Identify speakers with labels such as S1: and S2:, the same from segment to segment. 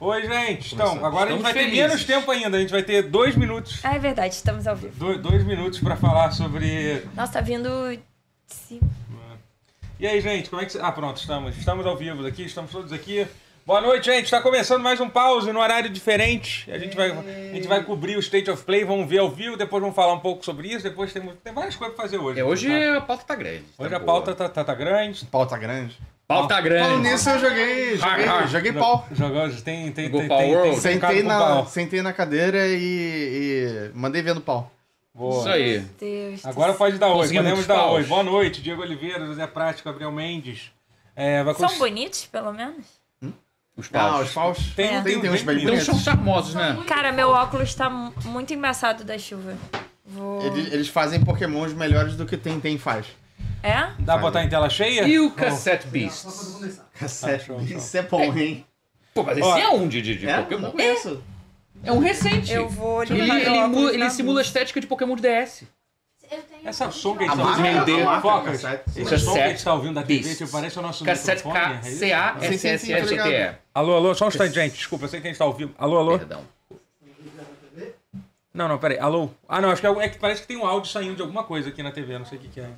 S1: Oi, gente. Então,
S2: Começando.
S1: agora a gente
S2: Estamos
S1: vai ter
S2: felizes.
S1: menos tempo ainda. A gente vai ter dois minutos.
S3: Ah, é verdade, estamos ao vivo.
S1: do- dois minutos pra falar sobre.
S3: Nossa, tá vindo. Sim.
S1: E aí, gente, como é que. cê- Ah, pronto, estamos. Estamos ao vivo aqui, estamos todos aqui. Boa noite, gente. Está começando mais um pause no horário diferente. A gente, vai, a gente vai cobrir o State of Play, vamos ver ao vivo, depois vamos falar um pouco sobre isso. Depois tem, tem várias coisas pra fazer hoje.
S2: É, hoje
S1: tá?
S2: a pauta tá grande.
S1: Hoje
S2: tá
S1: a
S2: boa.
S1: pauta tá, tá, tá grande.
S4: Pauta grande.
S2: Pauta
S1: É.
S2: grande.
S4: Falando nisso, eu joguei. Joguei,
S2: Ah, ah.
S4: joguei pau.
S1: Jogando, tem. tem,
S2: Jogou
S1: tem,
S2: pau
S1: tem,
S2: world?
S1: tem cara
S4: Sentei
S1: com
S4: na,
S1: pau.
S4: sentei na cadeira e, e mandei ver no pau.
S1: Boa.
S2: Isso aí. Ah,
S3: Deus. do
S1: Agora pode dar oi,
S2: Conseguimos
S1: podemos dar
S2: paus.
S1: oi. Boa noite, Diego Oliveira, José Prático, Gabriel Mendes. É, vai
S3: céu. São
S1: cons-
S3: bonitos, pelo menos?
S2: Os paus.
S4: Ah, os paus.
S1: Tem, um,
S3: É.
S1: tem,
S4: Tem, tem uns
S1: bem
S4: bem
S2: Então
S1: bonitos.
S4: bonitos.
S2: são charmosos, né?
S3: Cara, meu óculos tá mu- muito embaçado da chuva. Vou.
S4: Eles, eles fazem pokémons melhores do que tem tem faz.
S3: É?
S1: Dá pra botar em tela cheia?
S2: E o Cassette Beasts?
S1: Ah,
S4: Cacete,
S1: show, show.
S4: isso é bom, hein?
S2: Pô, mas
S1: Ó.
S2: esse é um de, de, de
S4: É? Eu não
S2: Pokémon.
S4: conheço.
S2: É um recente.
S3: Eu vou
S2: Ele,
S3: limpar meu
S2: ele, mu-
S3: óculos
S2: ele
S3: na
S2: simula a estética de Pokémon de DS.
S1: Essa som que a
S4: A
S1: gente tá ouvindo.
S4: marca-
S2: render.
S4: a marca
S1: Foca.
S4: Cassete.
S1: Esse
S2: Cassete
S1: som que a gente tá ouvindo da TV,
S2: Beasts.
S1: tipo, parece o nosso
S2: Cassette
S1: microfone.
S2: K
S1: é isso?
S2: C A S S
S4: Sim, sim,
S2: S
S4: sim, tô
S2: T E.
S4: ligado.
S1: Alô, alô, só um instante, gente. Desculpa, eu sei que a gente tá ao vivo. Alô, alô.
S2: Perdão.
S1: Não, não, peraí. Alô. Ah, não, acho que é, é que parece que tem um áudio saindo de alguma coisa aqui na TV, não sei o que que é.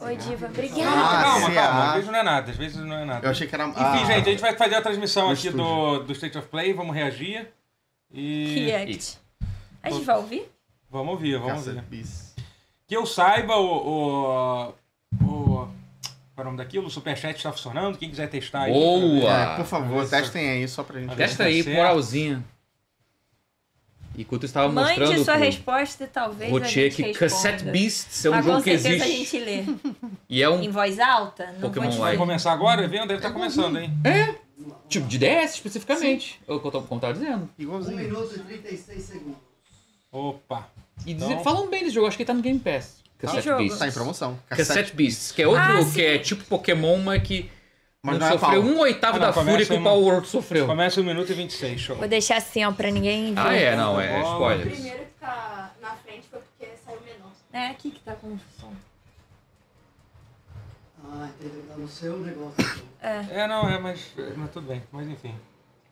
S3: Oi, Diva. Obrigada.
S4: Ah,
S1: calma,
S4: CA.
S1: calma. Às vezes não é nada, às vezes não é nada.
S4: Eu achei que era.
S1: Enfim,
S4: ah,
S1: gente, a gente vai fazer a transmissão
S4: No
S1: aqui do, do State of Play, vamos reagir. E.
S3: React. A gente vai ouvir?
S1: Vamos ouvir, vamos né?
S4: Cassette
S1: ver.
S4: Beasts.
S1: Que eu saiba, o. o, o qual é o nome daquilo? O Superchat está funcionando. Quem quiser testar aí.
S4: É,
S2: Boa!
S4: por favor,
S1: Isso.
S4: testem aí só pra gente.
S1: Teste-
S4: ver.
S2: Testa aí,
S1: Certo.
S2: moralzinha. Enquanto eu estava
S3: Mande
S2: Tá mostrando
S3: sua
S2: pro
S3: resposta e talvez. a
S2: Rotier
S3: gente
S2: que
S3: responda.
S2: Cassette Beasts é um
S3: Mas com
S2: jogo que
S3: certeza
S2: existe.
S3: a gente lê.
S2: E é
S3: Em
S2: um
S3: voz alta? Não
S2: Pokémon
S1: Vai
S3: vou te
S2: Live.
S1: começar agora? Vendo? Deve estar começando, hein?
S2: tipo de DS especificamente. É o que eu tô- como eu tava dizendo.
S5: Um
S4: Igualzinho.
S5: minuto e 36 segundos.
S1: Opa.
S2: E
S1: Então-
S2: dizer, falam bem desse jogo, acho que ele tá no Game Pass. Cassette
S3: jogo?
S2: Beasts.
S4: Tá em promoção.
S2: Cassette Beasts, que é outro
S3: Ah,
S2: jogo
S3: sim.
S2: que é tipo Pokémon, mas que
S4: Mas
S2: não
S4: não é
S2: sofreu
S4: pau.
S2: um oitavo
S1: Ah, não,
S2: da
S1: começa
S2: fúria que
S1: aí,
S2: o Power World sofreu.
S1: Começa 1 minuto e 26, show.
S3: Vou deixar assim, ó, pra ninguém ver.
S2: Ah, é, não, é
S1: Bola.
S2: spoiler.
S6: primeiro que tá na frente foi porque saiu menor.
S3: É aqui que tá com som.
S5: Ah, entendeu? Tá no seu negócio.
S1: É, não, é, mas, mas tudo bem. Mas enfim.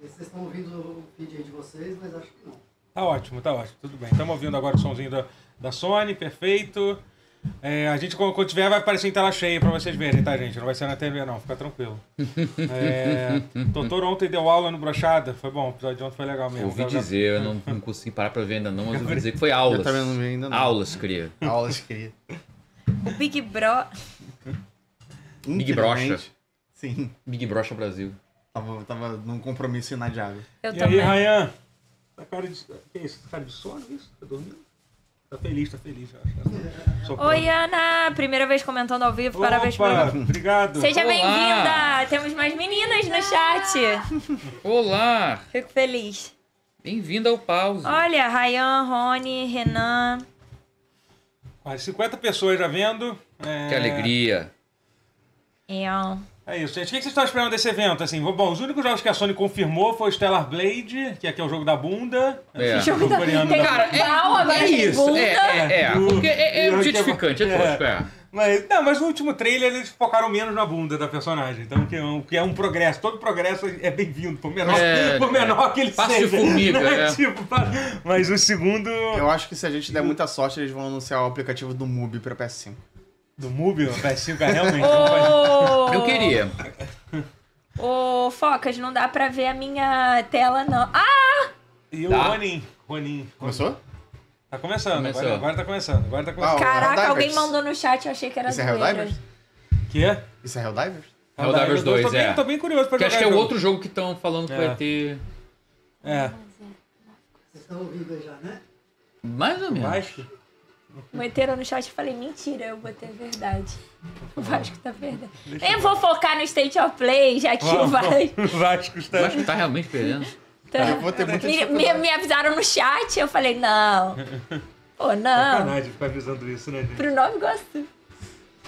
S5: Vocês estão ouvindo o feed aí de vocês, mas acho que não.
S1: Tá ótimo, tá ótimo. Tudo bem. Estamos ouvindo agora o somzinho da, da Sony, perfeito. É, a gente, quando, quando tiver, vai aparecer em tela cheia pra vocês verem, tá, gente? Não vai ser na TV, não. Fica tranquilo. É, doutor ontem deu aula no Brochada. Foi bom, o episódio de ontem foi legal mesmo.
S2: Ouvi
S1: Dá- dá-
S2: dizer, eu não, não consegui parar pra ver ainda não, mas ouvi dizer que foi aulas.
S4: Eu também não vi ainda não.
S2: Aulas, queria.
S4: Aulas, querido.
S3: O Big Bro.
S2: Big brocha.
S4: Incrivelmente. Sim.
S2: Big Brocha Brasil.
S4: Tava, tava num compromisso inadiável.
S3: Eu
S1: E aí,
S3: também.
S1: Rayan? Tá cara de. Que é isso? Cara de sono isso? Tá dormindo? Tá feliz, tá feliz, eu acho. Soprando.
S3: Oi, Ana! Primeira vez comentando ao vivo, parabéns
S1: Opa,
S3: pra
S1: Obrigado.
S3: Seja
S2: Olá.
S3: bem-vinda! Temos mais meninas no chat.
S2: Olá!
S3: Fico feliz.
S2: Bem-vindo ao Pause.
S3: Olha, Rayan, Rony, Renan.
S1: Quase 50 pessoas já vendo. É,
S2: Que alegria.
S3: Eu.
S1: É isso, gente. O que vocês estão esperando desse evento? Assim, bom, os únicos jogos que a Sony confirmou foi o Stellar Blade, que aqui é o jogo da bunda.
S2: É.
S1: Esse jogo coreano da-
S2: Cara, é, é isso. É, é, é. Porque é, é
S1: Eu-
S2: objetificante, é
S1: eu-
S2: tosco, é.
S1: Mas, não, mas no último trailer eles focaram menos na bunda da personagem. Então, que é um, que é um progresso. Todo progresso é bem-vindo, por menor,
S2: É,
S1: por menor que ele
S2: Passo de
S1: seja.
S2: formiga,
S1: né?
S2: é.
S1: Tipo, pa- mas o segundo.
S4: Eu acho que se a gente der muita sorte, eles vão anunciar o aplicativo do Mubi pra PS5.
S1: Do Mubi, o PS5 é realmente.
S3: Ô,
S2: Eu queria.
S3: Ô, Focas, não dá pra ver a minha tela, não. Ah,
S1: E o
S2: Tá.
S1: Ronin. Ronin.
S4: Começou?
S1: Tá começando,
S2: Começou.
S1: Agora, agora tá começando. Agora tá começando.
S4: Ah,
S3: caraca,
S4: Helldivers.
S3: alguém mandou no chat, eu achei que era
S4: Isso é
S3: zoeira.
S4: Helldivers?
S1: Que é?
S4: Isso é Helldivers?
S2: Helldivers
S1: dois, tô
S2: 2,
S1: bem,
S2: é.
S1: tô bem curioso pra
S2: Que
S1: jogar.
S2: acho que é o
S1: esse jogo.
S2: outro jogo que estão falando que
S1: É.
S2: vai ter.
S1: É.
S5: Vocês estão ouvindo aí já, né?
S2: Mais ou menos.
S1: Vasco?
S3: Meteram Um no chat e falei, mentira, eu botei verdade. O Vasco tá perdendo. Eu vou focar no State of Play, já que o Vasco. tá
S1: Vasco está.
S2: Eu acho que tá realmente perdendo.
S3: É.
S4: Eu vou ter muita
S3: me, me,
S4: dificuldade.
S3: me avisaram no chat, eu falei, não. Pô, não.
S1: Sacanagem ficar avisando isso, né, gente?
S3: Pro Nova gosto.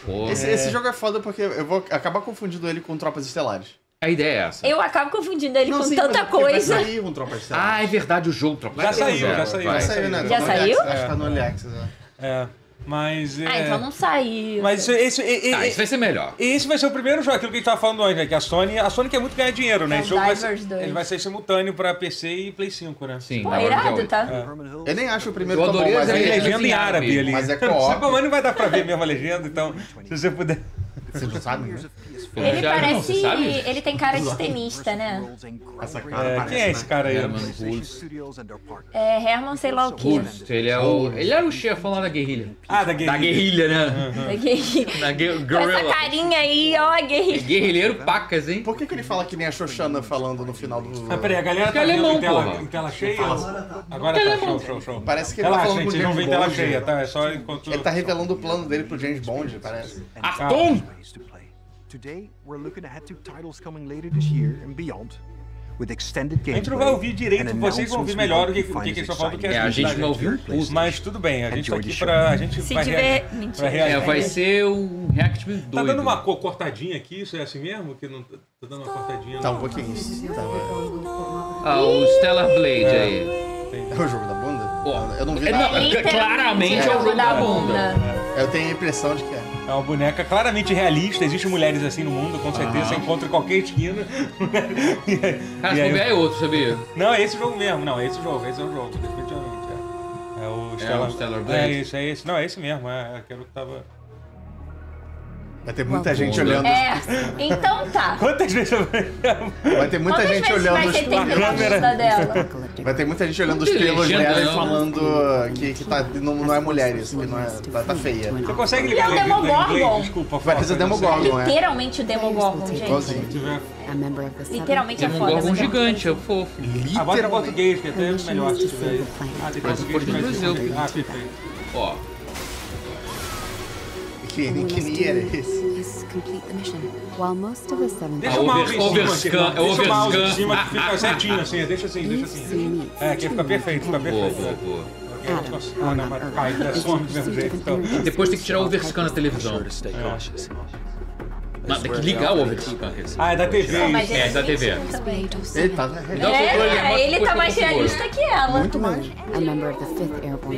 S2: Pô,
S4: Esse, esse jogo é foda porque eu vou acabar confundindo ele com Tropas Estelares.
S2: a ideia é essa.
S3: Eu acabo confundindo ele com
S4: sim, mas é
S3: tanta
S4: porque vai
S3: coisa.
S4: sair um
S2: Ah,
S4: Tropas Estelares.
S2: é verdade, o jogo trocou.
S1: Já saiu, já saiu.
S4: já
S1: vai
S4: saiu, né?
S1: sair.
S4: Tá
S3: Já
S4: no
S3: saiu?
S4: Early Access, Acho que tá no Early Access, né?
S1: É. Mas. É...
S3: Ah, então não saiu.
S1: Mas isso, esse, e- e-
S2: Ah, isso vai ser melhor.
S1: e esse vai ser o primeiro jogo, aquilo que a gente tava falando antes, né? Que a Sony, a Sony quer muito ganhar dinheiro, né?
S3: É o
S1: Esse jogo vai
S3: Divers
S1: ser,
S3: 2.
S1: ele vai ser simultâneo pra PC e Play 5, né?
S2: Sim,
S3: Pô,
S2: na hora do dia
S3: irado,
S2: oito.
S3: tá?
S4: Eu nem acho o primeiro
S2: Eu
S4: tão bom,
S2: adorei
S4: mas
S2: as
S1: Tem
S4: é,
S2: ideias.
S1: legenda em árabe ali.
S4: Mas é
S1: Só
S4: co-op.
S1: que mas não vai dar pra ver mesmo a legenda, então, se você puder.
S4: você não sabe, né?
S3: Ele
S2: ah, Já- não,
S3: parece.
S2: você sabe?
S3: ele é tem cara de tenista, né?
S4: Essa cara
S1: É,
S4: parece,
S1: quem é esse cara aí?
S2: Herman Hulst.
S7: É,
S3: É Herman, sei lá o quê.
S2: Hulst, ele é o. Ele era o chefão lá da guerrilha.
S1: Ah, da Guerrilla.
S2: Da guerrilha, né?
S3: Com
S2: Da guer-
S3: essa
S2: guerrilla.
S3: carinha aí, ó, guerreiro.
S2: Guerrilheiro pacas, hein?
S4: Por que, que ele fala que nem a Xoxana falando no final do.
S1: Mas peraí, a galera
S2: Porque
S1: tá
S2: é
S1: vendo
S2: alemão,
S1: em tela,
S2: porra.
S1: em tela cheia?
S5: Agora tá.
S1: Agora tá, show, show, show.
S4: Parece que ele tá
S1: Relaxa,
S4: falando
S1: gente,
S4: com
S1: eles
S4: o
S1: não vem
S4: James
S1: tela
S4: Bond.
S1: cheia, tá? É só enquanto...
S4: Ele tá revelando o plano dele pro James Bond, parece.
S2: Atom!
S7: Today we're looking ahead to titles coming later this year and beyond. With extended
S1: A
S7: gameplay.
S1: gente não vai ouvir direito, vocês vão ouvir melhor o que, o que, que eles estão falando do que
S2: É, a
S1: gente,
S2: gente
S1: tá,
S2: não ouviu um puto.
S1: Mas tudo bem, a gente tá
S7: Enjoy
S1: aqui
S7: the show.
S1: pra... A gente
S3: Se
S1: vai
S3: tiver-
S1: reagir-
S3: mentira.
S1: pra reagir.
S2: É, vai ser um react meio doido.
S1: Tá dando uma co- cortadinha aqui, isso é assim mesmo? Que não... Tá dando uma cortadinha?
S4: Tá um
S1: não?
S4: pouquinho isso. Tá,
S2: Ah, o Stellar Blade aí.
S4: é o jogo da bunda?
S2: Ó,
S4: Eu não vi
S2: é,
S4: nada.
S2: não,
S3: Literalmente
S2: claramente
S3: um
S2: é o jogo da bunda.
S4: Eu tenho a impressão de que é.
S1: É uma boneca claramente realista, existem mulheres assim no mundo, com certeza, você encontra em qualquer esquina. E aí-
S2: Cara,
S1: e
S2: se
S1: aí-
S2: bobear é outro, sabia?
S1: Não, é esse jogo mesmo. Não, é esse jogo, esse é o jogo, definitivamente. É, é o Stellar,
S2: Stellar Blade.
S1: É esse, é esse. Não, é esse mesmo, é aquele que tava.
S4: Vai ter muita gente
S2: bunda.
S4: olhando.
S3: É, então tá.
S1: Quantas vezes eu
S4: Vai ter muita
S3: Quantas
S4: gente
S3: vezes
S4: olhando
S3: vai
S4: os
S3: ser ter
S4: pelos.
S3: pela vista dela?
S4: Vai ter muita gente olhando os
S2: Que
S4: pelos
S2: legenda,
S4: dela e
S2: não.
S4: falando que, que tá, não, não é mulher isso, que não é, tá, tá feia.
S1: Você consegue
S3: é
S1: ligar
S3: o
S1: em inglês?
S3: Demogorgon.
S1: Desculpa,
S4: Vai ter
S1: Fox,
S4: o
S1: eu não sei.
S4: Demogorgon, é.
S3: Literalmente o Demogorgon, gente.
S1: Se
S4: Igualzinho.
S1: tiver-
S3: Literalmente
S2: Tem
S3: é
S2: um
S3: foda.
S2: gorgon
S3: mas é-
S2: gigante, é fofo.
S1: Ah, bota em português, que até é melhor se tiver aí. Ah, tem
S2: Mas
S1: português.
S2: foi no
S1: mas-
S2: Brasil.
S1: Ah, perfeito.
S2: Ó,
S4: Que, que nem era esse.
S1: Deixa
S2: Ah,
S1: o mouse
S2: over-
S1: em cima.
S2: overscan,
S1: assim,
S2: é
S1: Deixa o mouse em
S2: overscan.
S1: cima que fica certinho, assim. Deixa assim, deixa assim. É, que fica perfeito, fica
S2: boa,
S1: perfeito.
S2: boa,
S1: né?
S2: boa.
S1: Porque eu não consigo- Ah, não, mas cai, né? some do mesmo jeito. Então,
S2: Depois tem que tirar o overscan na televisão. Não, tem que ligar o overscan.
S1: Ah, é da TV. isso.
S3: Mas
S2: É, da TV.
S3: realista também.
S4: Ele tá
S2: Dá o controle,
S3: É,
S2: mostra
S3: ele
S2: depois
S3: tá
S2: pro
S3: mais
S2: computador.
S3: realista que ela.
S4: muito mais.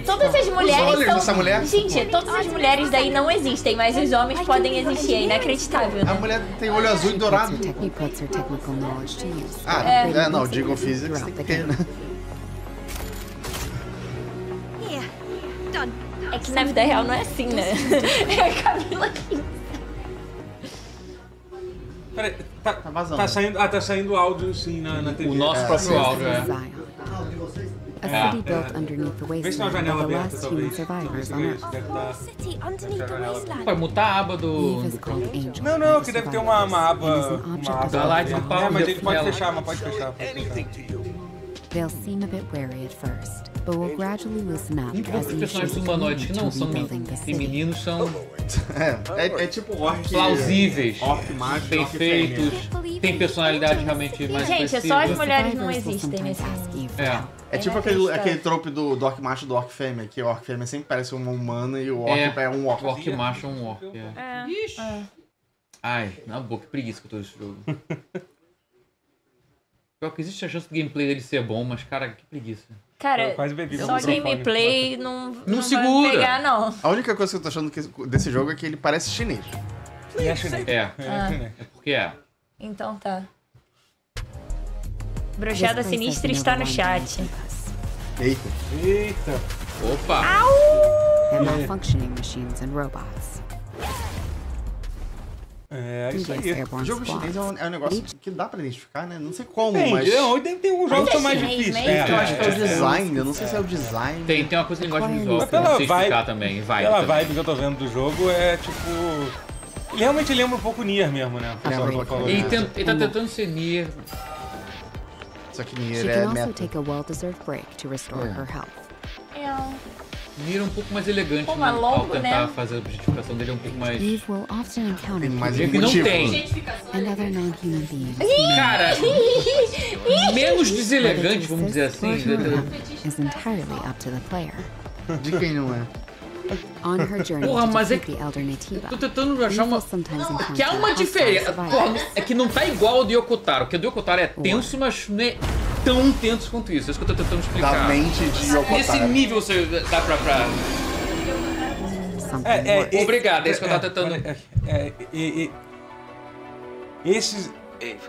S3: Todas as mulheres
S4: olhos
S3: são...
S4: dessa mulher.
S3: Gente, todas as mulheres daí não existem, mas os homens podem existir. É inacreditável,
S4: A
S3: né?
S4: mulher tem olho azul e dourado. Ah, é, não, digo physics tem que ter, né?
S3: É que na vida real não é assim, né? É a Camila que...
S1: Peraí, tá, tá
S4: vazando.
S1: saindo, ah, tá saindo áudio sim na, na TV.
S2: O nosso próprio áudio, é.
S5: Ah, o de vocês também.
S2: É.
S1: Vê se tem uma janela aberta, talvez. Talvez isso deve tá-
S2: Vai mutar a aba do... do-
S1: Não, não, que deve ter uma, uma aba. Uma aba
S2: Dá lá e
S1: aberta.
S2: pau
S1: É, mas
S2: dentro
S1: ele pode
S2: dela.
S1: fechar, mas pode fechar. Pode fechar.
S8: They'll seem a bit wary at first, but will gradually loosen up
S2: Muito
S8: as
S2: poucos personagens
S8: initiatives
S2: humanoides que não são
S8: continue building the city.
S2: femininos são
S4: É, é, é tipo orc.
S2: plausíveis,
S4: Orc macho,
S2: bem
S4: orc fêmea.
S2: feitos, tem personalidade realmente mais
S3: Gente, é só as
S2: expressiva.
S3: mulheres não
S8: Survivors will
S3: existem
S8: sometimes
S3: nesse
S8: ask
S3: mundo.
S8: you for help.
S2: É,
S4: É tipo aquele, aquele trope do, do orc macho e do orc fêmea, que o orc fêmea sempre parece uma humana e o orc é,
S2: é,
S4: um orc.
S2: orc macho é um orc, é. Ixi. Ai, na boca, que preguiça que eu tô desse jogo. Pior que existe a chance do gameplay dele ser bom, mas cara, que preguiça.
S1: Eu
S3: Cara,
S1: quase bebi,
S3: só
S1: vamos trocar o
S3: gameplay não, não, vai
S2: segura.
S3: pegar, não.
S4: A única coisa que eu tô achando que- desse jogo é que ele parece chinês.
S1: E é chinês.
S2: É,
S3: Ah.
S1: É.
S2: é porque é.
S3: Então tá. Brochada
S8: This place has
S3: Sinistra está no
S8: never
S3: chat.
S4: Eita.
S1: Eita.
S2: Opa!
S8: They're malfunctioning machines and robots.
S1: É isso
S8: Yes,
S1: aí.
S8: airborne
S4: Jogo chinês é um,
S8: squads.
S4: é um negócio que dá pra identificar, né? Não sei como, mas.
S1: Depende,
S4: Eu
S1: eu- deve ter uns jogos que são mais
S3: chinês
S1: difíceis.
S3: mesmo?
S1: É,
S3: Eu
S4: acho que é o
S1: é, é.
S4: design, eu não sei se é o design.
S2: Tem, tem uma coisa que eu gosto de visual,
S1: Mas
S2: que eu
S1: pela
S2: não sei explicar
S1: vibe-
S2: também. Vai.
S1: Pela
S2: também.
S1: vibe que eu tô vendo do jogo, é tipo. Ele realmente lembra um pouco o Nier mesmo, né? O pessoal
S4: Lembra um
S1: tá falando.
S2: Ele, tem- ele tá tentando ser Nier.
S4: Só que
S8: She
S4: Nier é
S8: can also
S4: meta.
S8: take a well-deserved break to restore her health.
S3: É.
S2: Nier é um pouco mais elegante,
S3: Pô, mas
S2: né? Ao
S3: longo,
S2: tentar
S3: né?
S2: fazer a objetificação dele é um pouco mais.
S8: Eve will often
S4: Tem
S8: encounter
S4: mais
S2: Digo
S4: um
S2: que não
S4: motivo.
S2: tem.
S6: Identificação
S8: and other non-human beings.
S2: Cara, menos deselegante, vamos dizer assim. né?
S8: Is entirely up to the player.
S4: De quem não é?
S8: On her journey
S2: Porra,
S8: to
S2: mas é
S8: defeat the Elder Nativa,
S2: Tô tentando achar
S8: Eve will
S2: uma.
S8: sometimes
S2: Que há
S8: encounter
S2: uma
S8: hostile
S2: diferença. Porra,
S8: survivors.
S2: é que não tá igual ao do Yokotaro, porque o do Yokotaro é tenso, mas não é tão tenso quanto isso. É isso que eu tô tentando
S4: Da
S2: explicar.
S4: mente de
S2: Nesse
S4: Yokotaro.
S2: nível você dá pra. pra...
S8: something
S1: É, é,
S8: worse.
S1: e-
S2: Obrigado, é isso que eu tava tentando-
S1: É, é, e- e- esses-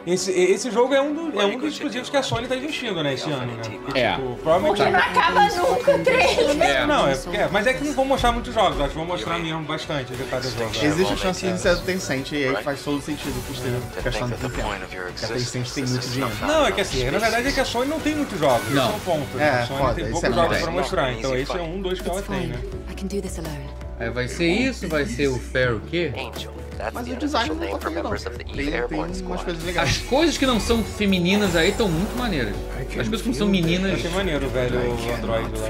S1: esse, esse jogo é um, do- é um dos exclusivos que a Sony tá investindo, né, esse ano, né? Porque,
S2: É.
S1: tipo, provavelmente...
S3: Porque não acaba nunca o trailer.
S2: É.
S1: Não, é, porque- é, mas é que não vão mostrar muitos jogos, acho que vão mostrar mesmo bastante os detalhes do
S9: é
S1: jogo.
S4: Existe a chance
S9: né,
S4: de ser a Tencent e aí faz todo sentido que esteja gastando
S9: um
S4: tanto tempo. Porque a Tencent tem muito dinheiro.
S1: Não, é que assim, na verdade é que a Sony não tem muitos jogos,
S2: Não.
S1: esse é o ponto. né?
S4: É,
S1: a Sony
S4: foda,
S1: tem
S4: isso
S1: poucos
S4: é
S1: jogos
S4: verdade.
S1: pra mostrar, então esse é um, dois que ela
S8: It's
S1: tem,
S8: fine.
S1: né?
S8: I can do this alone.
S2: Aí vai ser isso, vai ser o Fair o quê?
S9: Angel. That's
S4: Mas
S9: the
S4: o design
S9: unofficial
S4: não
S9: name for
S4: tá feio, não.
S9: members of the Eve
S4: Tem, tem
S9: Airborne
S4: umas
S9: Squad.
S4: coisas
S2: As
S4: legais.
S2: coisas que não são femininas aí estão muito maneiras. As coisas que não são meninas,
S1: Achei maneiro, velho, o
S4: é
S1: Android lá.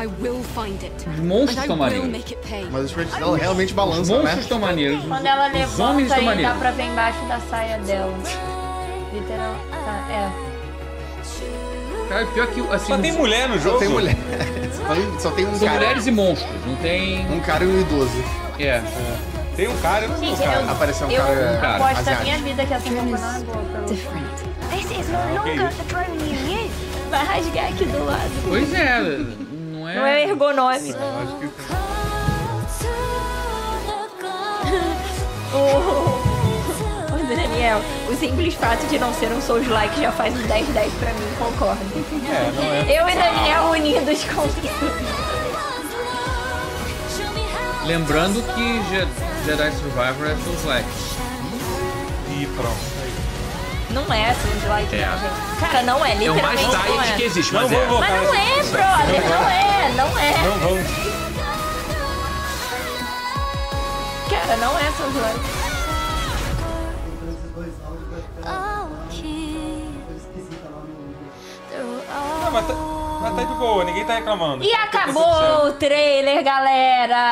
S10: I will find it.
S2: os monstros
S10: And
S2: estão
S10: I will
S2: maneiros.
S10: make it pay.
S4: Mas os feitos dela realmente
S2: Os
S4: balançam, né?
S2: monstros estão maneiros.
S3: Quando ela
S2: Os homens
S3: levanta
S2: estão
S3: e dá
S2: maneiros.
S3: pra ver embaixo da saia dela. Literal. tá, é.
S2: Cara, pior que assim,
S1: Só tem mulher no jogo?
S4: Só tem mulher. Só tem- Só tem um
S2: são
S4: cara.
S2: mulheres e monstros. Não tem.
S4: Um cara e um idoso.
S2: É.
S1: Tem um cara, eu não vi um
S3: Gente,
S1: cara.
S4: Apareceu um
S3: eu, eu
S4: cara.
S2: cara,
S3: aposto da
S4: asiático.
S3: minha vida que essa roupa não é boa. pelo-
S8: Different.
S1: que isso?
S3: Vai rasgar aqui do lado.
S2: Pois é, não é.
S3: Não é ergonômico. O, o Daniel, o simples fato de não ser um Souls-like já faz um 10-10 pra mim, concordo.
S1: É, não é.
S3: Eu e Daniel unidos contra.
S2: Lembrando que Je- Jedi Survivor é Souls Like.
S4: um-
S1: E pronto. aí.
S3: Não é Souls-like,
S2: É.
S3: não, gente. Cara, não é,
S2: É o mais
S3: literalmente não
S2: diet
S3: é.
S2: que existe,
S1: Não
S2: mas
S1: vou
S2: é.
S1: voltar.
S3: Mas não é, brother, não é, não é.
S1: Não então vamos.
S3: Cara, não é Souls-like.
S5: Colocando esses dois áudios vai ficar uma coisa esquisita lá no.
S1: Ah, mas tá, mas tá de boa, ninguém tá reclamando.
S3: E acabou o trailer, galera!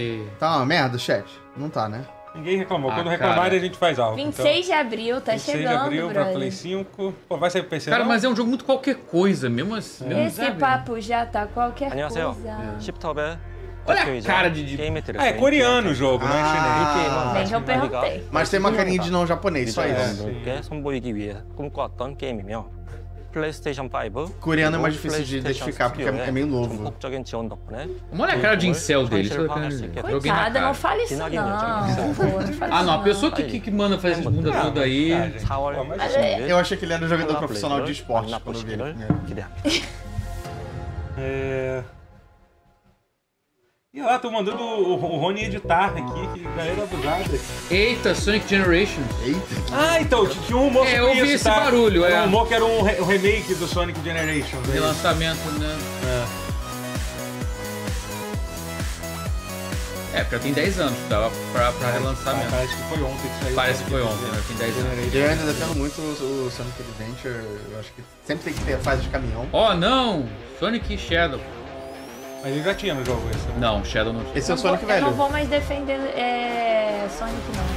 S2: E-
S4: Tá uma merda, chat? Não tá, né?
S1: Ninguém reclamou.
S2: Ah,
S1: Quando reclamarem,
S2: cara.
S1: a gente faz algo.
S3: 26 de abril,
S1: então,
S3: tá
S1: 26
S3: chegando,
S1: de abril pra
S3: brother.
S1: Play 5. Pô, vai sair pro PC
S2: Cara,
S1: não?
S2: mas é um jogo muito qualquer coisa, mesmo assim. mesmo,
S3: Esse
S2: sabe?
S3: papo já tá qualquer
S9: 안녕하세요.
S3: coisa.
S2: Olha a cara de. de-
S1: Ah, é
S2: né,
S1: coreano o jogo, não é chinês.
S9: 아,
S3: Bem que eu perguntei.
S4: Ah, Mas tem uma carinha de não japonês, só
S2: é
S4: isso.
S9: 여러분들께 선보이기 위해 꿈꿔왔던 게임이며 플레이스테이션 5
S4: Coreano é mais difícil de identificar porque é é meio novo.
S9: 적인 지원 덕분에
S2: Olha a cara de incel dele. isso eu quero dizer. Joguei na
S3: Coitada,
S2: cara.
S3: não fale isso não.
S9: Sinal de identificação.
S3: pô, não fale
S2: Ah,
S3: isso
S2: não, a pessoa que, que, que manda fazer essas bundas toda aí.
S1: Pô, mas-
S4: Eu achei que ele era um jogador profissional de esporte quando eu vi ele.
S9: 기대합니다.
S1: É... E lá, tô mandando o, o Rony editar aqui, que galera abusada.
S2: Eita, Sonic Generations.
S4: Eita,
S1: Ah, então, que tinha um humor
S2: É,
S1: sobre
S2: eu vi
S1: isso,
S2: esse
S1: tá?
S2: barulho,
S1: Era
S2: é.
S1: Um humor que era um, re- um remake do Sonic Generations.
S2: De
S1: né?
S2: lançamento, né?
S1: É.
S2: É, porque tem 10 anos, dava pra, pra relançar mesmo.
S1: Tá, Parece que foi ontem que saiu.
S2: Parece que foi ontem, né? Tem 10 anos.
S1: Generations.
S4: eu ainda defendo muito o o Sonic Adventure. Eu acho que sempre tem que ter a fase de caminhão.
S2: Oh, não! Sonic e Shadow.
S1: Mas ele já tinha no jogo esse. né?
S2: Não, Shadow não tinha.
S4: Esse é o
S3: não.
S4: Sonic
S3: Eu não
S4: velho.
S3: vou mais defender é, Sonic, não.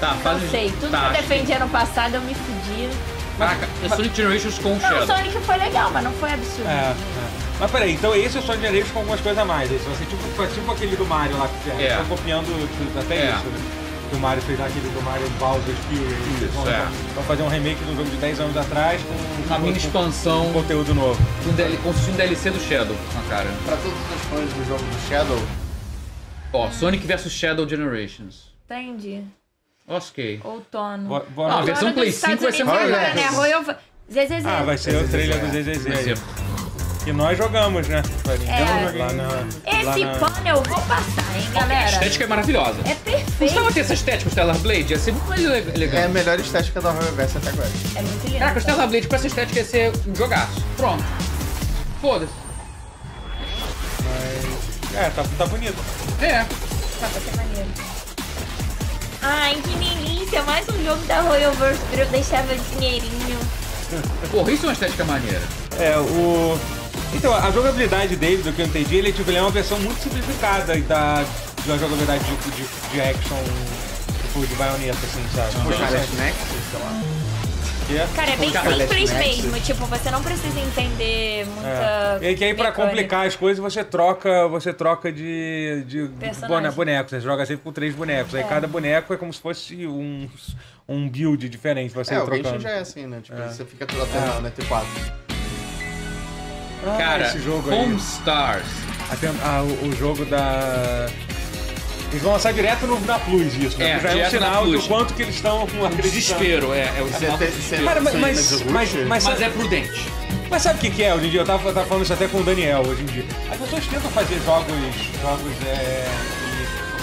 S2: Tá, faz
S3: Não sei, tudo que eu defendi ano passado eu me fudi.
S2: Caraca, é Sonic Generations com o
S3: Não, o
S2: Shadow.
S3: Sonic foi legal, mas não foi absurdo.
S1: É, é. Mas peraí, então esse é o Sonic Generations com algumas coisas a mais. Esse vai ser tipo, foi tipo aquele do Mario lá que fizeram.
S2: É.
S1: Estão copiando tudo, até
S2: É.
S1: isso, né? Do Mario fez lá aquele do Mario Bowser's Fury. Eles vão-
S2: é. Tá
S1: Vão fazer um remake de um jogo de 10 anos atrás com,
S2: Uma mini
S1: com,
S2: expansão
S1: com conteúdo novo.
S2: com um DL consistindo em DLC do Shadow na cara.
S4: Pra todos os fãs do jogo do Shadow,
S2: Ó, Sonic vs Shadow Generations.
S3: Entendi.
S2: Ok.
S3: Outono.
S1: Bo- bora-
S2: Não, a
S3: Outono
S2: versão
S3: dos
S2: Play
S3: Estados
S2: 5 vai ser
S3: Unidos
S4: maior,
S3: agora,
S4: né?
S3: né? Royal... ZZZ.
S1: Ah, vai
S2: é
S1: ser o trailer do
S2: Vai ser.
S1: ZZZ.
S2: é
S1: Que nós jogamos, né?
S3: É.
S1: Lá na- né?
S3: Esse
S1: lá na-
S3: pano eu vou passar, hein,
S2: A
S3: galera?
S2: estética é maravilhosa.
S3: É
S2: Gostava
S3: perfeito.
S2: de ter essa estética, o Stellar Blade? Ia ser muito mais ele-
S4: é a
S2: elegante.
S4: melhor estética da Horrorverse até agora.
S3: É muito lindo.
S1: Ah,
S2: Caraca, o Stellar Blade com essa estética ia ser um jogaço. Pronto. Foda-se.
S1: É, tá, tá bonito.
S2: É.
S3: Tá, vai ser maneiro. Ai, que delícia! Mais um jogo da Royal Verse pra eu deixar meu dinheirinho.
S2: Porra, isso é uma estética maneira.
S1: É, o. Então, a jogabilidade dele, do que eu entendi, ele, tipo, ele é uma versão muito simplificada da, da jogabilidade de, de, de action, tipo, de baioneta, assim, sabe?
S4: Pô,
S1: Tipo,
S4: cara, é Nexus, sei lá.
S3: Cara, é bem
S4: Cara,
S3: simples
S4: Let's Max.
S3: mesmo. Tipo, você não precisa entender muita.
S1: É. E que aí pra
S3: mecânica.
S1: complicar as coisas você troca, você troca de, de
S3: Personagem.
S1: bone- bonecos. Você joga sempre com três bonecos. Aí cada boneco é como se fosse um, um build diferente pra você
S4: É,
S1: ir
S4: o Genshin
S1: trocando.
S4: já é assim, né? Tipo, você fica toda alternando entre quatro.
S1: Ah,
S2: Cara,
S1: esse jogo aí.
S2: Home Stars.
S1: A tem- ah, o, o jogo da. Eles vão lançar direto no, na Plus isso, né?
S2: É,
S1: Porque já é um
S2: direto na
S1: sinal do
S2: Plus.
S1: quanto que eles estão acreditando.
S2: Desespero, é. É o sinal do
S4: Você- você-
S2: desespero.
S1: Cara, mas,
S4: Sim,
S1: mas,
S4: mas o
S1: mas,
S4: Witcher-
S1: mas,
S2: Mas é prudente.
S1: mas sabe o que, que é hoje em dia? Eu tava, tava falando isso até com o Daniel hoje em dia. As pessoas tentam fazer jogos. jogos é,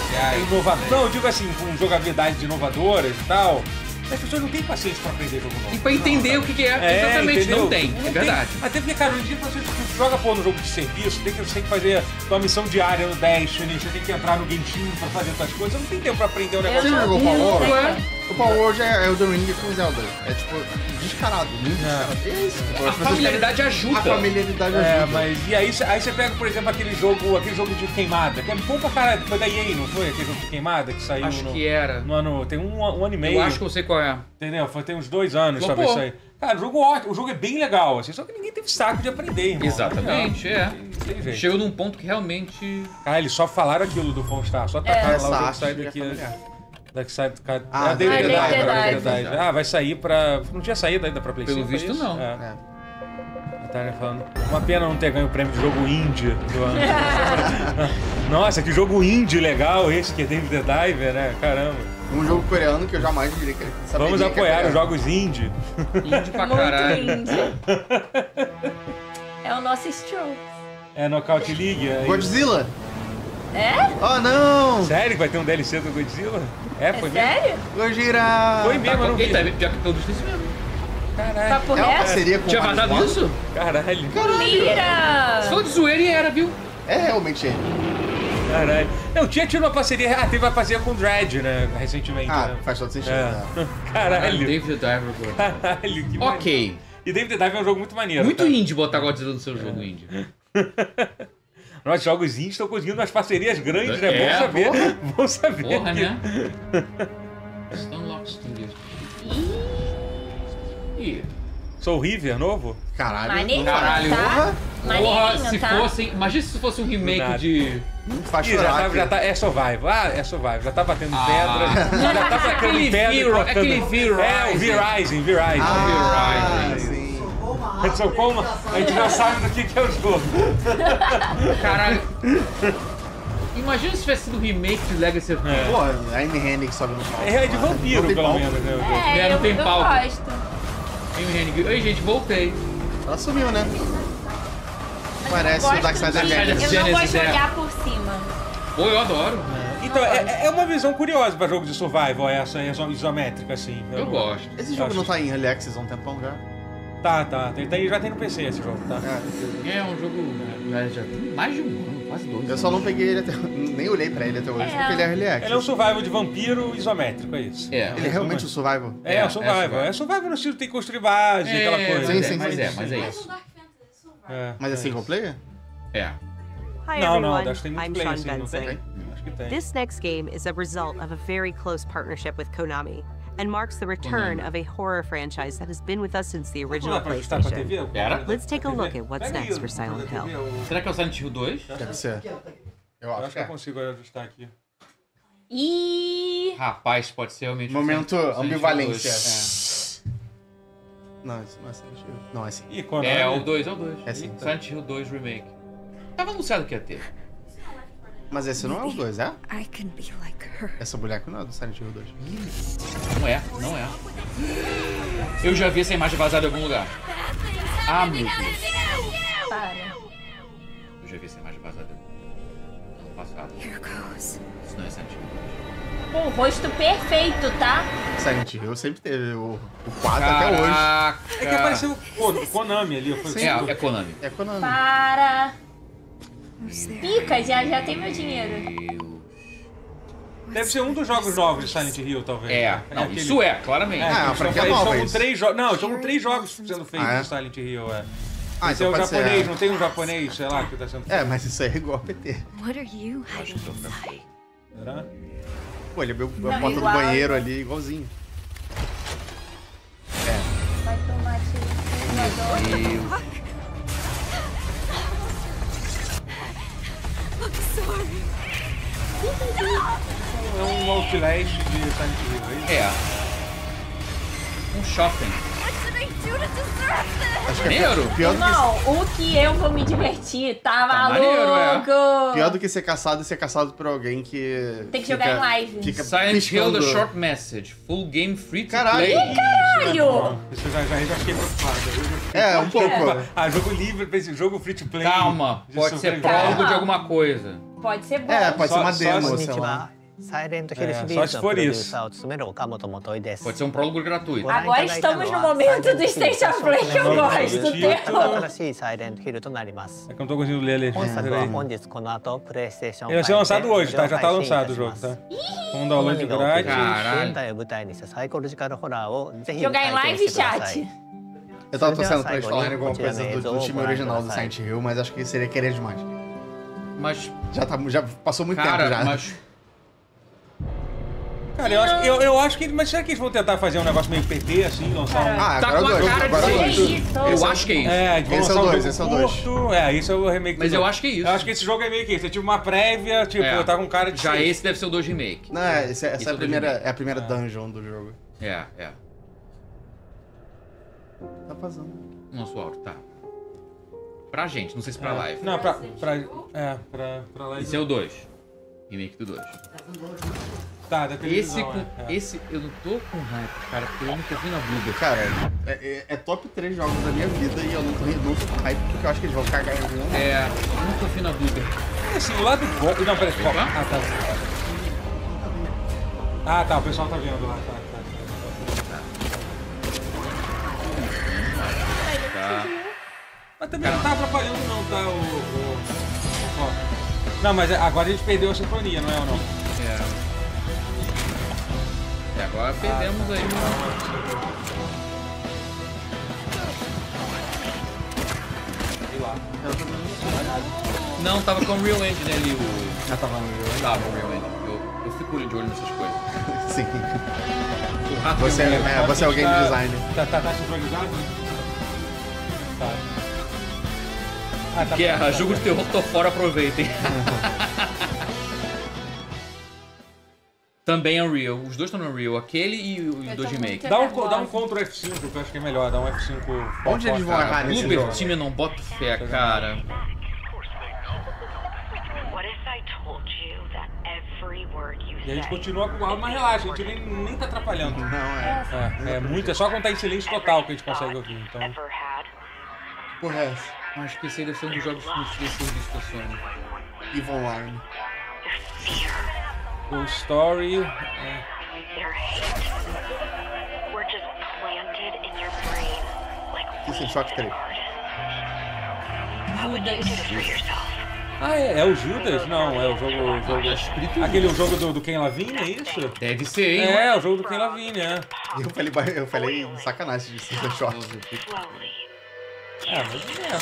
S1: que- que é
S2: né?
S1: inovação. Não, eu digo assim, com jogabilidades inovadoras e tal. As pessoas não têm paciência pra aprender jogo novo.
S2: E pra entender o que, que é,
S1: É,
S2: exatamente,
S1: entendeu?
S2: não tem. é verdade.
S1: Até porque, cara, hoje em dia você tu joga pô no jogo de serviço, tem que, você tem que fazer tua missão diária no Destiny, você tem que entrar no Genshin pra fazer tuas coisas, não tem tempo pra aprender
S2: É,
S1: o negócio.
S4: Você jogou o Power
S2: Não
S4: World?
S2: é?
S4: O Power World é, é o The Ring com Zelda. É tipo, descarado, muito descarado. É isso. tipo,
S2: A
S4: as pessoas
S2: familiaridade
S4: querem-
S2: ajuda.
S4: A familiaridade
S1: É,
S4: ajuda.
S1: mas e aí, cê- aí você pega, por exemplo, aquele jogo, aquele jogo de queimada, que é bom pra caralho, foi da EA, não foi? Aquele jogo de queimada que saiu
S2: Acho
S1: no,
S2: que era.
S1: no ano. Tem um, an- um ano e meio.
S2: Eu acho que eu sei qual é.
S1: Entendeu? Foi tem uns dois anos,
S2: Flopou.
S1: talvez isso aí. Cara, o jogo ótimo, o jogo é bem legal, assim, só que ninguém teve saco de aprender, irmão.
S2: Exatamente, é.
S1: Não tem jeito.
S2: Chegou num ponto que realmente.
S1: Ah, eles só falaram aquilo do Fonstar, só tacaram
S4: Essa
S1: lá o
S4: arte
S1: sai
S4: É. já
S1: daqui.
S4: é familiar.
S1: Da que sai do cara.
S4: Ah,
S1: Ah, Day of the
S4: Day
S1: Dead,
S4: of the
S1: Day of the
S3: Dead.
S1: Dead. Ah, vai sair pra. Não tinha saído ainda pra PlayStation.
S2: Pelo visto, não.
S1: É.
S4: É.
S1: A Tânia tá falando. Uma pena não ter ganho o prêmio de jogo indie do ano. Nossa, que jogo indie legal esse que é David the Diver, né? Caramba.
S4: Um jogo coreano que eu jamais diria que ele saberia
S1: Vamos
S4: que é
S1: apoiar os
S4: coreano.
S1: jogos indie.
S2: Indie pra
S3: Muito
S2: caralho.
S3: lindo. É o nosso stroke.
S1: É Knockout League. aí-
S4: Godzilla?
S3: É?
S4: Oh não!
S1: Sério que vai ter um DLC do Godzilla? É, foi
S3: É
S1: mesmo?
S3: sério?
S4: Gojira!
S2: Tá,
S1: Foi mesmo, eu não vi.
S2: Eita, pior que pelo visto é isso mesmo.
S1: Caralho.
S3: Papo
S4: É uma
S3: reto?
S4: parceria com
S2: Tinha
S4: o Mario
S2: vazado
S4: Bros.
S2: isso?
S1: Caralho.
S3: Mira!
S2: Só de zoeira e era, viu?
S4: É realmente ele.
S1: Caralho. Não, tinha tido uma parceria. Ah, teve uma parceria com o Dredd, né? Recentemente.
S4: Ah,
S1: né?
S4: faz todo sentido. né?
S1: É.
S2: Caralho,
S1: Caralho.
S2: David the Diver, agora.
S1: Caralho, que maneiro.
S2: Ok.
S1: E David the Dive é um jogo muito maneiro.
S2: Muito
S1: tá?
S2: indie botar Godzilla no seu jogo
S1: É.
S2: indie.
S1: Nós, jogos indies, estão conseguindo umas parcerias grandes, né? bom
S2: É,
S1: saber. Bom saber.
S2: Porra, né? Stunlock Studios. Ih.
S1: Sou River, novo?
S4: Caralho.
S3: Maneirinho,
S2: Caralho,
S3: tá?
S2: Porra,
S3: Maneirinho,
S2: se
S3: tá?
S2: fosse. Imagina se fosse um
S1: nada.
S2: remake de.
S4: Não faz
S1: Ih, já
S4: chorar.
S1: tá,
S4: aqui.
S1: já tá, é survival. Ah, é survival. Já tá batendo
S2: Ah.
S1: pedra. Já tá batendo
S2: Aquele
S1: pedra. e
S2: V-
S1: trocando-
S2: aquele V-Rising.
S1: É, o V-Rising, V-Rising.
S4: Ah, sim.
S1: A gente socou uma- a gente já sabe do que, que é o jogo.
S2: Caralho. Imagina se tivesse sido um remake de Legacy of Kain.
S4: Pô, a Amy Hennig sobe no palco.
S1: É de
S4: mano.
S1: vampiro,
S4: Não tem
S1: pelo
S4: palco.
S1: menos, né? o jogo.
S3: É,
S2: Não
S3: eu,
S2: tem
S3: eu
S2: palco.
S3: gosto.
S2: Amy Hennig. Ei, gente, voltei.
S4: Ela sumiu, né? Parece
S3: Gosto
S4: o Dark Side
S3: de-
S4: of Genesis.
S3: Eu não
S2: Genesis,
S3: gosto de
S2: é.
S3: olhar por cima.
S2: Pô, eu adoro.
S1: Então, é, é uma visão curiosa pra jogo de survival, essa iso- isométrica, assim.
S2: Eu
S1: não-
S2: gosto.
S4: Esse jogo não tá em Early Access há um tempão já?
S1: Tá, tá. Tem, tem- já tem no PC esse jogo, tá?
S4: É,
S2: É um jogo. né, Já tem mais de um ano, quase dois.
S4: eu só não peguei ele até... Nem olhei pra ele até hoje,
S3: É.
S4: porque ele é Early Access.
S1: Ele é um survival de vampiro isométrico, é isso.
S2: É.
S4: Ele é realmente um survival?
S1: É,
S2: É,
S1: é um survival.
S2: é survival.
S1: É survival no estilo tem que construir base,
S2: É,
S1: aquela coisa.
S2: Mas,
S4: Sim,
S2: é,
S4: sim,
S2: mas
S4: sim,
S2: é,
S4: sim.
S2: mas é
S6: Mas um
S2: isso.
S6: Dark Fantasy survival.
S1: É,
S4: Mas é single player?
S2: É.
S11: Hi
S1: Não, não,
S11: everyone,
S1: acho que tem
S11: I'm
S1: multiplayer,
S11: Sean
S1: assim, não
S11: Benson.
S1: tem. Acho que tem.
S11: This next game is a result of a very close partnership with Konami and marks the return of a horror franchise that has been with us since the
S1: Vamos lá
S11: original
S1: pra ajustar pra
S11: PlayStation.
S1: TV? o
S2: Pera.
S1: controle da-
S11: Let's take a
S1: da TV?
S11: look at what's
S1: Pega aí
S11: next
S1: o
S11: for
S1: controle
S11: Silent
S1: da TV,
S11: Hill.
S1: eu-
S2: Será que é o Silent Hill 2?
S4: Deve ser. Eu
S1: Eu
S4: acho
S1: acho
S4: que
S1: que eu
S4: é.
S1: consigo ajustar aqui.
S3: E
S2: Rapaz, pode ser realmente. um
S4: Momento
S2: Silent Hill
S4: ambivalência.
S2: 2.
S4: Não, isso não é single player. Não, é sim.
S1: Ih, quando
S2: É, é o 2, é o 2.
S4: É
S1: assim.
S4: sim.
S2: Silent Hill 2 Remake. Tava anunciado que ia ter.
S4: Mas esse não é os dois, é?
S8: I can be like her.
S4: Essa mulher que não é do Silent Hill 2.
S2: Não é, não é. Eu já vi essa imagem vazada em algum lugar. Ah, meu Deus.
S3: para.
S2: Eu já vi essa imagem vazada em algum lugar. ano passado.
S8: Here goes.
S2: Isso não é Silent Hill 2.
S3: Pô, o rosto perfeito, tá?
S4: Silent Hill sempre teve o, o 4 Tá até hoje.
S2: Caraca.
S1: É que apareceu o Kon- Konami ali. Foi
S4: Sim.
S2: É, é Konami.
S4: É Konami.
S3: Para.
S8: Who's there?
S3: Pica, já, já tem meu dinheiro.
S2: Deus.
S1: Deve ser um dos jogos novos de Silent Hill, talvez.
S2: É, não,
S1: aquele-
S2: isso é, claramente.
S1: É,
S4: Ah,
S1: eles
S4: franquia
S1: são- eles
S4: nova
S1: são
S4: isso.
S1: três jogos. Não, são três jogos sendo feitos
S4: Ah, é?
S1: no Silent Hill, é.
S4: Ah,
S1: Esse é
S4: então
S1: o
S4: pode ser.
S1: japonês, não tem um japonês, sei lá, que tá sendo feito.
S4: É, mas isso aí é igual a PT.
S8: What are you hiding inside?
S1: Será?
S4: Pô, ele abriu a porta do
S3: igual.
S4: banheiro ali, igualzinho.
S3: Vai tomar tiro. Vai tomar-
S1: É um Outlast de Silent Hill, é isso?
S2: É. Um shopping.
S4: Acho que é
S2: Maneiro.
S4: pior, pior do que,
S3: Irmão, o que eu vou me divertir, tá
S2: maneiro,
S3: maluco?
S4: pior do que ser caçado é ser caçado por alguém que.
S3: Tem que jogar em live.
S4: Fica
S2: Silent Hill
S4: piscando.
S2: The Short Message. Full game free to
S4: Caralho.
S2: play.
S3: Caralho!
S1: Isso eu já, já, já fiquei preocupado.
S4: É, um pouco.
S1: Ah, jogo livre, pra esse jogo free to play.
S2: Calma,
S1: de
S2: pode ser
S1: sobrevivência.
S2: prólogo de
S3: Calma.
S2: alguma coisa.
S3: Pode ser bom.
S4: É, pode
S1: Só-
S4: ser uma
S1: só
S4: demo,
S1: se
S4: sei lá.
S12: サイレントヒルシリ
S1: えー
S12: ーズの
S1: そうし
S12: プ
S1: ポ
S12: ロデ
S1: リ
S12: ュー
S1: ウス
S12: サーを務める岡本元井です。
S2: Pode ser um prólogo gratuito.
S12: Ah,
S3: Agora estamos no momento do State of Play que eu gosto, terror.
S12: 新しいサイレントヒルとなります。
S1: É que eu não tô conseguindo ler a legenda.
S12: Bom, essa
S1: peraí.
S13: tá?
S12: Bom, onde com a top PlayStation
S1: Ele vai ser lançado
S12: 5で
S1: hoje, tá? Já tá
S12: 配信
S1: lançado o
S12: いた
S13: assim,
S1: jogo,
S12: し
S1: tá?
S12: ます
S1: Com download
S12: が起きる
S1: grátis.
S2: はい
S12: 現代を舞台にしたサイコロジカルホラーをぜひ
S3: Jogar em
S12: 体験
S3: live
S12: してくださ
S3: chat.
S12: い。
S4: Eu tava torcendo pra eles falarem alguma coisa do, do time original do Silent Hill, mas acho que seria querer demais.
S2: Mas,
S4: Já, tá, já passou muito tempo
S2: cara,
S4: já.
S2: mas...
S1: Cara, eu acho, eu, eu acho que. Mas será que eles vão tentar fazer um negócio meio PT, assim, lançar um.
S4: Ah,
S2: Tá
S4: agora
S2: com a
S4: dois,
S2: cara de
S4: agora
S2: ser
S4: dois.
S3: isso.
S2: Eu acho que é isso.
S1: É, eles vão
S4: Esse é o
S1: lançar
S4: dois,
S1: um
S4: esse é o
S1: jogo
S4: dois.
S1: curto. É, isso é o remake do
S2: Mas eu
S1: jogo.
S2: acho que é isso.
S1: Eu acho que esse jogo é meio que isso. É tipo uma prévia, tipo,
S2: É.
S1: tá com cara de.
S2: Já esse deve ser o 2 remake.
S4: Não, é, essa, essa
S2: Isso é
S4: é, a
S2: do
S4: primeira,
S2: remake.
S4: é a primeira dungeon do jogo.
S2: É, é.
S4: Tá passando.
S2: Nosso áudio, tá. Pra gente, não sei se pra live.
S1: É. Não, pra. pra é, pra, pra lá.
S2: Esse é o 2. Remake do 2.
S1: Tá, da televisão.
S2: Esse, com,
S1: é, é.
S2: esse, eu não tô com raiva, cara, porque eu nunca vi na vida.
S4: Cara, é, é- é top 3 jogos da minha vida e eu não tô, não tô com hype porque eu acho que eles vão cagar em algum momento.
S2: É, nunca vi na vida.
S1: Assim, o lado bom. Não, peraí, foca.
S2: cá.
S1: Ah, tá. Ah, tá, o pessoal tá vendo lá. Tá, tá.
S2: Tá.
S1: Mas também não tá atrapalhando, não, tá? O. o- o foco. Não, mas agora a gente perdeu a sintonia, não é ou não?
S2: É. E agora perdemos aí um.
S1: Sei lá.
S2: Não, tava com o Real Engine ali, o.
S4: Já tava no jogo.
S2: Tava o Real Engine. Eu, eu fico de olho nessas coisas.
S4: Sim.
S2: O rato
S4: Você
S2: é
S4: é,
S2: um-
S4: é, você é o game
S1: Tá-
S4: designer.
S1: Tá, tá, tá sincronizado? Tá. Ah, tá.
S2: Guerra,
S1: tá,
S2: jogo de terror, tô fora, aproveitem. Também é Unreal. Os dois estão no Unreal, aquele e os
S3: Eu
S2: dois
S3: tô é
S2: remake.
S1: Dá um, co- dá um Ctrl F5, que eu acho que é melhor, dá um F5.
S4: Onde eles vão errar Ah,
S1: né?
S4: nesse
S2: Blooper
S4: jogo? né?
S2: Team eu não boto fé, cara.
S14: What if I told you that every word you
S1: E a gente
S14: say
S1: continua com o áudio, mas relaxa, a gente nem, nem tá atrapalhando.
S4: Não, é.
S1: É, é muito, é só quando tá em silêncio total que a gente consegue ouvir, então.
S14: ever had?
S4: Porra, é essa.
S2: Acho que esse aí deve ser um dos jogos que desse serviço da Sony.
S4: Evil Online.
S1: O Story. é,
S14: Their hate were just planted in your brain like
S4: Isso é
S14: weeds
S4: Shock
S14: in a
S4: 3.
S14: garden. How would you do this for yourself?
S1: Ah, é, é o Judas? Não, é o jogo. o jogo-
S2: Tá escrito
S1: Aquele o jogo do, do Ken Lavigne, é isso?
S2: Deve ser, hein?
S1: É, o jogo do Ken Lavigne, é.
S4: Eu falei, ba- eu falei sacanagem de Super Short.
S14: Slowly.
S1: É, mas é,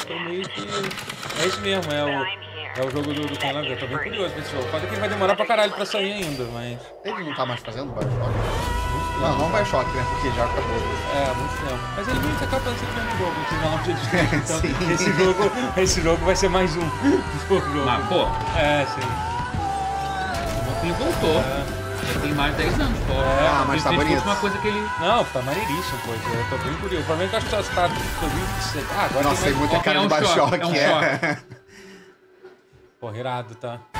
S1: tô meio que. É isso mesmo, é o, é o jogo do, do Ken Lavigne. Eu tô bem curioso pra esse jogo. Pode que ele vai demorar pra caralho pra sair ainda, mas.
S4: Ele não tá mais fazendo Bioshock? Não, não Bioshock, né? Porque já acabou.
S1: É, muito tempo. Mas ele meio que acaba sendo um jogo, no final de Então,
S4: Sim.
S1: esse jogo, esse jogo vai ser mais um do jogo.
S2: Mas, pô, o
S1: É, sim.
S2: Mocinho voltou. Já tem mais de 10 anos, pô.
S4: Ah, É. mas tá
S2: Infelizmente,
S4: bonito.
S2: foi uma coisa que ele...
S1: Não, tá maneiríssimo, pô. Eu tô bem curioso. O problema é que eu acho que só tá 2026. Ah, agora
S4: Nossa,
S1: tem
S4: tem
S1: mais...
S4: muita
S2: Ó, é
S4: cara de
S2: um
S4: Bioshock,
S2: choque, é um
S4: é.
S1: Pô, irado, tá? Pô,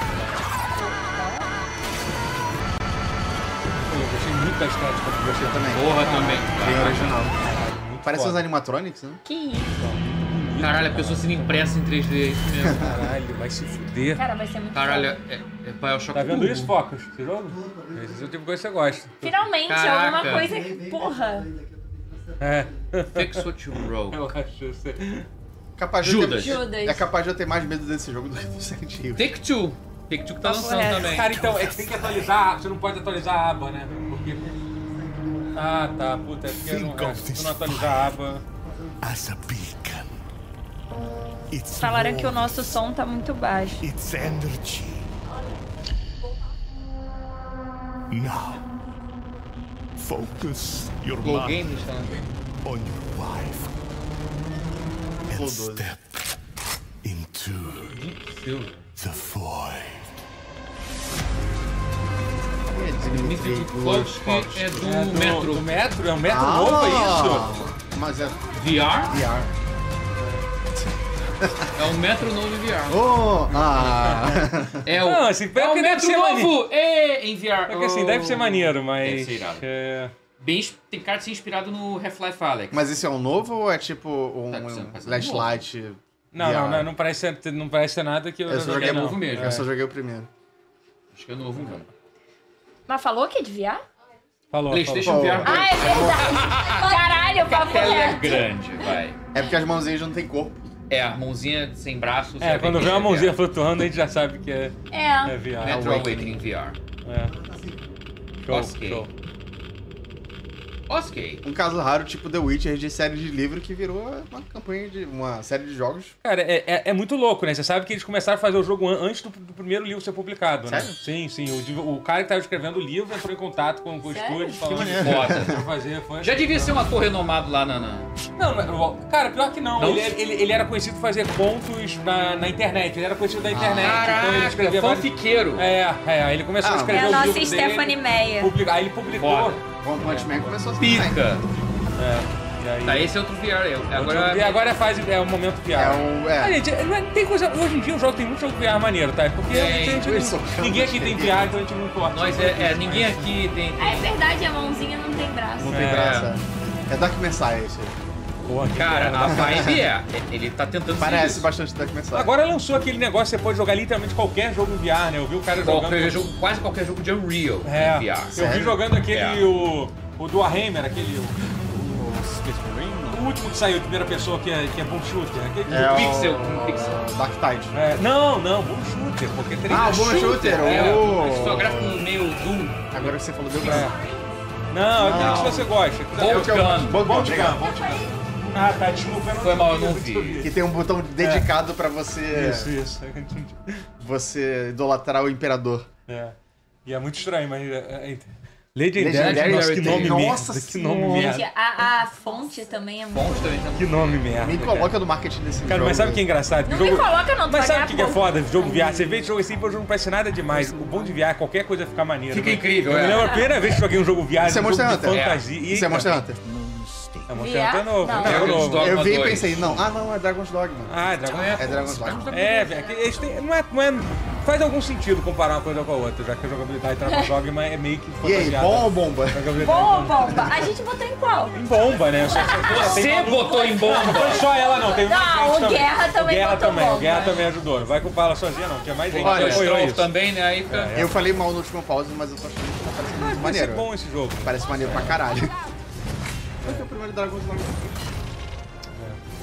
S1: Eu gostei muito da estética do
S4: Gostei também.
S2: Porra, também.
S4: Bem original.
S1: caralho. Muito
S4: Parece uns
S1: foda.
S4: animatronics, né?
S3: Que isso,
S2: Caralho, a pessoa sendo impressa em 3D, é isso mesmo.
S1: Caralho, vai se fuder.
S3: cara, vai ser muito
S2: Caralho,
S3: bom.
S2: é, é Bioshock
S1: Tá vendo
S2: puro.
S1: isso, Focus? Esse jogo? Esse é o tipo de coisa que você gosta.
S3: Finalmente,
S2: Caraca.
S3: alguma coisa. Porra!
S1: É.
S2: Fix what you wrote.
S1: Eu acho isso.
S4: Capaz de eu ter-
S2: Judas.
S3: Judas.
S4: É capaz de eu ter mais medo desse jogo do que do Silent Hill.
S2: Take Two. Take Two que tá
S3: Papo
S2: lançando
S3: reto.
S2: também.
S1: Cara, então, é que tem que atualizar, você não pode atualizar a aba, né? Porque... Ah, tá, puta, é porque eu
S4: um
S1: não, é, se tu não atualizar a aba...
S15: as a beacon. It's
S3: Falaram que o nosso som tá muito baixo.
S15: It's energy. Now, focus your
S2: Go
S15: mind
S2: Games tá lançando.
S15: on your wife and
S4: né?
S15: step into
S2: Deep Silver.
S15: the void.
S4: é
S2: Magnificent Club é do,
S1: É do-
S2: Metro.
S1: do Metro? É um Metro
S4: Ah.
S1: novo, é
S4: isso? Mas é.
S2: VR?
S4: VR.
S2: É o Metro novo em VR.
S4: Oh! Ah!
S2: É o,
S1: Não, assim,
S2: é o
S1: que deve
S2: Metro
S1: ser
S2: novo!
S1: maneiro.
S2: É, em VR.
S1: Porque assim, deve
S2: Oh.
S1: ser maneiro, mas.
S2: Deve ser irado.
S1: É...
S2: Bem, ins- tem cara de ser inspirado no Half-Life Alex.
S4: Mas esse é um novo ou é tipo um Last Light?
S1: Não,
S4: VR?
S1: não, não, não parece, ser- não parece ser nada que eu.
S4: Eu só joguei é.
S1: não.
S4: Eu só joguei o primeiro.
S2: Acho que é novo mesmo.
S3: Mas falou que é de VR?
S1: Falou.
S2: PlayStation
S4: falou.
S2: VR.
S3: Ah, é verdade. Caralho, papo
S2: Ela é
S3: reto.
S2: grande, vai.
S4: É porque as mãozinhas não tem corpo.
S2: É, a mãozinha sem braço.
S1: É, quando vê uma mãozinha flutuando, a gente já sabe que é.
S3: É.
S2: Ah.
S1: É VR.
S2: Metro Awakening VR.
S1: É. Show,
S2: Oscar.
S1: show.
S2: Ok.
S4: Um caso raro, tipo The Witcher, de série de livro que virou uma campanha de. uma série de jogos.
S1: Cara, é, é, é muito louco, né? Você sabe que eles começaram a fazer o jogo an- antes do, do primeiro livro ser publicado, né?
S4: Sério?
S1: Sim, sim. O, div- o cara que tava escrevendo o livro entrou em contato com, com o
S2: Sério?
S1: estúdio falando
S2: Que maneiro. Foda.
S1: "Deixa eu fazer, foi-
S2: Já devia ser um ator renomado lá na. na...
S1: Não, mas, ó, cara, pior que não.
S2: Não?
S1: Ele, ele, ele era conhecido por fazer contos na, na internet. Ele era conhecido da internet. então ele escrevia vários-
S2: fanfiqueiro.
S1: É, é. Aí ele começou a
S4: Ah,
S1: escrever
S3: É a
S1: o
S3: nossa
S1: livro
S3: Stephanie
S1: dele,
S3: Meyer.
S1: publica- Aí ele publicou.
S2: Foda.
S4: One Punch Man começou a ser
S2: Pica.
S1: É. E aí...
S2: Tá, esse é outro VR. é- Agora.
S1: E agora é, fase, é o momento VR.
S4: É um- é.
S1: Ah, gente, não é- tem coisa, hoje em dia o jogo tem muito jogo VR maneiro, tá? Porque
S2: Tem,
S1: a gente,
S2: eles são
S1: não, ninguém aqui tem VR, então a gente não importa.
S2: Nós é, é, ninguém aqui tem.
S3: Ah, é verdade, a mãozinha não tem braço.
S4: Não tem
S2: É.
S4: graça. É Dark Messiah esse.
S2: Cara, a vibe é. Ele tá tentando ser
S4: Parece
S2: isso.
S4: bastante Dark Messiah.
S1: Agora lançou aquele negócio, você pode jogar literalmente qualquer jogo em VR, né? Eu vi o cara
S2: Qualquer
S1: jogando...
S2: jogo, quase qualquer jogo de Unreal
S1: É,
S2: em VR.
S1: eu vi jogando aquele,
S2: É.
S1: o, o do Warhammer, aquele... O, o, o último que saiu, de primeira pessoa, que é, que é Bull Shooter. Aquele,
S4: É o-
S2: Pixel, um pixel.
S4: Dark Tide.
S1: É, não, não, Bull Shooter, porque teria...
S4: Ah, o Bom Shooter!
S2: É,
S4: ô.
S2: esse só gráfico meio um Doom.
S4: Agora que você falou, deu
S1: É.
S4: graça.
S1: Não, é aquele
S4: Não.
S1: que você gosta.
S4: É o
S2: Bolt
S4: que eu-
S2: Gun.
S4: Bom, bom,
S1: Bolt Gun,
S4: bom.
S1: Ah, tá, desculpa, eu não
S2: Foi mal, eu não
S1: vi.
S2: vi.
S4: Que tem um botão dedicado pra você.
S1: Isso, isso.
S4: Você idolatrar o imperador.
S1: É. E é muito estranho, mas. É, é... Legendary,
S4: Legendary
S1: nossa, que
S4: tem.
S1: nome
S4: Nossa
S1: merda. Que nome
S3: Gente,
S1: merda.
S3: a, a fonte também é muito.
S2: Fonte também tá
S1: Que nome merda.
S4: Me coloca no marketing desse
S1: Cara,
S4: jogo. né?
S1: mas sabe o que é engraçado? Que
S3: Não
S1: jogo-
S3: me coloca, não,
S1: Mas
S3: tu vai
S1: sabe
S3: ganhar
S1: o que, que é
S3: ponto.
S1: foda de jogo VR? Você vê esse jogo assim, pô, o jogo não parece nada demais. O bom de VR, qualquer coisa fica maneiro.
S2: Fica
S1: né?
S2: incrível,
S1: Eu
S2: é.
S1: me lembro a primeira vez que joguei um jogo VR,
S4: Isso é
S1: um jogo
S4: Monster
S1: de
S4: Hunter.
S1: fantasia.
S4: Isso é Monster Hunter.
S1: É Monster Hunter é novo,
S3: Não.
S1: é
S2: Dragon's
S1: novo.
S2: Dogma
S4: Eu vi e
S2: 2.
S4: pensei, não, ah não, é Dragon's Dogma.
S1: Ah, Dragon é.
S4: É Dragon's Dogma.
S1: É, velho, que eles têm- não, é, não é- Faz algum sentido comparar uma coisa com a outra, já que a jogabilidade Dragon's Dogma é meio que
S4: E aí,
S1: fantasiada.
S4: bom ou bomba?
S1: A jogabilidade-
S3: Boa, bomba. A gente botou em qual?
S1: Em bomba, né? Só- só- só- tem
S2: Você
S1: maluco-
S2: botou em bomba.
S1: Não foi só ela, não. Teve mais
S3: Não,
S1: gente
S3: o Guerra também
S1: O Guerra
S3: botou
S1: também, o
S3: bomba.
S1: Guerra também ajudou. Não vai culpar ela sozinha, não. Tinha mais gente que
S4: Olha,
S1: apoiou
S2: Stroll
S1: isso.
S2: então também, né? Aí fica.
S4: Eu falei mal no último pause, mas eu tô achando que tá parecendo muito
S1: Vai ser
S4: maneiro.
S1: bom esse jogo.
S4: Parece maneiro pra caralho. Foi que é o primeiro Dragon's Dogma.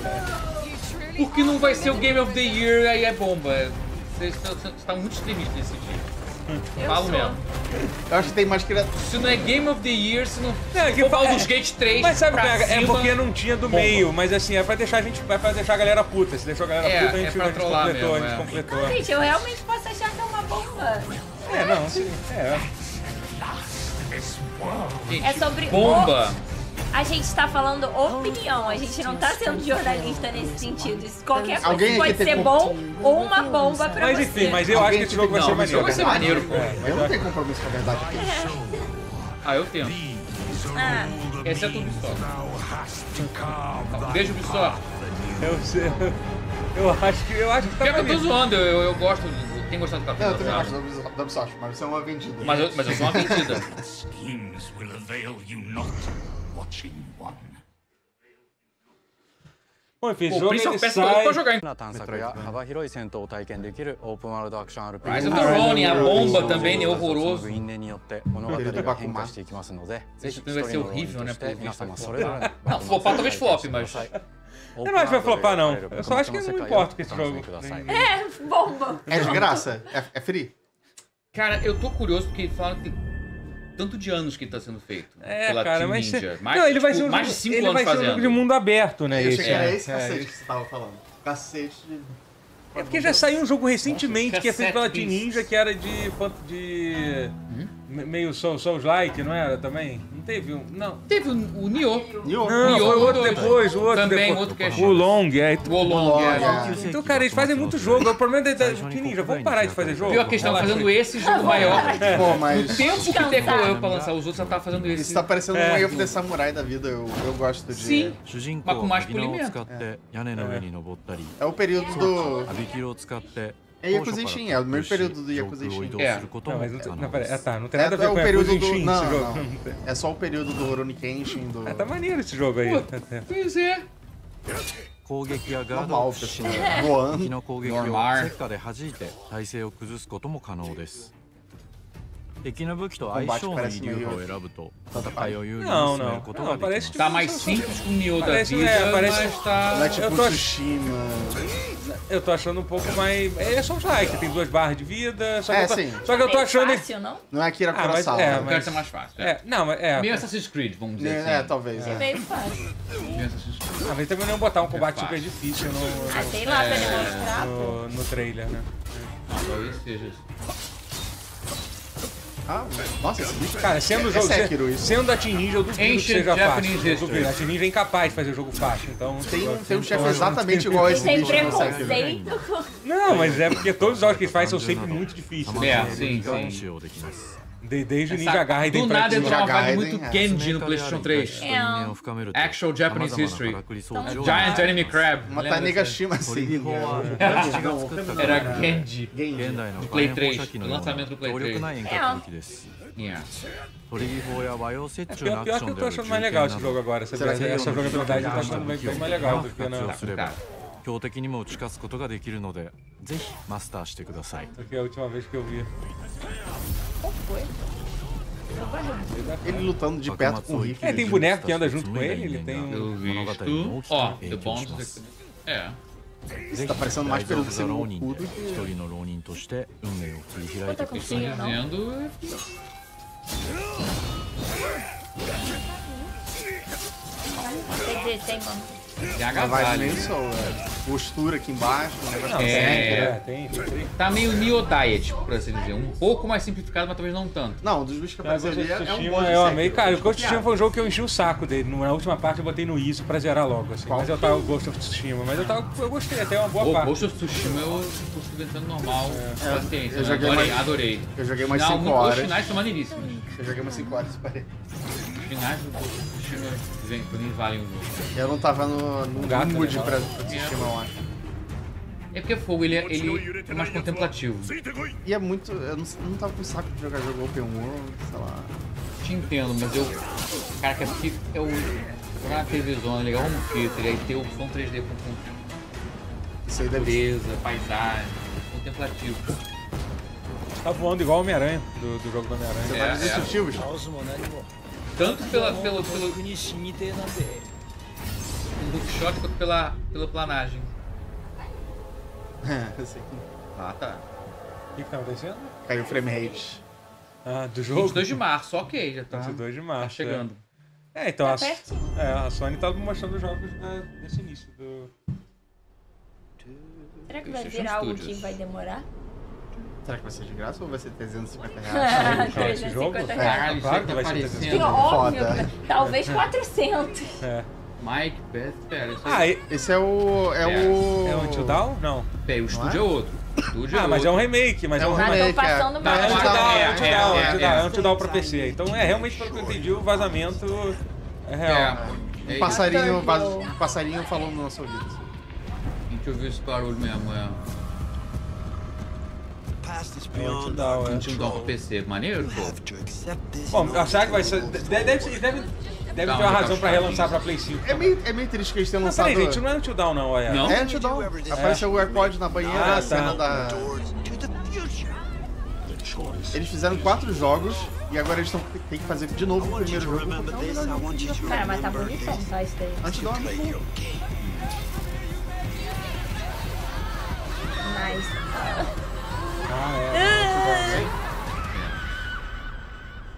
S1: É.
S2: Porque não vai ser o Game of the Year, aí é bomba. Você está- você está muito extremista nesse dia. Falo mesmo.
S4: Eu acho que tem mais criatura.
S2: Se não é Game of the Year, se não.
S1: É,
S2: Se
S1: que
S2: for
S1: fa-
S2: Baldur's Gate 3,
S1: Mas sabe o
S2: pra
S1: que é? É
S2: cima,
S1: porque não tinha do
S2: Bomba.
S1: meio, mas assim, é pra deixar a gente. É pra deixar a galera puta. Se deixou a galera
S2: É,
S1: puta, a
S2: é
S1: gente,
S2: pra
S1: a gente
S2: trollar
S1: completou,
S2: mesmo,
S1: a gente
S2: é.
S1: completou.
S3: Gente, eu realmente posso achar que é uma bomba.
S1: É, não, sim. É.
S2: gente,
S3: É sobre
S2: Bomba!
S3: A gente tá falando opinião, a gente não tá sendo jornalista nesse sentido. Isso, Qualquer coisa
S4: Alguém aqui
S3: pode
S4: teve
S3: ser
S4: um-
S3: bom ou uma bomba pra
S1: Mas
S3: você.
S1: enfim, mas eu acho que esse jogo vai
S2: Não,
S1: ser
S2: mas
S1: maneiro.
S2: vai ser maneiro, pô.
S4: É, Eu não tenho compromisso com a verdade aqui.
S2: Ah, eu tento.
S3: Ah,
S2: Exceto é o Ubisoft. Beijo, Ubisoft.
S1: Eu, sei- eu acho que eu acho que tá
S2: Pior que eu tô
S1: maneiro.
S2: zoando, eu, eu, eu gosto, eu tenho gostado do
S1: É,
S2: café.
S4: Não, eu também
S2: sabe?
S4: gosto do Ubisoft- do Ubisoft, um mas você é uma vendida.
S2: mas, eu, mas eu sou uma mentira.
S15: Schemes will avail you not, watching one.
S1: Bom, enfim, esse
S2: Pô, o
S1: jogo
S2: Prince
S1: ele
S2: of Persia todo
S1: sai...
S2: pra jogar em
S13: な探索や幅広い戦闘を体験できるオープンワールドアクション RPG
S2: Rise of the Ronin, a bomba também, né?
S13: そ
S2: Horroroso.
S13: の因縁によって物語が変化していきますの で、ぜひ
S2: Esse
S13: 一
S2: vai ser
S13: 人の
S2: horrível,
S13: 浪人と
S2: né? Pelo
S13: して皆
S2: visto.
S13: 様それぞれの
S2: Não, flopar talvez flop, mas.
S1: Eu não acho que vai flopar, não. Eu só acho que não importa com esse jogo.
S3: é, bomba.
S4: É de graça? É, é free?
S2: Cara, eu tô curioso porque falaram que tem tanto de anos que ele tá sendo feito.
S1: É,
S2: pela
S1: cara,
S2: Team
S1: mas.
S2: Ninja. Mais,
S1: não, ele vai
S2: tipo,
S1: ser um
S2: mais de
S1: jogo-
S2: 5
S1: ele
S2: anos
S1: vai ser um
S2: fazendo.
S1: jogo de mundo aberto, né?
S4: eu
S1: esse,
S4: achei que era
S1: é,
S4: esse cacete que você tava falando. Cacete de.
S1: É porque já saiu um jogo recentemente
S2: Nossa,
S1: que é feito pela
S2: cassete
S1: Team
S2: disc.
S1: Ninja, que era de. fan- de me- meio Souls like, não era também? Não Teve um. Não.
S2: Teve o, o Nioh.
S1: Não,
S2: Nioh
S1: o outro
S2: dois.
S1: depois, o outro
S2: Também
S1: depois.
S2: outro que é
S1: O
S2: chato.
S1: Long, é.
S2: O Long, é.
S1: Então, cara, eles fazem muito jogo. O problema é da Ninja. Vamos parar de fazer jogo.
S2: Pior que eles estão fazendo esse jogo maior.
S1: É.
S4: tipo, Pô, mas-
S2: O tempo que decorreu pra lançar os outros, já tá fazendo esse.
S4: Isso tá parecendo
S1: É.
S4: um Way of the Samurai da vida. Eu, eu gosto de.
S2: Sim.
S13: 主人
S2: まあ
S13: 公
S2: こうマシ
S13: ギ
S2: コリ
S13: ナ
S2: ね
S13: ーを使って屋根の上に登ったり
S4: É o período do.
S13: 阿ビキルを使って高
S4: É
S13: 所から
S4: Yakuza Shin, é o mesmo período do Yakuza
S13: 上空を移
S4: Shin.
S13: 動することも
S1: É,
S13: 可
S1: mas não tem-
S13: 能
S1: não, pera,
S13: で
S1: ah,
S13: す
S1: tá, não tem nada a
S4: É-
S1: ver
S4: é o
S1: com Yakuza
S4: período
S1: e
S4: do.
S1: Shin,
S4: Não,
S1: esse jogo.
S4: não. É só o período do Rurouni Kenshin. Do...
S1: Tá maneiro esse jogo aí. até.
S2: Pois é.
S13: 攻撃やガード
S4: Normal, assim,
S13: をしな
S4: pessoal.
S13: がら
S4: Voando.
S13: 敵の攻撃を
S2: Normal.
S13: 石火で弾いて体勢を崩すことも可能です敵の武器と
S4: Combate
S13: 相性の
S4: parece
S13: 遺留を
S4: meio-
S13: 選ぶと戦いを有利に
S1: Não,
S13: 進める
S1: não.
S13: こと
S1: Não,
S13: ができま
S1: parece
S13: す
S1: tipo.
S2: Tá mais simples que o Nioh da
S1: Parece-
S2: vida,
S1: é, parece-
S2: mas tá...
S4: Não é tipo
S1: Eu tô ach-
S4: Tsushima.
S1: Eu tô achando um pouco mais. É só um like, tem duas barras de vida. Só que
S4: É,
S1: eu tô,
S4: sim.
S1: Só que eu tô
S3: Bem
S1: achando.
S3: Fácil, não?
S4: Não é Akira
S1: Ah, mas-
S4: Kurosawa.
S1: é,
S4: né?
S2: Eu quero ser mais fácil. É.
S1: É, não, mas é.
S2: Meio Assassin's Creed, vamos dizer
S4: É,
S2: assim.
S4: talvez. É.
S3: Bem fácil.
S2: Meio Assassin's Creed.
S1: Ah, mas também não botar um combate super difícil no,
S3: Ah, sei lá, pra demonstrar.
S1: no, no- no trailer, né?
S2: Talvez seja isso.
S4: Ah, nossa, esse bicho
S1: Cara, sendo o jogo.
S4: É Sekiro
S1: se-
S4: isso.
S1: sendo a Team Ninja, eu duvido que
S2: Ancient
S1: seja fácil.
S2: Japanese
S1: Eu duvido.
S2: history.
S1: A Team Ninja é incapaz de fazer jogo fácil, então.
S4: Tem um,
S1: eu-
S4: tem um chefe
S1: eu-
S4: exatamente igual a esse
S3: Tem
S4: bicho
S1: é
S4: no Sekiro.
S3: preconceito com.
S1: Não, mas é porque todos os jogos que ele faz são sempre muito difíceis.
S2: É,
S1: Né?
S2: sim,
S13: 4
S2: sim.
S13: 使用できます
S1: De- Desde o Ninja
S2: Essa-
S1: Gaiden
S2: do
S1: pra
S2: nada
S1: Team
S2: entrou uma
S4: Ninja
S2: vibe
S4: Gaiden,
S2: muito
S4: é.
S2: Genji
S13: メー
S2: no
S13: カーである
S2: PlayStation
S13: 対
S2: 3.
S13: して人間を深めると
S2: Actual Japanese
S13: 様々な
S2: history.
S13: からくり装置を
S2: Giant Enemy Crab.
S4: Uma
S2: lembra dessa?
S4: Tanegashima assim.
S2: Era Genji.
S13: 現代の
S2: プレイ
S13: 火炎放射器のような
S2: Lançamento do Play
S13: 強力な遠隔武器です
S2: Yeah.
S13: トリガー砲や和洋折衷の
S1: Pior,
S13: アク
S1: pior que
S13: ショ
S1: eu
S13: ンで
S1: tô
S13: ある銃
S1: achando mais legal esse
S13: 剣
S1: jogo
S13: など
S1: agora. Essa,
S4: Será que ele é
S1: essa
S4: um
S1: jogabilidade eu tô achando bem, bem mais legal do que
S13: 活用
S1: na.
S13: すれ
S2: な
S13: ば強敵にも打ち勝つことができるのでぜひマスターしてください
S1: do que a última vez que eu vi.
S4: Ele lutando de perto com o Riff. né?
S1: É, tem boneco que anda junto com ele, ele tem um-
S2: Pelo visto. Ó, The Bonds. É.
S4: Tá parecendo mais pelo segundo Goku
S13: で
S4: do que
S13: 一人の浪人として運命を切り開いて
S3: Puta
S13: いく
S2: Eles estão
S3: consigo, não.
S2: dizendo.
S3: Quer dizer, tem, mano.
S2: é
S4: a vibe nem
S2: agasalho.
S4: só. é, Postura aqui embaixo, um negócio assim.
S2: É.
S1: tem.
S2: Tá meio Neo Diet, por assim dizer. Um pouco mais simplificado, mas talvez não tanto.
S4: Não, dos bichos que
S1: Cara,
S4: apareceu ali é, é um
S1: Tsushima
S4: bom
S1: eu
S4: de Sekiro.
S1: amei. Cara, o Ghost of Tsushima foi um jogo que eu enchi o saco dele. Na última parte eu botei no Easy pra zerar logo, assim. Mas eu tava o Ghost of Tsushima, mas eu, tava, eu gostei, até uma boa
S2: O
S1: parte.
S2: Ghost of Tsushima eu um consigo tentando normal, paciência.
S4: É.
S2: né?
S4: eu joguei
S2: Adorei,
S4: mais-
S2: adorei.
S4: eu joguei mais
S2: Não,
S4: cinco
S2: muito-
S4: horas.
S2: Os finais são maneiríssimos.
S4: Eu joguei umas 5 horas, parei.
S2: Os finais do Ghost of Tsushima, vem, pra mim, um valem o jogo.
S4: Eu não tava no, no
S1: gato,
S4: mood
S1: né?
S4: pra assistir, eu acho.
S2: É porque Fogo, ele, é- ele é mais contemplativo.
S4: E é muito. Eu não, não tava com saco de jogar jogo Open World, sei lá.
S2: Te entendo, mas eu. Cara, que aqui é o. Jogar na televisão, é ligar o home theater, aí ter o som 3D com, com
S4: Isso aí deve ser.
S2: beleza, paisagem, contemplativo.
S1: Tá voando igual o Homem-Aranha, do, do jogo do Homem-Aranha.
S2: É,
S4: Vários
S2: é.
S4: instrutivos.
S2: Tanto pela, pelo, pelo, pelo hookshot quanto pela, pela planagem.
S4: É, assim.
S2: Ah, tá.
S1: O que que tá acontecendo?
S4: Caiu o frame rate.
S1: Ah, do jogo?
S2: 22 de março, ok, já tá,
S1: 22 de
S2: tá
S1: março.
S2: chegando.
S1: É, É, então
S3: Tá
S1: a,
S3: pertinho.
S1: é, a Sony tá mostrando os jogos da- desse início do.
S3: Será que vai
S2: Playstation
S3: virar algo que
S2: Studios.
S3: vai demorar?
S4: Será que vai ser de graça ou vai ser 350 reais?
S1: Cara, esse jogo?
S3: 350 reais.
S2: Caralho, isso
S1: é. claro
S2: aí
S1: que
S2: tá
S1: vai ser
S3: Que
S2: parecendo.
S3: óbvio.
S4: Foda.
S3: Talvez 400.
S1: É.
S2: Mike, Beth, pera, isso
S1: Ah,
S2: aí.
S1: e,
S4: Esse é o. É,
S2: É,
S4: o.
S1: é o Until Down? Não.
S2: Pera, o estúdio é outro. O estúdio
S1: Ah,
S2: é
S1: mas é
S2: outro.
S1: um remake, mas é um remake.
S3: Estão passando
S1: Não,
S3: mal.
S1: é
S2: Não,
S1: antes da
S2: é,
S1: é,
S2: é,
S1: antes
S2: é,
S1: da-
S2: é.
S1: antes da aula pra PC. Então é realmente pelo que eu entendi, o vazamento é real.
S2: É, é,
S4: Um
S2: isso.
S4: passarinho, vaso- um passarinho falando no nosso ouvido.
S2: a gente ouviu esse barulho mesmo, é.
S1: É o Tidal, é.
S2: Tinha um dom PC, maneiro, pô.
S1: Bom, será que vai ser. de- de- Deve, ser- deve, deve ter uma razão pra relançar pra Play 5.
S4: É meio, é meio triste que eles tenham
S1: Não,
S4: lançado.
S1: peraí, gente, não é Until Down, não, olha.
S2: Não?
S4: É Until Down. Apareceu o AirPod na banheira,
S1: Ah,
S4: a cena
S1: tá.
S4: da. Eles fizeram quatro jogos e agora eles tão, tem que fazer de novo o primeiro jogo. porque é o melhor jogo que já fizeram.
S3: Cara, mas tá bonitão, tá? Isso daí.
S4: Antes do ano.
S3: Nice.
S1: Ah, é.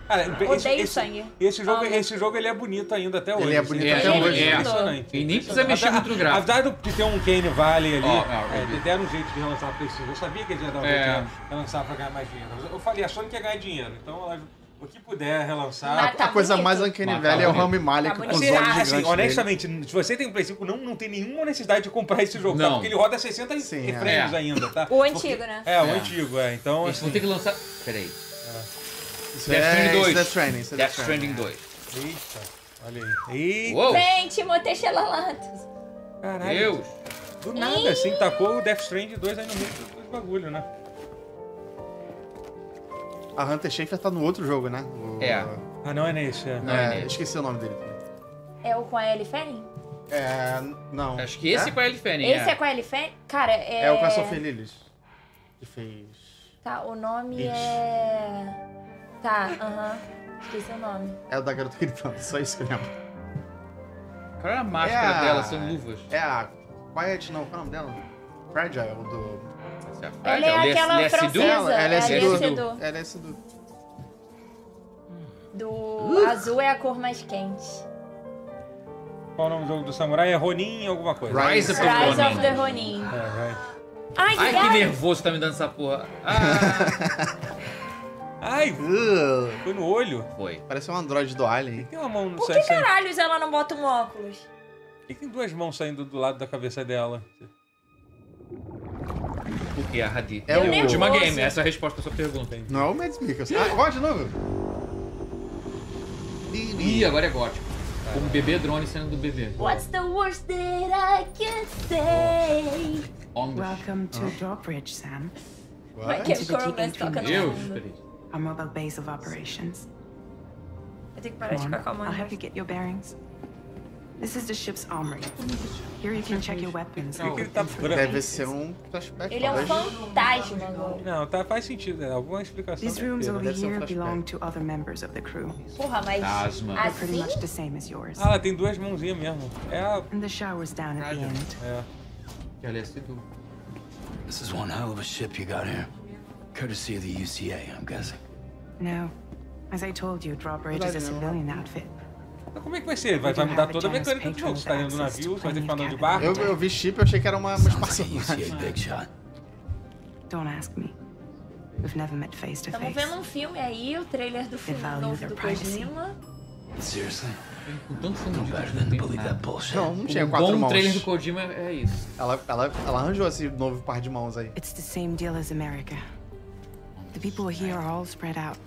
S1: Cara, esse,
S3: Odeio
S1: esse,
S3: sangue.
S1: esse jogo,
S3: Amo.
S1: esse jogo ele é bonito ainda até hoje.
S4: Ele é bonito
S1: assim,
S4: até hoje.
S2: É,
S1: Impressionante.
S2: e nem precisa mexer muito
S1: A-
S2: no gráfico.
S1: Apesar do- de ter um Kane Valley ali,
S2: Ó, ó,
S1: é,
S2: eu vi.
S1: deram um jeito de relançar a Play 5. Eu sabia que eles iam dar um
S2: É.
S1: jeito de relançar pra ganhar mais dinheiro. Eu falei, a Sony quer ganhar dinheiro, então ela O que puder relançar.
S4: Mas tá a coisa bonito. mais Uncanny Mas tá Valley é o Rami Malek tá com os olhos
S1: assim, Honestamente, se você tem um Play 5, não, não tem nenhuma necessidade de comprar esse jogo, tá? Porque ele roda 60 Sim, frames é. ainda, tá?
S3: O antigo, Porque, né?
S1: É, o antigo, é. Então,
S2: Eles assim, vão ter que lançar... Peraí.
S4: é- Isso Death Stranding 2. Death Stranding,
S2: Death Stranding 2.
S1: Eita, olha aí.
S3: Eita. Vem, Timothée Chalalantos.
S1: Caralho. Deus. Do nada, Ih. assim, tacou o Death Stranding 2 aí no meio do bagulho, né?
S4: A Hunter Schaefer tá no outro jogo, né? O...
S2: É.
S1: Ah, não é nesse, é.
S4: Não é, é nesse. Esqueci o nome dele também.
S3: É o com a Ellie Fanning?
S4: É, não.
S2: Acho que esse é, com a Ellie Fanning,
S3: Esse é, com a Ellie Fanning? Cara, é...
S4: É o com a Sophie Lillis. Que fez...
S3: Tá, o nome It. é... Tá, aham. Uh -huh. Esqueci o nome.
S4: É o da garota gritando, só isso que eu lembro.
S2: Qual é a máscara é a... dela? São luvas.
S4: É a... Quiet, não, qual é o nome dela? Fragile, do...
S3: Ela é aquela francesa.
S4: Ela é Sedu. Ela é Sedu.
S3: Do uh. azul é a cor mais quente.
S1: Qual o nome do jogo do samurai? É Ronin alguma coisa.
S2: Rise,
S3: Rise, of, Rise of, the é Ronin.
S1: É,
S2: Ai, que, Ai, que nervoso tá me dando essa porra. Ah.
S1: Ai, uh. foi no olho.
S2: Foi.
S4: Parece um androide do Alien.
S1: Tem uma mão no
S3: Por que caralhos ela não bota um óculos?
S1: E tem duas mãos saindo do lado da cabeça dela.
S2: Porque a Hadi.
S4: É o
S2: Ultima Game, essa é a resposta à sua pergunta. Hein?
S4: Não é o Mads Mikkelsen. Ah, God de novo?
S2: Ih, agora é gótico. Como bebê drone sendo do bebê.
S3: What's the worst that I can say?
S2: On the
S16: Welcome to oh. Drawbridge, Sam.
S3: What? Michael Coromans toca no
S2: Deus,
S16: Our mobile base of operations.
S3: Eu tenho que parar de ficar com a mão.
S16: I'll help you get your bearings. This is the ship's armory. Here you can check your weapons.
S1: tá-
S4: Deve ser um flashback.
S3: Ele é um fantasma.
S1: Não, tá, faz sentido. É alguma explicação. né?
S16: These rooms over here belong to other members of the crew.
S3: Porra, mas
S2: Fantasma.
S16: They're pretty much the same as yours.
S1: Ah, ela tem duas mãozinhas mesmo. É a...
S16: And the shower's down at the end.
S1: É.
S2: Ela é sedu.
S17: This is one hell of a ship you got here. Courtesy of the UCA, I'm guessing.
S16: No. As I told you, Drawbridge is a
S18: assim,
S16: civilian outfit.
S1: Então como é que vai ser? Vai, vai mudar toda a mecânica do jogo. Você tá indo no navio, você vai ter que andar de barco.
S4: Eu, eu vi chip e achei que era uma, uma espaçonave.
S16: Don't ask me. We've never met face to face.
S3: Estamos vendo um filme aí, o trailer do filme novo do Kojima.
S17: Seriously?
S2: Com tanto filme de Kojima.
S4: Não, não tinha quatro mãos.
S2: O Um trailer do Kojima é isso.
S4: Ela, ela, ela arranjou esse novo par de mãos aí.
S16: It's the same deal as America. The people here are all spread out.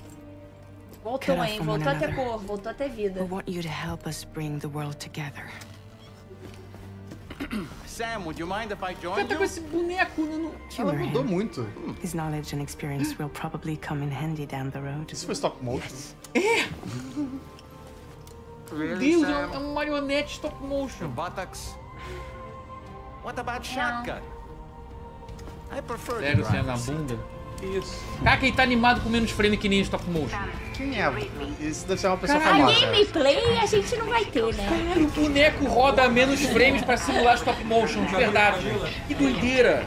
S3: Voltou, hein? Voltou a ter cor, voltou a ter vida.
S16: We want you to help us bring the world together.
S19: Sam, would you mind if I join
S2: you? tá com esse boneco, né? não...
S4: Ela mudou muito.
S16: His knowledge and experience will probably come in handy down the road.
S4: Isso foi stop motion?
S2: Yes. É! Meu Deus, é um marionete stop motion.
S19: Buttocks. What about shotgun? I prefer
S2: Sério, Sam, na bunda?
S1: Isso.
S2: Cara, quem tá animado com menos frame que nem stop motion.
S4: Quem é? Isso deve ser uma pessoa Caralho, famosa.
S3: A gameplay a gente não vai ter, né?
S2: Caralho, o boneco roda menos frames pra simular stop motion, de verdade. Que doideira.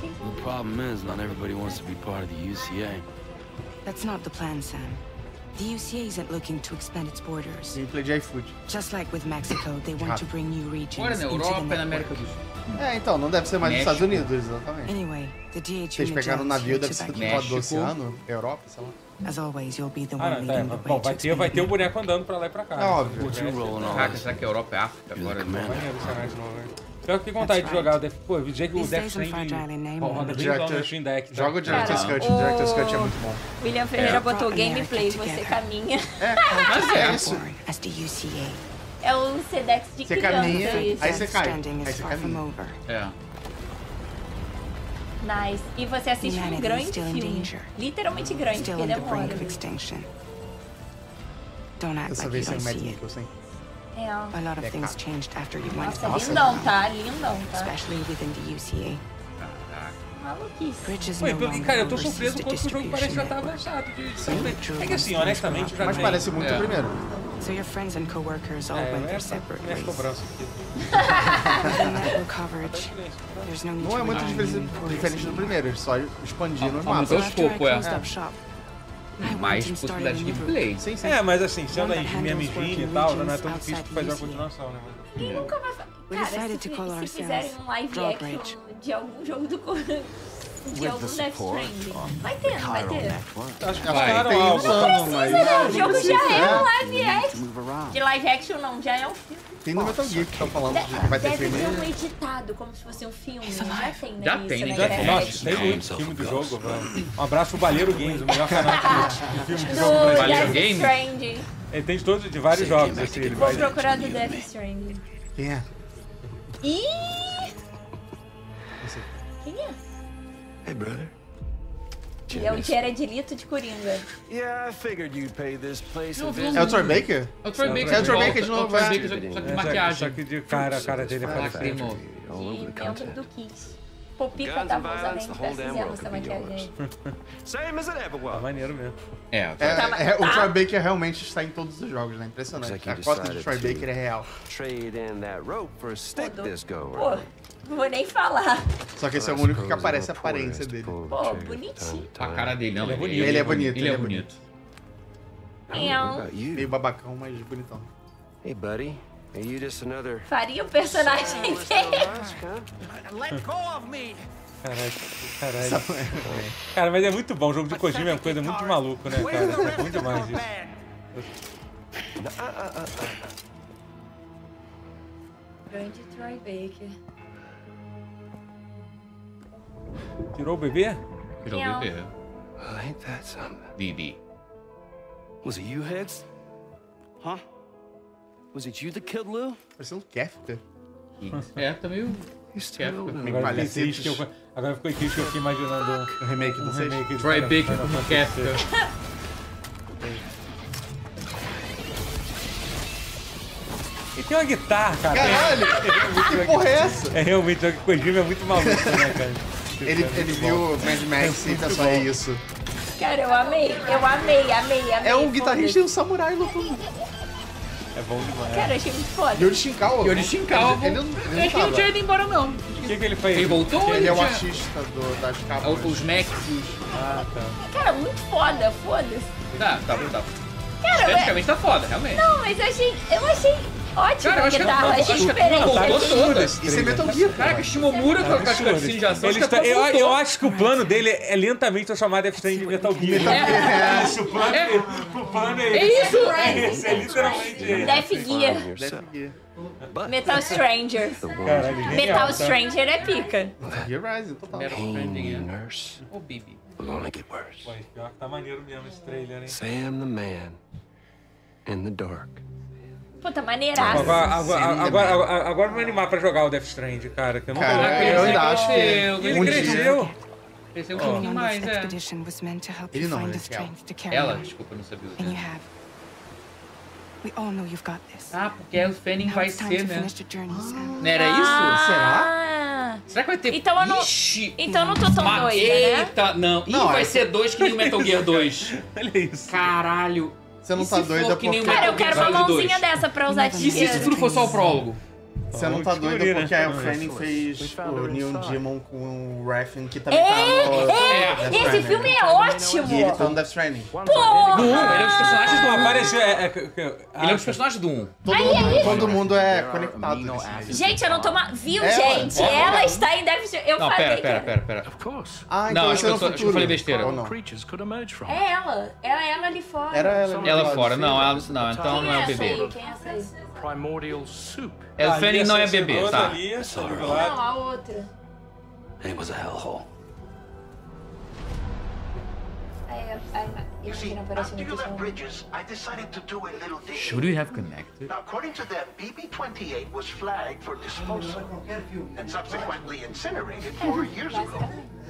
S17: The problem is not everybody wants to be part of the UCA.
S16: That's not the plan, Sam. The UCA isn't looking to expand its borders.
S4: Gameplay de iFood.
S16: Just like with Mexico, they want to bring new regions
S2: Agora na Europa, na América do Sul.
S4: É, então, não deve ser mais nos Estados Unidos, exatamente.
S16: Anyway, the DH
S4: Vocês pegaram um navio, deve ser do lado do oceano, Europa, sei lá.
S16: As always, you'll be the
S1: Ah,
S16: one
S1: não, tá.
S16: leading the way
S1: Bom, vai
S16: to
S1: ter, vai ter o boneco andando pra lá e pra cá.
S4: É óbvio.
S2: Caraca, será que a Europa é África agora? Não
S1: Vai ver o cenário de novo, hein? Pior que fiquei com vontade de jogar o Death... Pô, eu vi dizer que o Death Stranding roda bem bom no Steam Deck. tá?
S4: Joga o Director's
S3: Cara,
S4: Cut, o Director's
S3: o-
S4: Cut é muito bom.
S3: William Ferreira botou gameplay, você caminha.
S4: É,
S2: Mas
S4: é
S2: é,
S4: isso.
S16: War as the UCA.
S3: É um Sedex de
S4: Você
S3: criança
S4: caminha,
S3: isso.
S4: aí você cai.
S16: Standing
S4: Aí
S16: is
S4: você
S16: far from
S4: caminha.
S16: over.
S2: É.
S3: Nice. E você assiste um
S16: Humanity
S3: grande
S16: still in
S3: filme.
S16: danger.
S3: Literalmente grande,
S16: Still
S3: porque é
S16: on the brink
S3: demora.
S16: of extinction. Don't act
S4: Dessa
S16: like you
S4: vez sem
S16: don't
S4: o Mad
S16: see it.
S4: Mikkelsen.
S3: É.
S16: A lot of
S4: É,
S16: things
S4: cara.
S16: changed after you went
S3: Nossa,
S16: off.
S3: lindão, tá? Lindão, tá?
S16: Especially within the UCA.
S3: Maluquice.
S16: Bridge is
S1: Pô,
S16: no
S1: e pelo que,
S16: longer
S1: cara, eu tô
S16: overseas
S1: surpreso
S16: to
S1: quanto o jogo parece
S16: distribution
S1: já tá
S16: network.
S1: avançado. De...
S16: Sim.
S1: É que assim, honestamente, já
S4: Mas
S1: tem.
S4: parece muito
S2: É.
S4: o primeiro.
S16: So your friends and coworkers all
S1: É,
S16: went
S1: é
S16: their
S1: essa-
S16: separate
S1: é essa
S16: ways.
S1: cobrança aqui.
S16: Within network coverage, there's no need
S4: Não
S16: to
S4: é muito
S16: rely on
S4: diferente,
S16: employees
S4: diferente do
S16: anymore.
S4: primeiro, eles só expandiram os
S2: Ah, mas eu-
S4: mapas.
S16: After I
S2: pouco, é.
S16: closed up shop, I
S2: Mais
S16: went and started
S2: possibilidade
S16: a
S2: de
S16: new
S2: gameplay.
S4: Sim, sim.
S1: É, mas assim, sendo aí de Miami Gene e tal, não é tão difícil de fazer uma continuação, né?
S3: Quem nunca vai fa-
S16: We
S3: Cara,
S16: decided
S3: se,
S16: to call
S3: fi- se
S16: ourselves
S3: fizerem um live
S16: Drawbridge.
S3: action de algum jogo do Corinthians, de algum Death Stranding. Vai ter, não vai ter?
S4: Acho que
S3: Vai.
S4: era
S3: Não
S4: um
S3: precisa,
S4: ano, mas.
S3: não. O jogo já é um live
S4: around.
S3: action. De live action, não. Já é um filme.
S4: Tem no Metal Gear que estão falando
S3: De-
S4: que vai ter
S3: Deve ter
S4: primeiro.
S3: um editado, como se fosse um filme. Já tem, né? isso, né?
S1: Já
S3: É.
S1: tem. Nossa, tem muito filme do jogo, velho. Um abraço pro Baleiro Games, o melhor canal de filme do jogo
S3: Do
S1: brasileiro.
S3: Death Stranding.
S1: Ele tem de todos, de vários jogos. Esse, ele
S3: Vou
S1: vai...
S3: procurar do Death Stranding.
S4: Quem é?
S3: Ih! Quem é?
S17: Hey, brother.
S3: Ele é o Jared Leto de Coringa.
S19: Yeah, I figured you'd pay this place a
S4: É o Troy Baker?
S2: É o Troy Baker.
S4: É o Troy Baker de
S2: É o
S4: novo,
S2: Troy
S4: é.
S2: Baker, só que- só que de maquiagem.
S1: né? Só que de cara, a cara dele é
S2: Lacrimal.
S1: parecida.
S3: E dentro do Kiss. Popica tá tava usando ainda pra fizeram essa maquiagem.
S19: Same as it ever was.
S1: maneiro mesmo.
S2: É,
S4: É, é, o Troy Baker realmente está em todos os jogos, né? Impressionante. A cota de Troy Baker é real.
S19: Trade in that rope for a stick this go
S3: Pô, não vou nem falar.
S4: Só que esse é o único que aparece a aparência dele.
S3: Pô, bonitinho.
S2: A cara dele, não.
S4: Ele é bonito. Ele é bonito,
S2: Ele
S4: ele
S2: é
S4: é
S2: bonito.
S3: Eu
S4: Meio babacão, mas bonitão.
S19: Hey, buddy. Are you just another...
S3: faria o personagem dele.
S19: Let go of me!
S1: Caralho, caralho. Cara, mas é muito bom. O jogo de Kojima é uma coisa muito maluco, né, cara? É bom demais isso.
S3: Grande Troy Baker.
S1: Tirou o bebê?
S2: Tirou o bebê.
S17: Well, ain't that something?
S2: BB.
S17: Was it you heads? Huh? Was it you that killed Lou?
S4: Parecendo um Kefka.
S2: É, tá meio.
S1: Agora eu fiquei triste que eu, agora eu fiquei triste que eu fiquei imaginando
S4: o remake do
S1: um
S4: seis.
S1: remake do
S2: Troy
S1: Final-
S2: Baker
S1: Final
S2: um como
S1: Fantasy.
S2: Kefka.
S1: E tem uma guitarra, cara.
S4: Caralho, que porra é essa?
S1: É realmente, o Kojima é muito maluco, né, cara?
S4: Ele,
S1: É muito
S4: ele
S1: bom.
S4: viu Mad Max e
S1: muito
S4: pensou,
S1: bom.
S4: é isso.
S3: Cara, eu amei, eu amei, amei, amei.
S4: É um
S3: foda-se.
S4: guitarrista e um samurai lutando.
S1: É bom demais.
S3: Cara, eu achei muito foda.
S4: Yuri Shinkawa.
S2: Yuri Shinkawa.
S4: Ele, ele, ele
S2: Eu achei que não
S4: tava.
S2: tinha ido embora, não.
S1: O que, que ele fez?
S2: Ele voltou ou
S4: Ele é o
S2: já-
S4: artista do, das
S2: Ah,
S4: capas.
S2: Os Max. os-
S1: Ah, tá.
S3: Cara, muito foda, foda-se.
S2: Tá, tá, tá.
S3: Cara, eu...
S2: Esteticamente tá foda, realmente.
S3: Não, mas eu achei, eu achei ótima
S2: Cara, eu
S3: a
S2: acho que-
S3: guitarra,
S2: eu acho
S3: achei
S2: que-
S3: diferente.
S2: não, tá
S3: achei-
S2: gostoso. Todas.
S4: Isso é Metal Gear.
S2: Caraca, Shimomura com a cutscene de ação.
S1: Ele está, eu, eu acho que o plano dele é lentamente transformar Death Stranding de Metal Gear.
S2: É.
S1: Isso, o plano
S2: É.
S1: dele. O plano é
S2: É
S1: esse.
S2: isso.
S1: É esse, é literalmente ele.
S3: Death Gear,
S4: Deve Gear.
S3: Metal Stranger.
S1: Caralho, genial,
S3: Metal
S1: tá?
S3: Stranger é pica.
S4: Gear Rising, total.
S17: nurse
S2: Ô, Bibi.
S17: will only get worse.
S1: Pô, pior que tá maneiro mesmo esse trailer, hein?
S17: Sam the man in the dark.
S2: Ah,
S3: Puta,
S1: Agora,
S3: maneiraço.
S1: agora, agora, agora, agora, agora eu vou animar pra jogar o Death Strand, cara. Que eu não
S4: Cara, eu ainda acho que
S1: Ele
S4: um
S1: cresceu.
S4: dia...
S2: Esse é um
S1: Ó.
S2: pouquinho mais,
S16: this
S2: é.
S16: expedition was meant to help
S4: Ele
S16: you
S4: não,
S16: find
S4: ele
S16: the
S4: é fiel.
S16: strength to carry
S2: Ela,
S16: on.
S2: desculpa, eu não sabia. o
S16: And you
S2: dela.
S16: have. We all know you've got this.
S2: Ah, porque o Fanning
S16: Now
S2: vai
S3: tá
S16: it's time to
S2: ser, né?
S16: finish the journey, Sam.
S2: Não era isso?
S3: Ah,
S2: Será que vai ter.
S3: Então eu não-
S2: Ixi!
S3: então eu não tô tão
S2: Ma-
S3: doida, né?
S2: Eita, não. Ih,
S4: Não,
S2: vai
S4: é-
S2: ser dois que nem o Metal Gear 2.
S1: Olha isso.
S2: Caralho.
S4: Você não
S2: E
S4: tá
S2: se for
S4: doida
S2: que nem
S4: porque...
S2: o
S3: Cara, eu quero uma
S2: Metal Gear
S3: mãozinha
S2: 2.
S3: dessa pra usar de
S2: E se isso tudo for só o prólogo?
S4: Você não
S1: Vamos
S4: tá
S1: descobrir,
S4: doida
S1: né?
S4: porque a
S1: Vamos ver.
S4: Fanning fez o Neon Demon com o Refn, que também tá no...
S3: É,
S4: Death
S3: esse
S4: Stranding.
S3: filme é
S4: E ele
S3: ótimo.
S4: tá no Death Stranding.
S2: Não, ele é um dos personagens do
S1: Não,
S2: 1.
S1: apareceu. É, é, que- que-
S2: Ele é um
S1: ah,
S2: dos personagens do 1.
S4: Todo, mundo, todo mundo é conectado. nesse vídeo.
S3: Gente, eu não tô... ma- Viu,
S4: É,
S3: gente?
S2: ó.
S3: Ela está em Death Stranger. Eu
S2: Não, pera,
S3: falei
S2: pera,
S3: que...
S2: pera, pera.
S17: Of course.
S4: Ah,
S2: Não,
S4: então
S2: acho
S4: esse
S2: que
S4: é no
S2: eu tô- acho que eu
S4: futuro.
S2: falei besteira.
S4: Ou não?
S17: Creatures could emerge from.
S3: É ela. Ela, ela ali fora.
S4: Era ela.
S2: Ela é fora, não, ela não, então não é o
S3: Quem é essa aí?
S2: bebê.
S3: Quem é essa aí?
S17: Primordial soup.
S2: É, o
S1: Tá, ali,
S2: Fanning não é
S1: essa
S2: bebê,
S1: segunda
S2: tá?
S1: ali, essa do
S3: Não,
S1: lado.
S3: a outra.
S17: It was a hellhole.
S3: É, a Imagina, parece muito chão.
S20: Bridges, I decided to do a little digging.
S2: Should we have connected?
S20: Now, according to them, BB-28 was flagged for disposal and subsequently incinerated four years ago.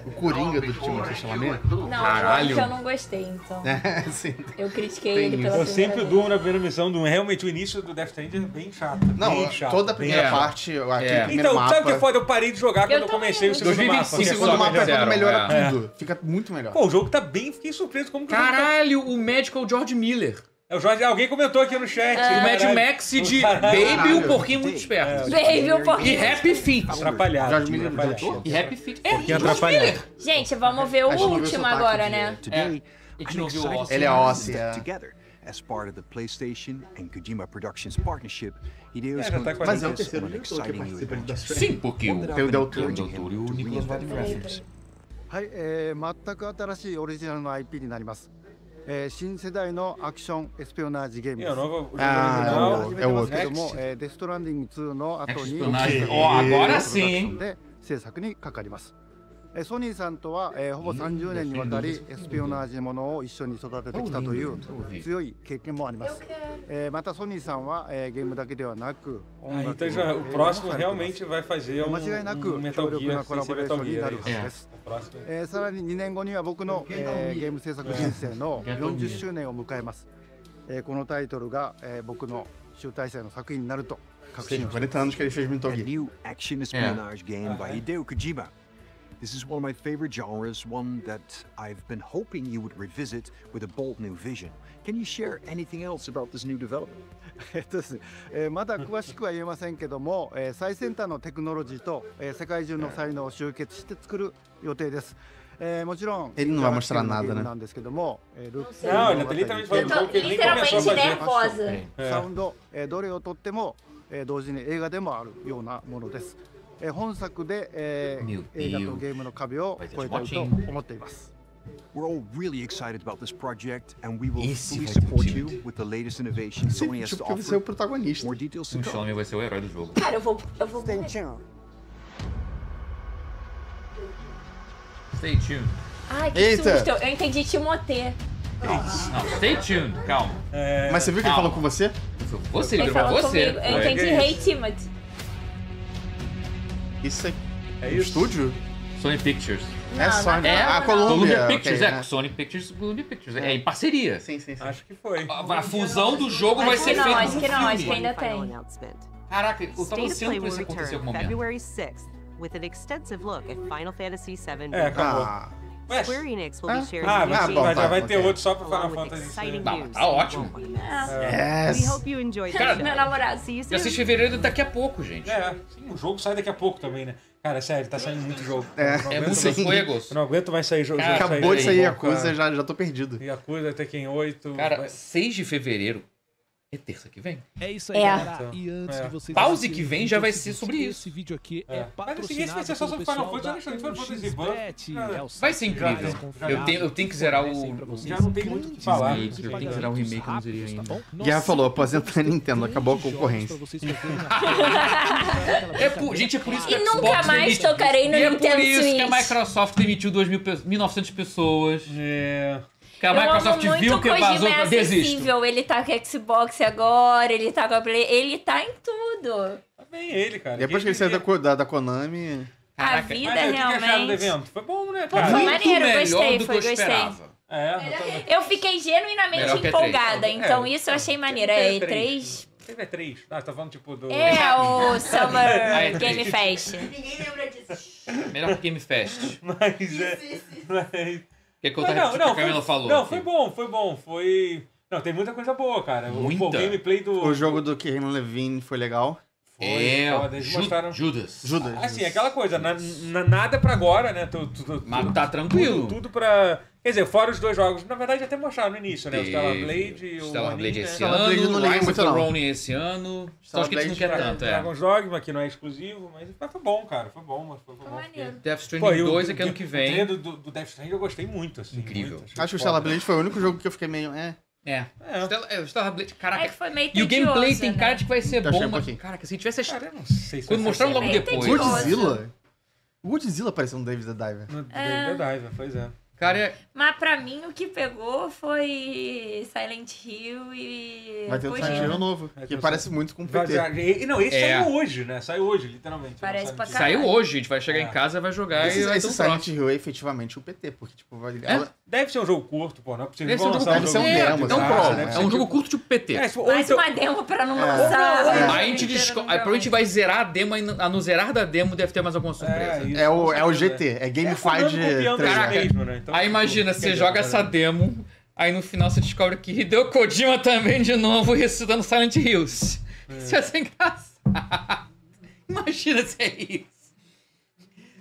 S4: O Coringa do Timothée
S17: uh,
S4: Chalamet?
S3: Não,
S2: Caralho.
S3: Caralho. eu não gostei, então.
S4: É, sim.
S3: Eu critiquei
S4: Tem
S3: ele
S4: isso.
S3: pela
S1: Eu
S3: primeira
S1: sempre
S3: vez.
S1: durmo na primeira missão do 1. Realmente, o início do Death Stranding é bem chato.
S4: Não,
S1: bem chato,
S4: toda a
S1: bem
S4: primeira
S2: É.
S4: parte, aquele
S2: É.
S4: primeiro
S1: Então,
S4: mapa...
S1: sabe o que é foda? Eu parei de jogar quando eu,
S3: também
S1: comecei o
S3: não.
S1: segundo mapa.
S2: 2025
S4: O segundo
S2: Só
S4: mapa é quando
S2: melhoraram,
S4: melhora
S1: é.
S4: tudo. Fica muito melhor.
S1: Pô, o jogo tá bem... Fiquei surpreso como que o jogo tá-
S2: Caralho, o médico é o George Miller.
S1: É o Jorge... Alguém comentou aqui no chat.
S2: O Mad
S1: Caralho.
S2: Max de
S1: Caralho. É.
S2: Baby e um porquinho muito esperto.
S3: Baby, o
S2: E
S3: porquinho.
S2: Happy Feet.
S1: Atrapalhado.
S4: Jorge Miller
S1: atrapalhado.
S4: diretor?
S2: E Happy Feet. É,
S1: Porquinho
S2: George
S1: atrapalhado.
S2: Miller.
S3: Gente, vamos ver o
S4: A gente não viu
S3: último
S4: sotaque
S3: agora,
S4: de-
S3: né?
S7: Today,
S2: A gente
S7: I'm
S2: não viu o
S7: excited
S2: Oscar.
S7: to
S4: Ele é
S7: bring
S4: Oscar,
S7: this
S4: é.
S7: together as part of the PlayStation and Kojima Productions partnership. Hideo is
S1: já tá
S7: going to
S1: quase
S7: take
S4: Mas é o
S7: us
S4: terceiro
S7: on
S4: diretor que
S7: exciting new
S4: participa de
S7: adventures.
S4: Death Stranding.
S2: Sim, porque o
S4: Tem o Del Toro.
S2: Del Toro e o Nicholas Winding Refn.
S18: はい、えー全く新しいオリジナルの IP になります、えー新世代のアクションエスピオナージゲームです
S1: いやなんか
S4: Ah, é
S1: あー
S18: 始めてますけど
S1: é
S18: も
S1: outro、
S18: えーデストランディング2の
S2: é
S18: 後に
S2: Espionage お
S1: あ agora sim
S18: で制作にかかりますえーソニーさんとは、えーほぼ30年にわたりエスピオナージものを一緒に育ててきたという強い経験もあります、えーまたソニーさんは、えーゲームだけではなく音
S1: Ah,
S18: 楽
S1: então
S18: も
S1: já,
S18: 映画
S1: o
S18: も
S1: próximo
S18: されています
S1: realmente vai fazer um,
S18: 間違いなく
S1: um
S18: 強
S1: Metal
S18: 力
S1: Gear
S18: なコラ
S1: sem
S18: ボ
S1: ser
S18: レーシ
S1: Metal
S18: ョンにな
S1: Gear. é
S18: るはずで
S1: isso.
S18: す
S1: O próximo
S18: えーさらに2年後には僕の、えーゲーム制作人生の40周年を迎えます、えーこのタイトルが、えー僕の集大成の作品になると確信をしてい
S7: anos que ele fez Metal Gear. A new action espionage game by
S18: Uh-huh.
S7: Hideo Kojima. This is one of my favorite genres, one that I've been hoping you would revisit with a bold new vision. Can you share anything else about this new development?
S18: えっとですねえーまだ詳しくは言えませんけども、えー最先端のテクノロジーと、えー世界中の才能を集結して作る予定です、えーもちろん
S4: Ele não vai mostrar
S18: ガラクティのゲーム
S4: nada, né?
S18: なんですけども、えールークス
S1: Não, ele tá literalmente falando do jogo que ele nem começou a fazer.
S18: サウンド、えーどれをとっても、えー同時に映画でもあるようなものです、えー本作で、えー
S7: Meu
S18: 映画
S7: Deus.
S18: とゲームの壁を越えたいと
S7: Watching.
S18: 思っています
S7: We're all really excited about this project, and we will
S18: Esse
S7: fully
S18: vai ter um
S7: support
S18: time.
S7: you with the latest innovations Sony has to
S4: Tipo, você é o
S7: offer.
S4: protagonista.
S7: More details to
S2: O Xiaomi
S7: come.
S2: vai ser o herói do jogo.
S3: Cara, eu vou. Eu vou morrer.
S2: Stay tuned.
S3: Ai, que
S2: Eita.
S3: susto. Eu entendi Timotê.
S2: Não, stay tuned, calma.
S4: Mas você viu que ele falou com você?
S2: Você,
S3: Ele
S2: ele falou
S3: falou
S2: pra você.
S3: comigo. Eu entendi Hey Timothy.
S4: Isso aqui.
S2: É
S4: isso? Estúdio?
S2: Sony Pictures.
S4: É Não, Sony. não,
S2: É
S4: não, não. Columbia, ok,
S2: Pictures, é.
S4: né?
S2: Sony Pictures, Columbia Pictures. É, em parceria.
S4: Sim, sim, sim.
S1: Acho que foi.
S2: A, a fusão do jogo vai
S11: Acho
S2: ser
S11: que não,
S2: feita
S11: acho
S2: como
S11: que não,
S2: filme.
S11: acho que ainda Final announcement.
S2: Caraca, eu tava
S11: State of
S2: ansiando
S11: Play
S2: por
S11: will
S2: isso acontecer em
S11: return
S2: algum momento.
S11: February 6th with an extensive look at Final Fantasy VII.
S2: É, acabou.
S11: Ah. Square Enix will be sharing
S1: Eh, Ah,
S11: new
S1: vai-
S11: gameplay
S1: vai- já vai ter
S11: along
S1: outro só pro Final
S11: with
S1: Fantasy
S11: exciting
S2: VII.
S11: news
S2: Tá, tá
S11: and
S2: ótimo.
S11: compliments.
S1: É.
S11: We hope you enjoy the
S1: Cara,
S11: show.
S1: meu
S3: namorado.
S11: See you
S1: Já
S11: soon.
S1: assisti em fevereiro daqui a pouco, gente. É, sim, o jogo sai daqui a pouco também, né? Cara, sério, tá saindo muito jogo.
S4: É.
S1: Eu não
S4: É
S1: aguento
S4: muito
S1: mais-
S4: jogo.
S1: Eu não aguento mais sair jogo.
S4: Cara, acabou de sair Yakuza,
S1: já, já tô perdido. Yakuza, Tekken 8.
S2: Cara, 6 de fevereiro é terça que vem.
S21: É isso aí,
S2: É.
S21: galera. E antes
S2: É.
S21: de vocês
S2: Pause
S21: assistirem
S2: que vem
S21: o
S2: já
S21: vídeo, é
S2: vai
S21: o
S2: ser
S21: seguinte,
S2: sobre
S21: Esse vídeo aqui é,
S1: Mas esse esse vai ser
S21: patrocinado
S1: só
S21: pelo
S1: sobre Final
S21: pessoal
S1: Fantasy, eu
S21: da
S1: não sei se foi Final Fantasy
S21: UXBet,
S1: Ban.
S21: é o
S1: Vai
S21: site
S1: ser
S21: de
S1: incrível.
S21: jogos
S2: Eu tenho, eu tenho que zerar o.
S21: confiáveis pra vocês.
S1: Já não tem muito o que falar.
S2: Eu tenho que zerar o remake, eu não zerei ainda.
S4: Já falou, aposenta a Nintendo, acabou a concorrência.
S2: É por, gente, é por isso que
S3: E
S2: a Xbox
S3: nunca mais
S2: demitiu-
S3: tocarei no
S2: e É
S3: Nintendo
S2: por isso que a
S3: Switch.
S2: Microsoft demitiu 2.000 pe- 1.900 pessoas.
S1: É.
S2: Que a
S3: Eu amo
S2: Microsoft
S3: muito
S2: viu
S3: o
S2: que
S3: Kojima
S2: vazou.
S3: é
S2: Desisto.
S3: acessível. Ele tá com Xbox agora, ele tá com a Play, ele tá em tudo.
S1: Bem ele, cara.
S4: Depois que ele saiu da, Co- da, da Konami.
S3: A vida
S1: Mas aí, o que que acharam do
S3: realmente.
S1: evento? Foi bom, né,
S3: Pô,
S1: cara?
S3: foi maneiro, Muito melhor gostei, do foi, que eu gostei.
S1: esperava.
S3: esperava.
S1: É, eu também.
S3: Eu fiquei genuinamente
S1: Melhor que a E3.
S3: empolgada,
S1: É,
S3: então isso eu achei maneiro. É E3?
S1: Teve E3. Ah, tá falando tipo do.
S3: É o
S2: Ah,
S3: Summer
S2: E3.
S3: Game Fest.
S2: Melhor que Game Fest.
S1: Mas é. Mas...
S2: Quer que eu
S1: Mas
S2: tava repetindo o que a
S1: foi-
S2: Camila falou?
S1: Não,
S2: aqui?
S1: foi bom, foi bom. Foi. Não, tem muita coisa boa, cara. O- pô, O gameplay do.
S4: O jogo do Kieran Levine foi legal.
S1: É, foda, eles Ju- mostraram-
S2: Judas.
S4: Judas.
S1: Assim, aquela coisa, na, na- nada pra agora, né? Tu, tu, tu,
S2: Mas
S1: tudo-
S2: tá tranquilo.
S1: Tudo, tudo pra. Quer dizer, fora os dois jogos, na verdade até mostraram no início, né? O
S2: Teve
S1: Stellar Blade e o.
S2: Stellar
S1: Oni,
S2: Blade
S1: né?
S2: esse ano, Rise of the Ronin esse ano. Só os que a gente não quer tanto, é.
S1: Dragon's Dogma, que não é exclusivo, mas, mas foi bom, cara. Foi bom, mas foi, foi bom. porque-
S2: Death Stranding
S1: e o
S2: 2
S1: do-
S2: é que ano
S1: do-
S2: que vem.
S1: O trailer do, do Death Stranding eu gostei muito, assim. Incrível.
S4: Acho que o Stellar Blade foi o único jogo que eu fiquei meio. É.
S2: É. Stella- é, o Stellar Blade, caraca.
S3: É que foi meio
S2: e o
S3: tedioso,
S2: gameplay tem
S3: né?
S2: cara de que vai ser
S4: Tá
S2: bom,
S4: cheio um
S2: mas,
S4: pouquinho.
S2: caraca, se tivesse... Cara,
S1: eu não sei
S2: Quando mostraram
S1: assim.
S2: logo depois...
S4: Godzilla? O Godzilla pareceu um David the Diver.
S3: É. David the
S1: Diver, pois é.
S2: Cara, é...
S3: Mas pra mim o que pegou foi Silent Hill e.
S4: Vai ter um
S3: Kojima.
S4: Silent Hill novo,
S1: Vai ter
S4: que
S1: um
S4: parece
S1: Silent-
S4: muito com o
S1: Vai-
S4: PT.
S1: já- e- não, esse
S2: É.
S1: saiu hoje, né? Saiu hoje, literalmente.
S3: Parece pra caralho.
S2: Saiu hoje, a gente vai
S1: É.
S2: chegar em casa, vai jogar
S4: Esse,
S2: e vai ter
S4: esse
S2: um
S4: Silent
S2: troço.
S4: Hill é efetivamente o PT, porque, tipo, vai.
S2: É?
S1: Deve ser um jogo curto, pô. Não é possível.
S4: Deve
S1: Vão
S4: ser um jogo
S1: lançar
S4: curto. Deve ser um
S1: jogo
S4: demo,
S1: curto,
S4: é um
S1: tá?
S4: pro.
S1: Deve
S4: É
S1: ser
S2: É um jogo curto tipo PT.
S1: É, tipo, ou
S3: Mais
S1: então-
S3: uma demo pra não
S1: Ou
S4: É.
S3: lançar.
S1: não,
S2: Aí a gente descobre. Aí provavelmente a gente vai zerar a demo, aí no- ah, no zerar da demo deve ter mais alguma surpresa.
S4: É, o, é o GT, é Gamify de
S1: então
S2: Caraca,
S4: trailer.
S1: né?
S2: aí imagina,
S1: tipo,
S4: quer
S2: você
S4: dizer,
S2: joga essa demo, aí no final você descobre que Hideo Kojima também de novo ressuscitando Silent Hills.
S4: É.
S2: Isso ia ser engraçado. Imagina se é isso.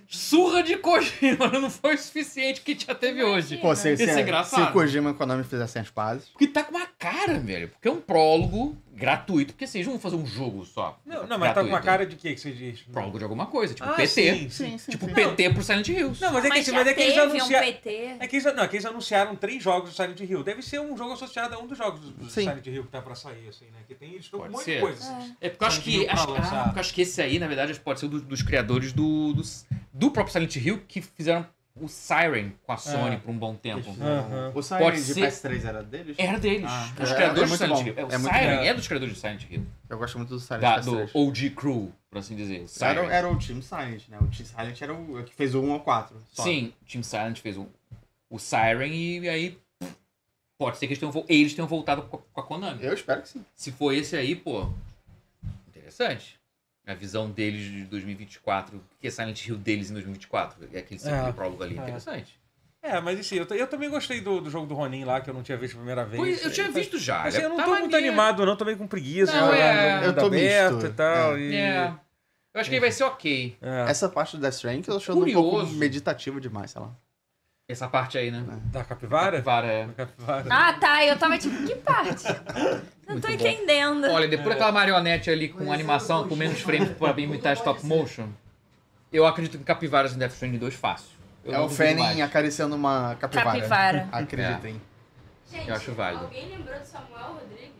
S2: Surra de Kojima não foi o suficiente que já teve hoje.
S4: Pô, se,
S2: Isso
S4: se,
S2: é
S4: se
S2: engraçado.
S4: o Kojima e o Konami fizessem as pazes.
S2: Porque tá com uma cara, velho. Porque é um prólogo gratuito. Porque vocês vão fazer um jogo só.
S1: Não, não mas tá com
S2: gratuito.
S1: uma cara de quê que você diz?
S2: Prólogo de alguma coisa, tipo
S1: Ah,
S2: PT.
S1: sim, sim, sim,
S2: tipo
S1: sim.
S2: PT pro Silent Hills.
S1: Não, mas é que,
S3: Mas
S1: esse- mas
S3: já
S1: é que eles
S3: teve um
S1: anunciaram.
S3: PT.
S1: É que eles, não, é que eles anunciaram três jogos do Silent Hill. Deve ser um jogo associado a um dos jogos do, do
S2: Sim.
S1: Silent Hill que tá pra sair, assim, né? Que tem, eles estão com um monte de
S2: ser.
S1: coisa.
S2: É porque eu acho
S1: Silent Hill
S2: que,
S1: pra
S2: acho, ah,
S1: lançar.
S2: porque eu acho que esse aí, na verdade, pode ser um do- dos criadores do, do, do próprio Silent Hill que fizeram o Siren com a Sony por um bom tempo.
S4: Aham. O Siren de PS3 era deles?
S2: Era deles.
S4: Ah,
S2: os
S4: é,
S2: criadores
S4: é
S2: do
S4: muito
S2: Silent
S4: bom.
S2: Hill. É, o
S4: É muito
S2: Siren
S4: bom.
S2: é dos criadores do Silent Hill.
S4: Eu gosto muito do Silent
S2: Da, do
S4: PS3.
S2: OG Crew, por assim dizer. O Siren.
S4: Era, era o Team Silent, né? O Team Silent era o que fez o 1 ao 4. só.
S2: Sim, o Team Silent fez o, o Siren e aí pode ser que eles tenham, vol- eles tenham voltado com a- com a Konami.
S4: Eu espero que sim.
S2: Se for esse aí, pô, interessante. A visão deles de 2024, o que é Silent Hill deles em 2024? É aquele ciclo
S1: É.
S2: de prólogo ali,
S1: É.
S2: interessante.
S1: É, mas enfim, eu, t- eu também gostei do, do jogo do Ronin lá, que eu não tinha visto a primeira vez.
S2: Pois, eu tinha visto já,
S1: Assim, eu não
S2: tá
S1: tô muito
S2: maneiro.
S1: animado, não, também com preguiça.
S2: Não,
S1: né?
S2: é.
S1: Mundo
S2: Eu tô
S1: aberto
S4: misto.
S1: e tal.
S4: É.
S1: e-
S2: É. Eu acho que ele vai ser ok.
S1: É.
S4: Essa parte do Death Stranding eu achando um pouco
S2: Tá. Curioso.
S4: meditativo demais, sei lá.
S2: Essa parte aí, né?
S1: Da capivara?
S2: Capivara, é.
S1: Capivara.
S3: Ah, tá. Eu tava tipo, que parte? Não tô
S2: Muito bom.
S3: entendendo.
S2: Olha,
S4: É.
S2: depois daquela marionete ali com animação, com menos frame pra imitar stop motion, eu acredito que Capivaras em Death Stranding 2 fácil. Eu
S4: é
S2: não
S4: o
S2: duvido
S4: Fanning
S2: mais.
S4: acariciando uma capivara.
S3: Capivara.
S4: Acreditem.
S6: Gente,
S2: Eu acho válido.
S6: alguém lembrou do Samuel Rodrigues?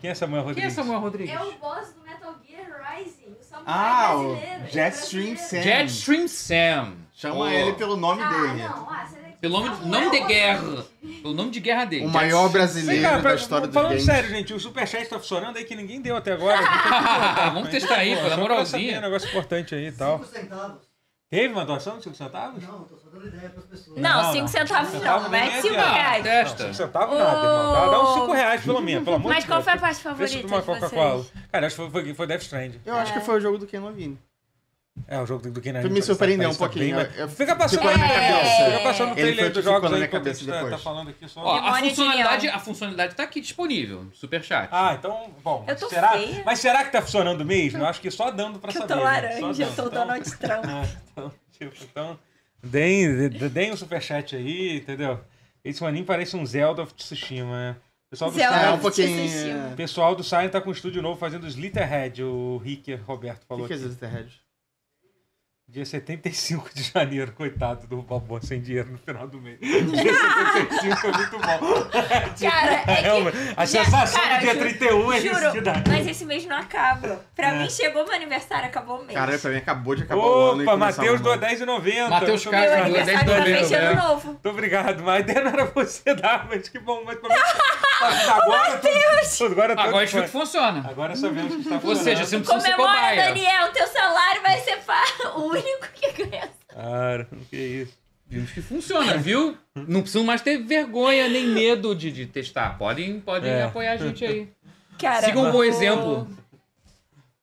S1: Quem é Samuel Rodrigues?
S2: Samuel Rodrigues?
S6: É o boss do Metal Gear Rising, o samurai
S4: Ah, o
S3: é
S6: brasileiro. é
S4: Jetstream Oh. Sam.
S2: Jetstream Sam.
S4: Chama
S2: Pô.
S4: ele pelo
S3: Ah,
S4: nome
S6: Ah,
S4: dele.
S6: tá
S2: Pelo nome, nome de guerra. Pelo nome de guerra dele.
S4: O maior brasileiro
S1: Vem cá, pra-
S4: da história dos
S1: Falando
S4: games.
S1: sério, gente, o Superchat tá funcionando aí que ninguém deu até agora.
S2: Vamos testar aí, pela
S1: pela
S2: moralzinha.
S1: Um negócio importante aí e tal.
S5: centavos.
S1: Teve uma doação de 5 centavos?
S5: Não, tô só dando ideia pras pessoas.
S3: Não, 5 centavos não,
S1: nem
S3: né? 5
S1: adianta.
S3: reais.
S1: Não, cinco centavos nada, irmão. Tá, Dá- Dá uns 5 reais pelo menos, pelo amor
S3: Mas
S1: um de
S3: qual
S1: Deus.
S3: foi a parte
S1: Preço de
S3: favorita
S1: uma
S3: de
S1: Coca-Cola.
S3: vocês?
S1: Cara, acho que foi, foi Death Strand.
S4: Eu acho que foi o jogo do Ken Levine.
S1: É, o jogo do Ken
S4: Tu me surpreendeu um pouquinho. Eu- eu-
S1: Fica passando
S4: ficou
S1: na minha
S4: na minha
S1: cabeça.
S4: cabeça.
S1: Fica passando o
S4: Ele
S1: trailer
S4: foi o que
S1: dos
S4: ficou
S1: jogos
S4: na
S1: aí
S4: minha
S1: enquanto a
S4: cabeça
S1: gente tá, tá
S4: depois.
S1: falando aqui só.
S2: Ó, a, funcionalidade, a funcionalidade tá aqui disponível, no superchat.
S1: Ah, então, bom.
S3: Eu tô
S1: será?
S3: feia.
S1: Mas será que tá funcionando mesmo? Eu acho que só dando pra
S3: Que eu
S1: saber.
S3: tô
S1: né? Só
S3: laranja, eu
S1: dando.
S3: sou o
S1: Então-
S3: Donald Trump.
S1: É, então, tipo, então, deem, de- deem o superchat aí, entendeu? Esse maninho parece um Zelda of Tsushima, né? Pessoal do
S4: Zelda
S1: Sign-
S4: of É, um pouquinho- Tsushima.
S1: pessoal do Sign tá com um estúdio novo fazendo Slitherhead, o Rick Roberto falou
S4: O que é
S1: aqui.
S4: Slitherhead?
S1: Dia 75 de janeiro, coitado do Babó sem dinheiro no final do mês. Dia 75 é muito bom.
S3: Cara, é que-
S1: uma- a
S3: Já-
S1: sensação
S3: cara,
S1: do dia
S3: ju-
S1: 31 é
S3: juro,
S1: felicidade.
S3: Mas esse mês não acaba. Pra
S1: É.
S3: mim, chegou meu aniversário, acabou o mês.
S4: Cara, pra mim acabou de acabar o ano. e
S1: Opa,
S4: Tá começar
S1: Matheus
S4: um
S1: doa
S4: novo.
S1: 10,90.
S2: Matheus
S1: Muito
S2: Castro
S1: obrigado.
S2: doa Meu 10,90, aniversário tá fechando
S1: né?
S3: tá novo.
S1: Muito obrigado, mas a ideia não era você dar, mas que bom. Mas, pelo menos- mas agora tudo- tudo- agora, tudo
S2: Agora a gente
S1: foi.
S2: viu que funciona.
S1: Agora sabemos que está
S2: Ou
S1: tá funcionando.
S2: seja, você não precisa ser
S3: Comemora,
S2: cobaia.
S3: Daniel, teu salário vai ser fa- o único que ganha.
S1: Cara, que isso.
S2: Vimos que funciona, viu? Não precisam mais ter vergonha nem medo de, de testar. Podem, podem
S1: É.
S2: apoiar a gente aí.
S3: Cara,
S2: Sigam um bom
S3: o-
S2: exemplo.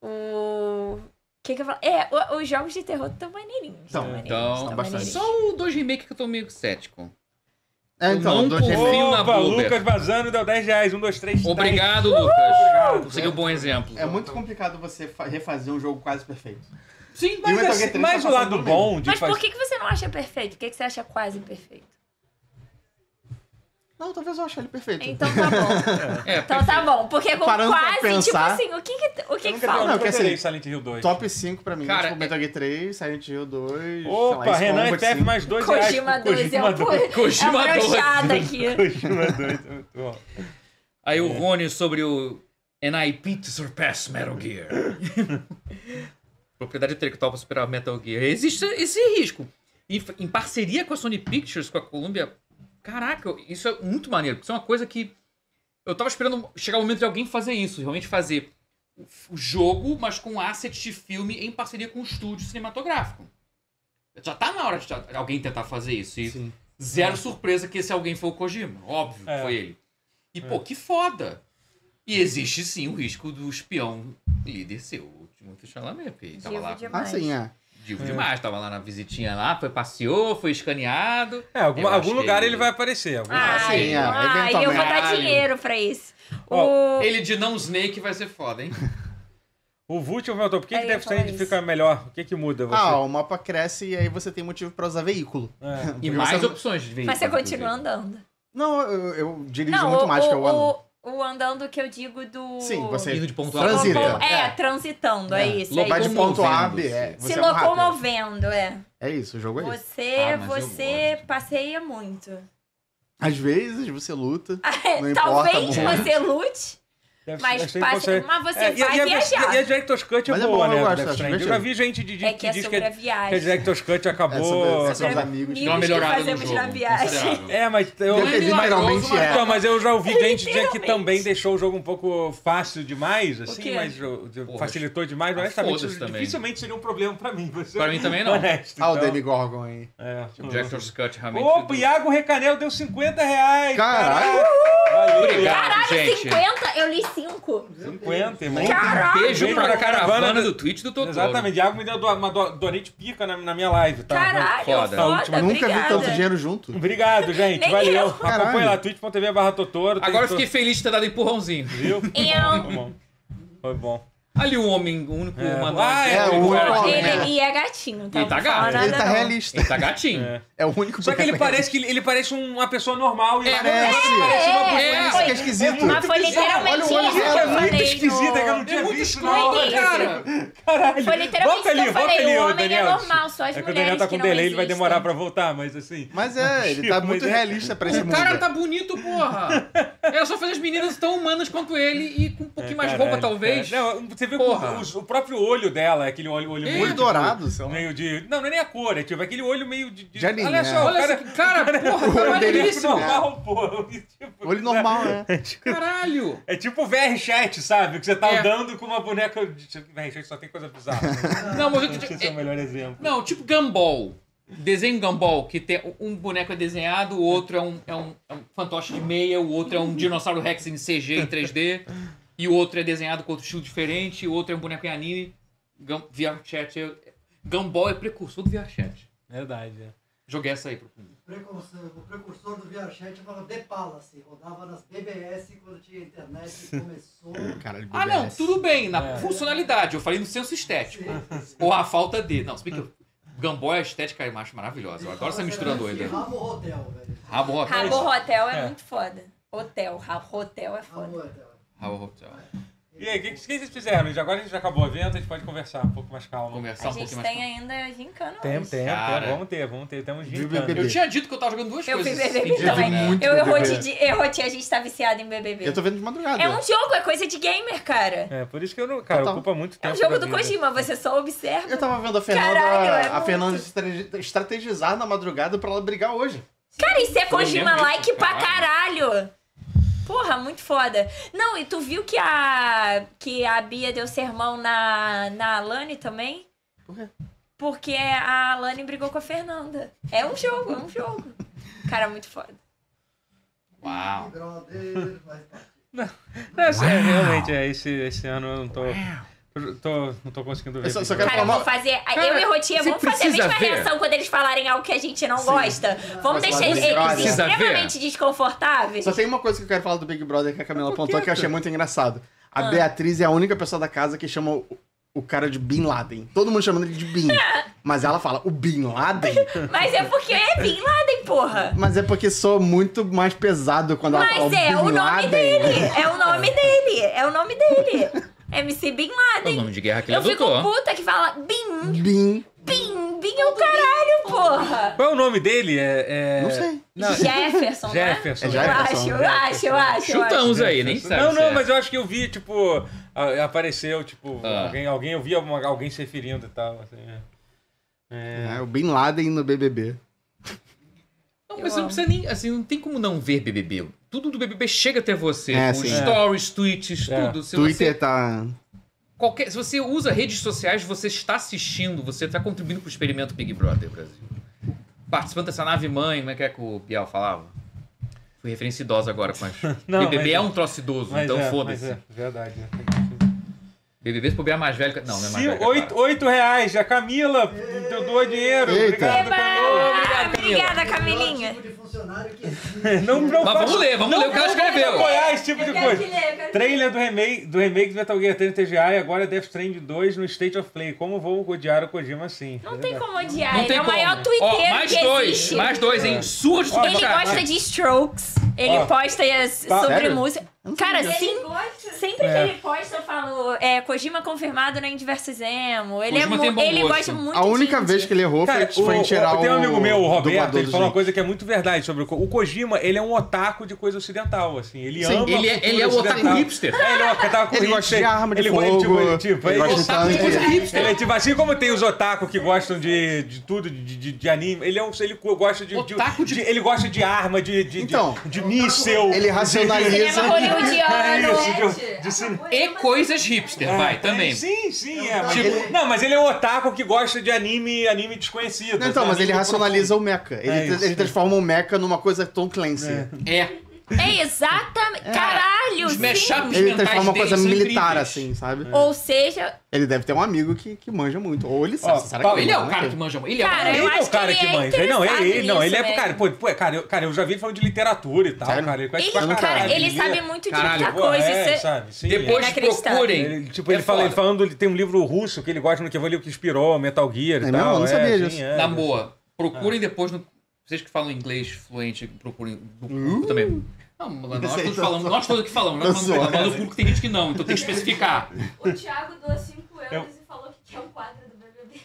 S3: O. que, que eu falo? É, o- os jogos de terror estão maneirinhos. tão maneirinhos, tão
S2: Então,
S3: maneirinhos.
S2: só o 2 remake que eu tô meio cético.
S1: Tá
S4: É, então,
S2: eu não
S4: dois
S2: confio na
S1: Opa,
S2: Bloober.
S1: Lucas Vazano deu 10 reais. 1, 2, 3,
S2: Obrigado,
S1: Uhul!
S2: Lucas.
S1: Uh! Obrigado.
S2: Você deu um bom exemplo.
S4: É muito complicado você fa- refazer um jogo quase perfeito.
S2: Sim,
S1: mas assim, mas
S4: tá
S1: o lado bom de
S3: Mas
S1: faz-
S3: por que, que você não acha perfeito? Por que, que você acha quase perfeito?
S4: Não, talvez eu ache ele perfeito.
S3: Então tá bom.
S1: É.
S2: É.
S3: então tá bom, porque com
S4: Parando pra
S3: quase, tipo
S4: pensar-
S3: assim, o que que, o que, que
S1: Não,
S3: falta?
S1: eu quero
S4: assim,
S1: Silent Hill 2.
S4: Top 5 pra mim.
S1: Cara,
S4: tipo, Metal Gear 3, Silent Hill 2.
S1: Opa,
S4: sei
S1: Renan
S4: lá, Scumba,
S1: e Pepe
S4: assim.
S1: mais dois
S3: Kojima 2, é o Kojima é brochada aqui.
S1: Kojima 2, é muito bom.
S2: Aí o Rony sobre o NIP to surpass Metal Gear. Propriedade intelectual para superar Metal Gear. Existe esse risco. E f- em parceria com a Sony Pictures, com a Columbia, caraca, isso é muito maneiro. Porque isso é uma coisa que eu tava esperando chegar o momento de alguém fazer isso. Realmente fazer o f- o jogo, mas com asset de filme em parceria com o estúdio cinematográfico. Já tá na hora de a- alguém tentar fazer isso. E zero surpresa que esse alguém foi o Kojima. Óbvio que foi ele. E, pô, que foda. E existe sim o risco do espião líder seu, o Timothée Chalamet, porque ele tava
S3: Divo
S2: lá.
S3: demais. Ah, sim, é.
S2: Divo
S1: É.
S2: demais, tava lá na visitinha lá, foi passeou, foi escaneado.
S1: É, algum,
S2: Eu acho
S1: algum
S2: que
S1: lugar ele vai aparecer. algum lugar.
S3: Ah,
S2: sim,
S3: eu-
S2: é,
S3: ah, e eu vou dar
S2: eventualmente.
S3: dinheiro pra isso.
S2: Ó,
S3: o...
S2: Ele de não Snake vai ser foda, hein?
S1: O Vult perguntou, por que,
S3: Aí
S1: que
S3: É, eu ia
S1: Death
S3: falar
S1: Stranding
S3: isso.
S1: fica melhor? O que que muda? Você...
S4: Ah, o mapa cresce e aí você tem motivo pra usar veículo.
S1: É.
S4: Porque você-
S2: opções de
S3: Mas você continua andando.
S4: Não, eu, eu dirijo
S3: Não,
S4: muito
S3: o,
S4: mais que
S3: o-
S4: o Anon.
S3: o- o andando que eu digo do.
S4: Sim, você
S2: Indo de ponto A
S4: transita.
S2: pra ponto
S3: É, transitando, é, isso. é
S4: Vai de
S3: isso.
S4: ponto A a B. É, você
S3: Se
S4: é um hacker.
S3: locomovendo, é.
S4: É isso, o jogo é isso.
S3: Você, você passeia muito. Ah,
S4: Às vezes você luta. não importa
S3: Talvez
S4: muito.
S3: você lute,
S1: Deve-
S3: mas,
S1: achei que
S3: passe... mas você
S1: É, e-
S3: vai
S1: e a-
S3: viajar.
S1: E a Director's Cut é
S4: Mas é
S1: boa,
S4: bom, eu
S1: né? do
S4: gosto,
S1: Death
S4: acho
S1: Stranding. eu
S4: divertido.
S1: já vi gente de,
S3: É que é
S1: diz
S3: sobre
S1: que,
S3: a viagem.
S1: que a Director's Cut acabou...
S4: É sobre- é sobre os amigos.
S3: Deu uma Amigos que melhorada no fazemos jogo, na viagem. considerável.
S1: É, mas eu...
S4: Porque É literalmente milagroso, mas- é.
S1: Então, mas eu já ouvi gente dizer que também deixou o jogo um pouco fácil demais, assim,
S2: quê?
S1: mas eu- eu- facilitou demais, mas honestamente,
S2: foda-se também.
S1: dificilmente seria um problema pra mim. Pra
S2: Pra mim também não.
S4: Ah, o Demi Gorgon aí.
S1: então, É.
S2: Director's Cut realmente.
S1: Opa, Iago Recanel deu 50 reais.
S4: Caralho.
S1: Valeu.
S2: Obrigado,
S3: Caralho,
S2: gente.
S3: 50? Eu li 5.
S1: 50, irmão.
S3: Caralho.
S2: Beijo pra caravana do Twitch do Totoro. né?
S1: Exatamente, Iago me deu do- uma do- donate pica na, na minha live, tá?
S3: Caralho, Foda.
S1: Na
S3: foda,
S1: última.
S4: Nunca vi
S3: É, Obrigada.
S4: tanto dinheiro junto.
S1: Obrigado, gente.
S3: Nem
S1: valeu.
S3: eu.
S1: Acompanha lá, twitch.tv barra Totoro. tem
S2: Agora eu
S1: to-
S2: fiquei feliz de ter dado empurrãozinho.
S1: Viu?
S3: Eu.
S1: Foi bom. Foi bom.
S2: Ali o homem, o único
S1: É.
S2: humano.
S1: Ah, é,
S2: o
S1: o
S2: único
S1: único
S2: humano.
S1: homem.
S3: Ele,
S1: É.
S3: E é gatinho, tá?
S2: Ele tá
S3: Não fala
S2: gato.
S3: nada
S4: né? Ele tá
S3: não.
S4: realista.
S2: Ele tá gatinho. É.
S4: É o único
S1: Só que ele parece que ele parece um, uma pessoa normal e
S4: Parece.
S1: parece uma
S3: É,
S1: pessoa.
S4: Isso que é esquisito.
S3: Mas foi
S4: Olha o
S3: literalmente
S4: olho
S3: isso que
S4: dela.
S3: eu
S1: É muito
S3: falei.
S1: esquisita, que eu não tinha
S2: muito
S1: visto na
S3: escroto,
S1: hora, né? cara.
S3: cara.
S1: Caralho.
S3: Foi literalmente
S1: Volta
S3: isso que
S1: ali,
S3: eu
S1: volta
S3: falei,
S1: ali,
S3: o
S1: ô,
S3: homem é
S1: Daniel.
S3: normal, só as
S1: É que o
S3: mulheres
S1: Daniel tá
S3: que
S1: com
S3: não
S1: delay, ele vai
S3: existem.
S1: demorar pra voltar, mas assim.
S4: Mas é, ele tá
S1: Mas
S4: muito
S1: é-
S4: realista pra esse
S2: O
S4: mundo.
S2: cara tá bonito, porra! Era só fazer as meninas tão humanas quanto ele e com um pouquinho mais
S1: É, Caralho,
S2: roupa, talvez.
S1: cara. Não, você vê
S2: Porra.
S1: o, o- o próprio olho dela, aquele olho, olho
S2: É.
S1: meio
S4: dourado, sei lá.
S1: Meio de. Não, não é nem a cor, é tipo aquele olho meio de. de-
S4: De anime,
S1: olha só,
S4: é.
S1: o
S2: Olha
S1: cara.
S2: cara, cara, porra, tá
S4: olho dele é
S2: maneiríssimo.
S1: normal, pô. Tipo,
S4: Olho normal, né?
S2: Caralho!
S1: É tipo o VR chat, sabe? Que você tá
S2: É.
S1: andando com uma boneca. de- VR chat só tem coisa bizarra. né?
S2: Não, mas eu
S1: Acho que
S2: te-
S1: Esse é o melhor exemplo.
S2: Não, tipo Gumball. Desenho Gumball, que tem um boneco é desenhado, o outro é um, é um, é um fantoche de meia, o outro é um dinossauro Rex em CG em 3D, e o outro é desenhado com outro estilo diferente, e o outro é um boneco em anime. Gum, VRChat. é- Gumball é precursor do VRChat.
S1: Verdade, é.
S2: Joguei essa aí pro público.
S5: Precursor, o precursor do ViaChat fala de palace, rodava nas BBS quando tinha internet e começou.
S4: Caralho,
S2: Ah, não,
S4: BBS.
S2: tudo bem, na funcionalidade, eu falei no senso estético. Ou a falta de. Não, se bem que eu- Gumball é a estética eu acho maravilhosa. Eu adoro essa mistura doida.
S5: Ramo Hotel, velho.
S2: Rabo Hotel.
S3: Rabo Hotel é,
S1: É.
S3: muito foda. Hotel, Ra- Hotel é
S5: Ramo
S3: foda.
S5: Hotel.
S2: Rabo Hotel.
S1: E aí, o que, que vocês fizeram? gente? Agora a gente já acabou o evento, a gente pode conversar um pouco mais calmo.
S2: Conversar
S3: A
S2: um pouquinho
S3: gente
S2: mais.
S3: tem ainda a gincana
S1: Tem,
S3: hoje.
S1: tem,
S2: Cara.
S1: tem. Vamos ter, vamos ter. Temos
S4: Viu,
S1: gincana.
S4: bebê?
S2: Eu tinha dito que eu tava jogando duas
S3: Eu vi
S2: coisas.
S3: BBB
S2: seguidas,
S3: também.
S2: né?
S4: muito
S3: eu
S4: BBB.
S3: errou de, errou de- a gente tá viciado em BBB.
S4: Eu tô vendo de madrugada.
S3: É um jogo, é coisa de gamer, cara.
S1: É, por isso que eu não. Cara,
S4: Total.
S1: ocupa muito
S3: É
S1: tempo.
S3: um jogo
S1: da
S3: do
S1: vida.
S3: Kojima, você só observa.
S4: Eu tava vendo a Fernanda,
S3: Caralho, é
S4: a
S3: muito.
S4: Fernanda estrate- estrategizar na madrugada pra ela brigar hoje.
S3: Cara, isso é Kojima
S2: lembro
S3: like
S2: disso,
S3: pra caralho. Porra, muito foda. Não, e tu viu que a que a Bia deu sermão na na Alane também?
S4: Por quê?
S3: Porque a Alane brigou com a Fernanda. É um jogo, é um jogo. Cara, muito foda.
S2: Uau.
S5: Brother, mas
S1: Não, assim, é, realmente, é, esse, esse ano eu não tô. tô- não tô conseguindo ver.
S4: Eu só- só
S1: Big Brother.
S3: Cara,
S4: quero
S3: vamos
S4: mas-
S3: fazer. eu
S2: Cara,
S3: e Rotinha
S2: você
S3: vamos fazer a
S2: precisa
S3: mesma
S2: ver.
S3: reação quando eles falarem algo que a gente não gosta. Vamos
S4: Mas
S3: deixar
S4: olha,
S3: eles
S4: olha.
S3: extremamente desconfortáveis.
S4: Só tem uma coisa que eu quero falar do Big Brother que a
S3: Ah,
S4: Camila apontou que eu achei muito engraçado. A Beatriz é a única pessoa da casa que chama o, o cara de Bin Laden. Todo mundo chamando ele de Bin. mas ela fala, o Bin Laden?
S3: Mas é porque é Bin Laden, porra.
S4: Mas é porque sou muito mais pesado quando ela fala
S3: Mas é
S4: Bin
S3: o nome
S4: Laden.
S3: dele. É o nome dele. É o nome dele. MC Bin
S2: É o
S3: Laden.
S2: nome de guerra que ele
S3: Eu fico
S2: adotou.
S3: puta que fala Bin,
S4: Bin.
S3: Bin, Bin é o caralho, porra.
S1: Qual é o nome dele? É, é-
S4: Não sei.
S3: Jefferson, né?
S1: Jefferson.
S4: É
S3: Eu acho,
S4: Jefferson.
S3: eu acho, eu acho. eu acho.
S2: Chutamos aí, nem sabe.
S1: Não,
S2: se
S1: não,
S2: é.
S1: mas eu acho que eu vi, tipo, a- apareceu, tipo,
S2: Ah.
S1: alguém, alguém, eu vi alguma- alguém se referindo e tal, assim, é. É.
S4: É, o Bin Laden no BBB.
S2: Não, mas você não precisa nem. Assim, não tem como não ver BBB. Tudo do BBB chega até você.
S4: É,
S2: com
S4: sim.
S2: stories, tweets,
S1: É.
S2: tudo. Se
S4: Twitter
S2: Você,
S4: tá...
S2: qualquer, se você usa redes sociais, você está assistindo, você está contribuindo pro experimento Big Brother Brasil. Participando dessa nave mãe, como é que é que o Biel falava? Fui referência idosa agora, mas.
S1: Não,
S2: BBB
S1: mas
S2: é
S1: é.
S2: um troço idoso,
S1: Mas
S2: então
S1: é,
S2: foda-se.
S1: mas é, verdade. né?
S2: BBB se bobear mais velho. que- Não, não é mais
S1: Se-
S2: velho. que a
S1: oito, oito reais, a Camila deu doou dinheiro.
S4: Eita.
S1: Obrigado,
S3: Eba!
S1: Camila.
S2: Obrigado, Camila.
S3: Obrigada,
S5: é o
S3: Camilinha.
S5: tipo de funcionário que existe.
S1: Não, não
S2: Mas vamos ler, vamos ler o que ela escreveu.
S1: apoiar esse tipo de
S3: Eu quero
S1: coisa.
S3: te ler, eu quero te
S1: Trailer do remake, do remake do Metal Gear 3 TGA e agora é Death Stranding 2 no State of Play. Como vou odiar o Kojima assim?
S3: Não tem como odiar,
S2: Não
S3: ele
S2: tem
S3: é o
S2: como.
S3: maior twitteiro
S2: Ó, mais
S3: que
S2: dois,
S3: existe.
S2: mais dois, hein? Surge
S3: Ele gosta de strokes. Ele
S1: Ó.
S3: posta as-
S1: Tá.
S3: sobre
S1: Sério?
S3: música.
S1: Eu não
S3: Cara,
S1: sabia.
S3: sim,
S1: Ele
S3: sempre
S1: É.
S3: que ele posta, eu falo é, Kojima confirmado na Indie vs. Emo. Ele, é
S4: Kojima
S3: mu-
S4: tem bom
S3: ele
S4: gosto.
S3: gosta muito
S4: A única
S3: de
S4: vez que ele errou foi-
S1: Cara,
S4: foi
S1: o-
S4: em tirar
S1: o- Tem um
S4: o
S1: amigo meu, o Roberto,
S4: dublador
S1: ele
S4: do
S1: falou uma
S4: jogo.
S1: coisa que é muito verdade sobre o, Ko- o Kojima. Ele é um otaku de coisa ocidental, assim. Ele
S4: Sim.
S1: ama.
S4: Ele é-
S1: a cultura
S4: ele é o otaku
S1: ocidental.
S4: hipster.
S1: É, ele é o otaku
S4: Ele
S1: hipster.
S4: gosta de arma de
S1: ele gosta- ele,
S4: fogo,
S1: tipo, ele, tipo,
S4: ele
S1: ele,
S4: gosta de
S1: otaku
S4: tanque.
S1: coisa hipster. Ele é tipo assim como tem os otaku que gostam de, de tudo, de, de, de anime. Ele é um, ele gosta de, de- de- ele gosta de arma, de de,
S4: Então,
S1: de, de míssel.
S4: ele racionaliza. Ele é
S1: É isso, de-
S2: E coisas hipster,
S1: É,
S2: vai, também.
S1: Sim, sim, é. Mas
S2: Tipo-
S1: ele- não, mas ele é um otaku que gosta de anime, anime desconhecido.
S4: Não, então, mas
S1: sabe? um
S4: ele racionaliza o mecha. Ele,
S1: É isso.
S4: ele transforma o mecha numa coisa Tom Clancy.
S2: É.
S3: É exatamente. Caralho,
S2: Os
S3: sim.
S2: mashups
S4: Ele transforma uma coisa
S2: são
S4: militar,
S2: incríveis.
S4: assim, sabe?
S1: É.
S3: Ou seja,
S4: Ele deve ter um amigo que, que manja muito. Ou ele sabe.
S1: Ó,
S4: será
S1: Paulo,
S4: que
S1: ele é o
S4: manja?
S1: cara que manja
S2: Ele
S3: Cara,
S1: ele é
S3: eu
S1: o
S3: acho
S1: cara
S3: que
S1: que
S3: ele é
S1: manja. Não, é
S3: interessado
S1: ele, não, ele é
S3: nisso, né?
S1: cara, pô, pô, cara, eu, cara, eu já vi ele falando de literatura e tal, cara, ele conhece
S3: Ele-
S1: pra
S3: cara,
S1: caralho,
S3: ele sabe
S1: lê-
S3: muito de muita coisa, isso
S1: É,
S3: é-
S1: sabe? Sim,
S2: Depois
S1: é.
S2: Inacreditável. procurem.
S1: Ele, tipo,
S2: É
S1: ele fala, ele
S2: foda.
S1: falando, ele tem um livro russo que ele gosta, no que eu vou ler o que inspirou Metal Gear e tal.
S4: É mesmo? Eu não sabia
S1: sim,
S4: disso.
S1: é, Ah.
S2: Na
S1: isso.
S2: boa, procurem depois no. Vocês que falam inglês fluente, procurem do
S1: Uh.
S2: público também. Não, nós
S4: Esse aí
S2: todos
S4: tá
S2: falamos,
S4: zoado.
S2: nós todos que falamos,
S4: Tá
S2: nós falamos,
S4: zoado.
S2: mas no público tem gente que não, então tem que especificar.
S6: O Thiago doou 5 euros e falou que quer um quadro do BBB.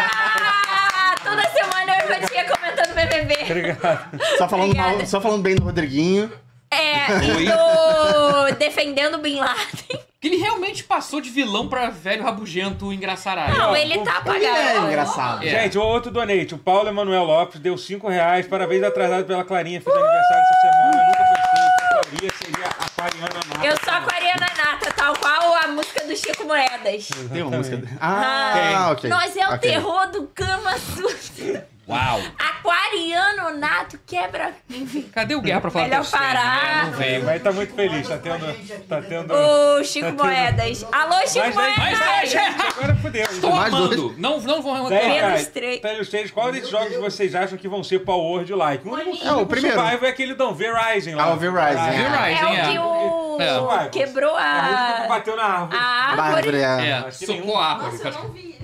S3: ah, toda semana eu e a tia comentando BBB.
S1: Obrigado.
S4: Só falando,
S3: Obrigada.
S4: mal- só falando bem do Rodriguinho.
S3: É, e
S4: Oi.
S3: do defendendo o Bin Laden.
S2: Que ele realmente passou de vilão pra velho rabugento engraçaralho.
S3: Não, ele tá apagado.
S2: É.
S1: Gente, o outro donate, o Paulo Emanuel Lopes deu 5 reais, parabéns atrasado pela Clarinha, fez aniversário essa semana, eu nunca pensei que a Clarinha seria aquariana nata.
S3: Eu sou aquariana nata, tal qual a música do Chico Moedas.
S4: Tem uma música. Ah, ok.
S3: Nós é o
S4: Ok.
S3: terror do Kama Sutra.
S2: Uau!
S3: Aquariano nato quebra. Enfim.
S2: Cadê o Guerra pra falar
S3: Melhor
S2: desse tema,
S3: parar.
S2: né? Não veio.
S1: Mas tá muito feliz, tá tendo. Tá tendo
S3: Ô, Chico
S1: tá tendo-
S3: Moedas. Alô, Chico
S1: Mais dez- mais dez,
S3: Moedas!
S1: gente, agora fodeu.
S2: Estou Mais amando. dois. Não, não vão
S1: Dez
S2: reclamar.
S1: reais.
S2: Menos
S3: três.
S1: Tá, os três, qual desses jogos vocês acham que vão ser Power de like? O único
S4: É, o primeiro.
S1: survival é aquele Don't Verizon lá.
S4: Ah, o Verizon, é.
S3: É o que
S1: É.
S3: o. Quebrou
S1: A
S3: a.
S1: música bateu na árvore.
S2: Ah,
S3: A árvore.
S4: Bárbara, é.
S2: É,
S1: um.
S2: socou a árvore.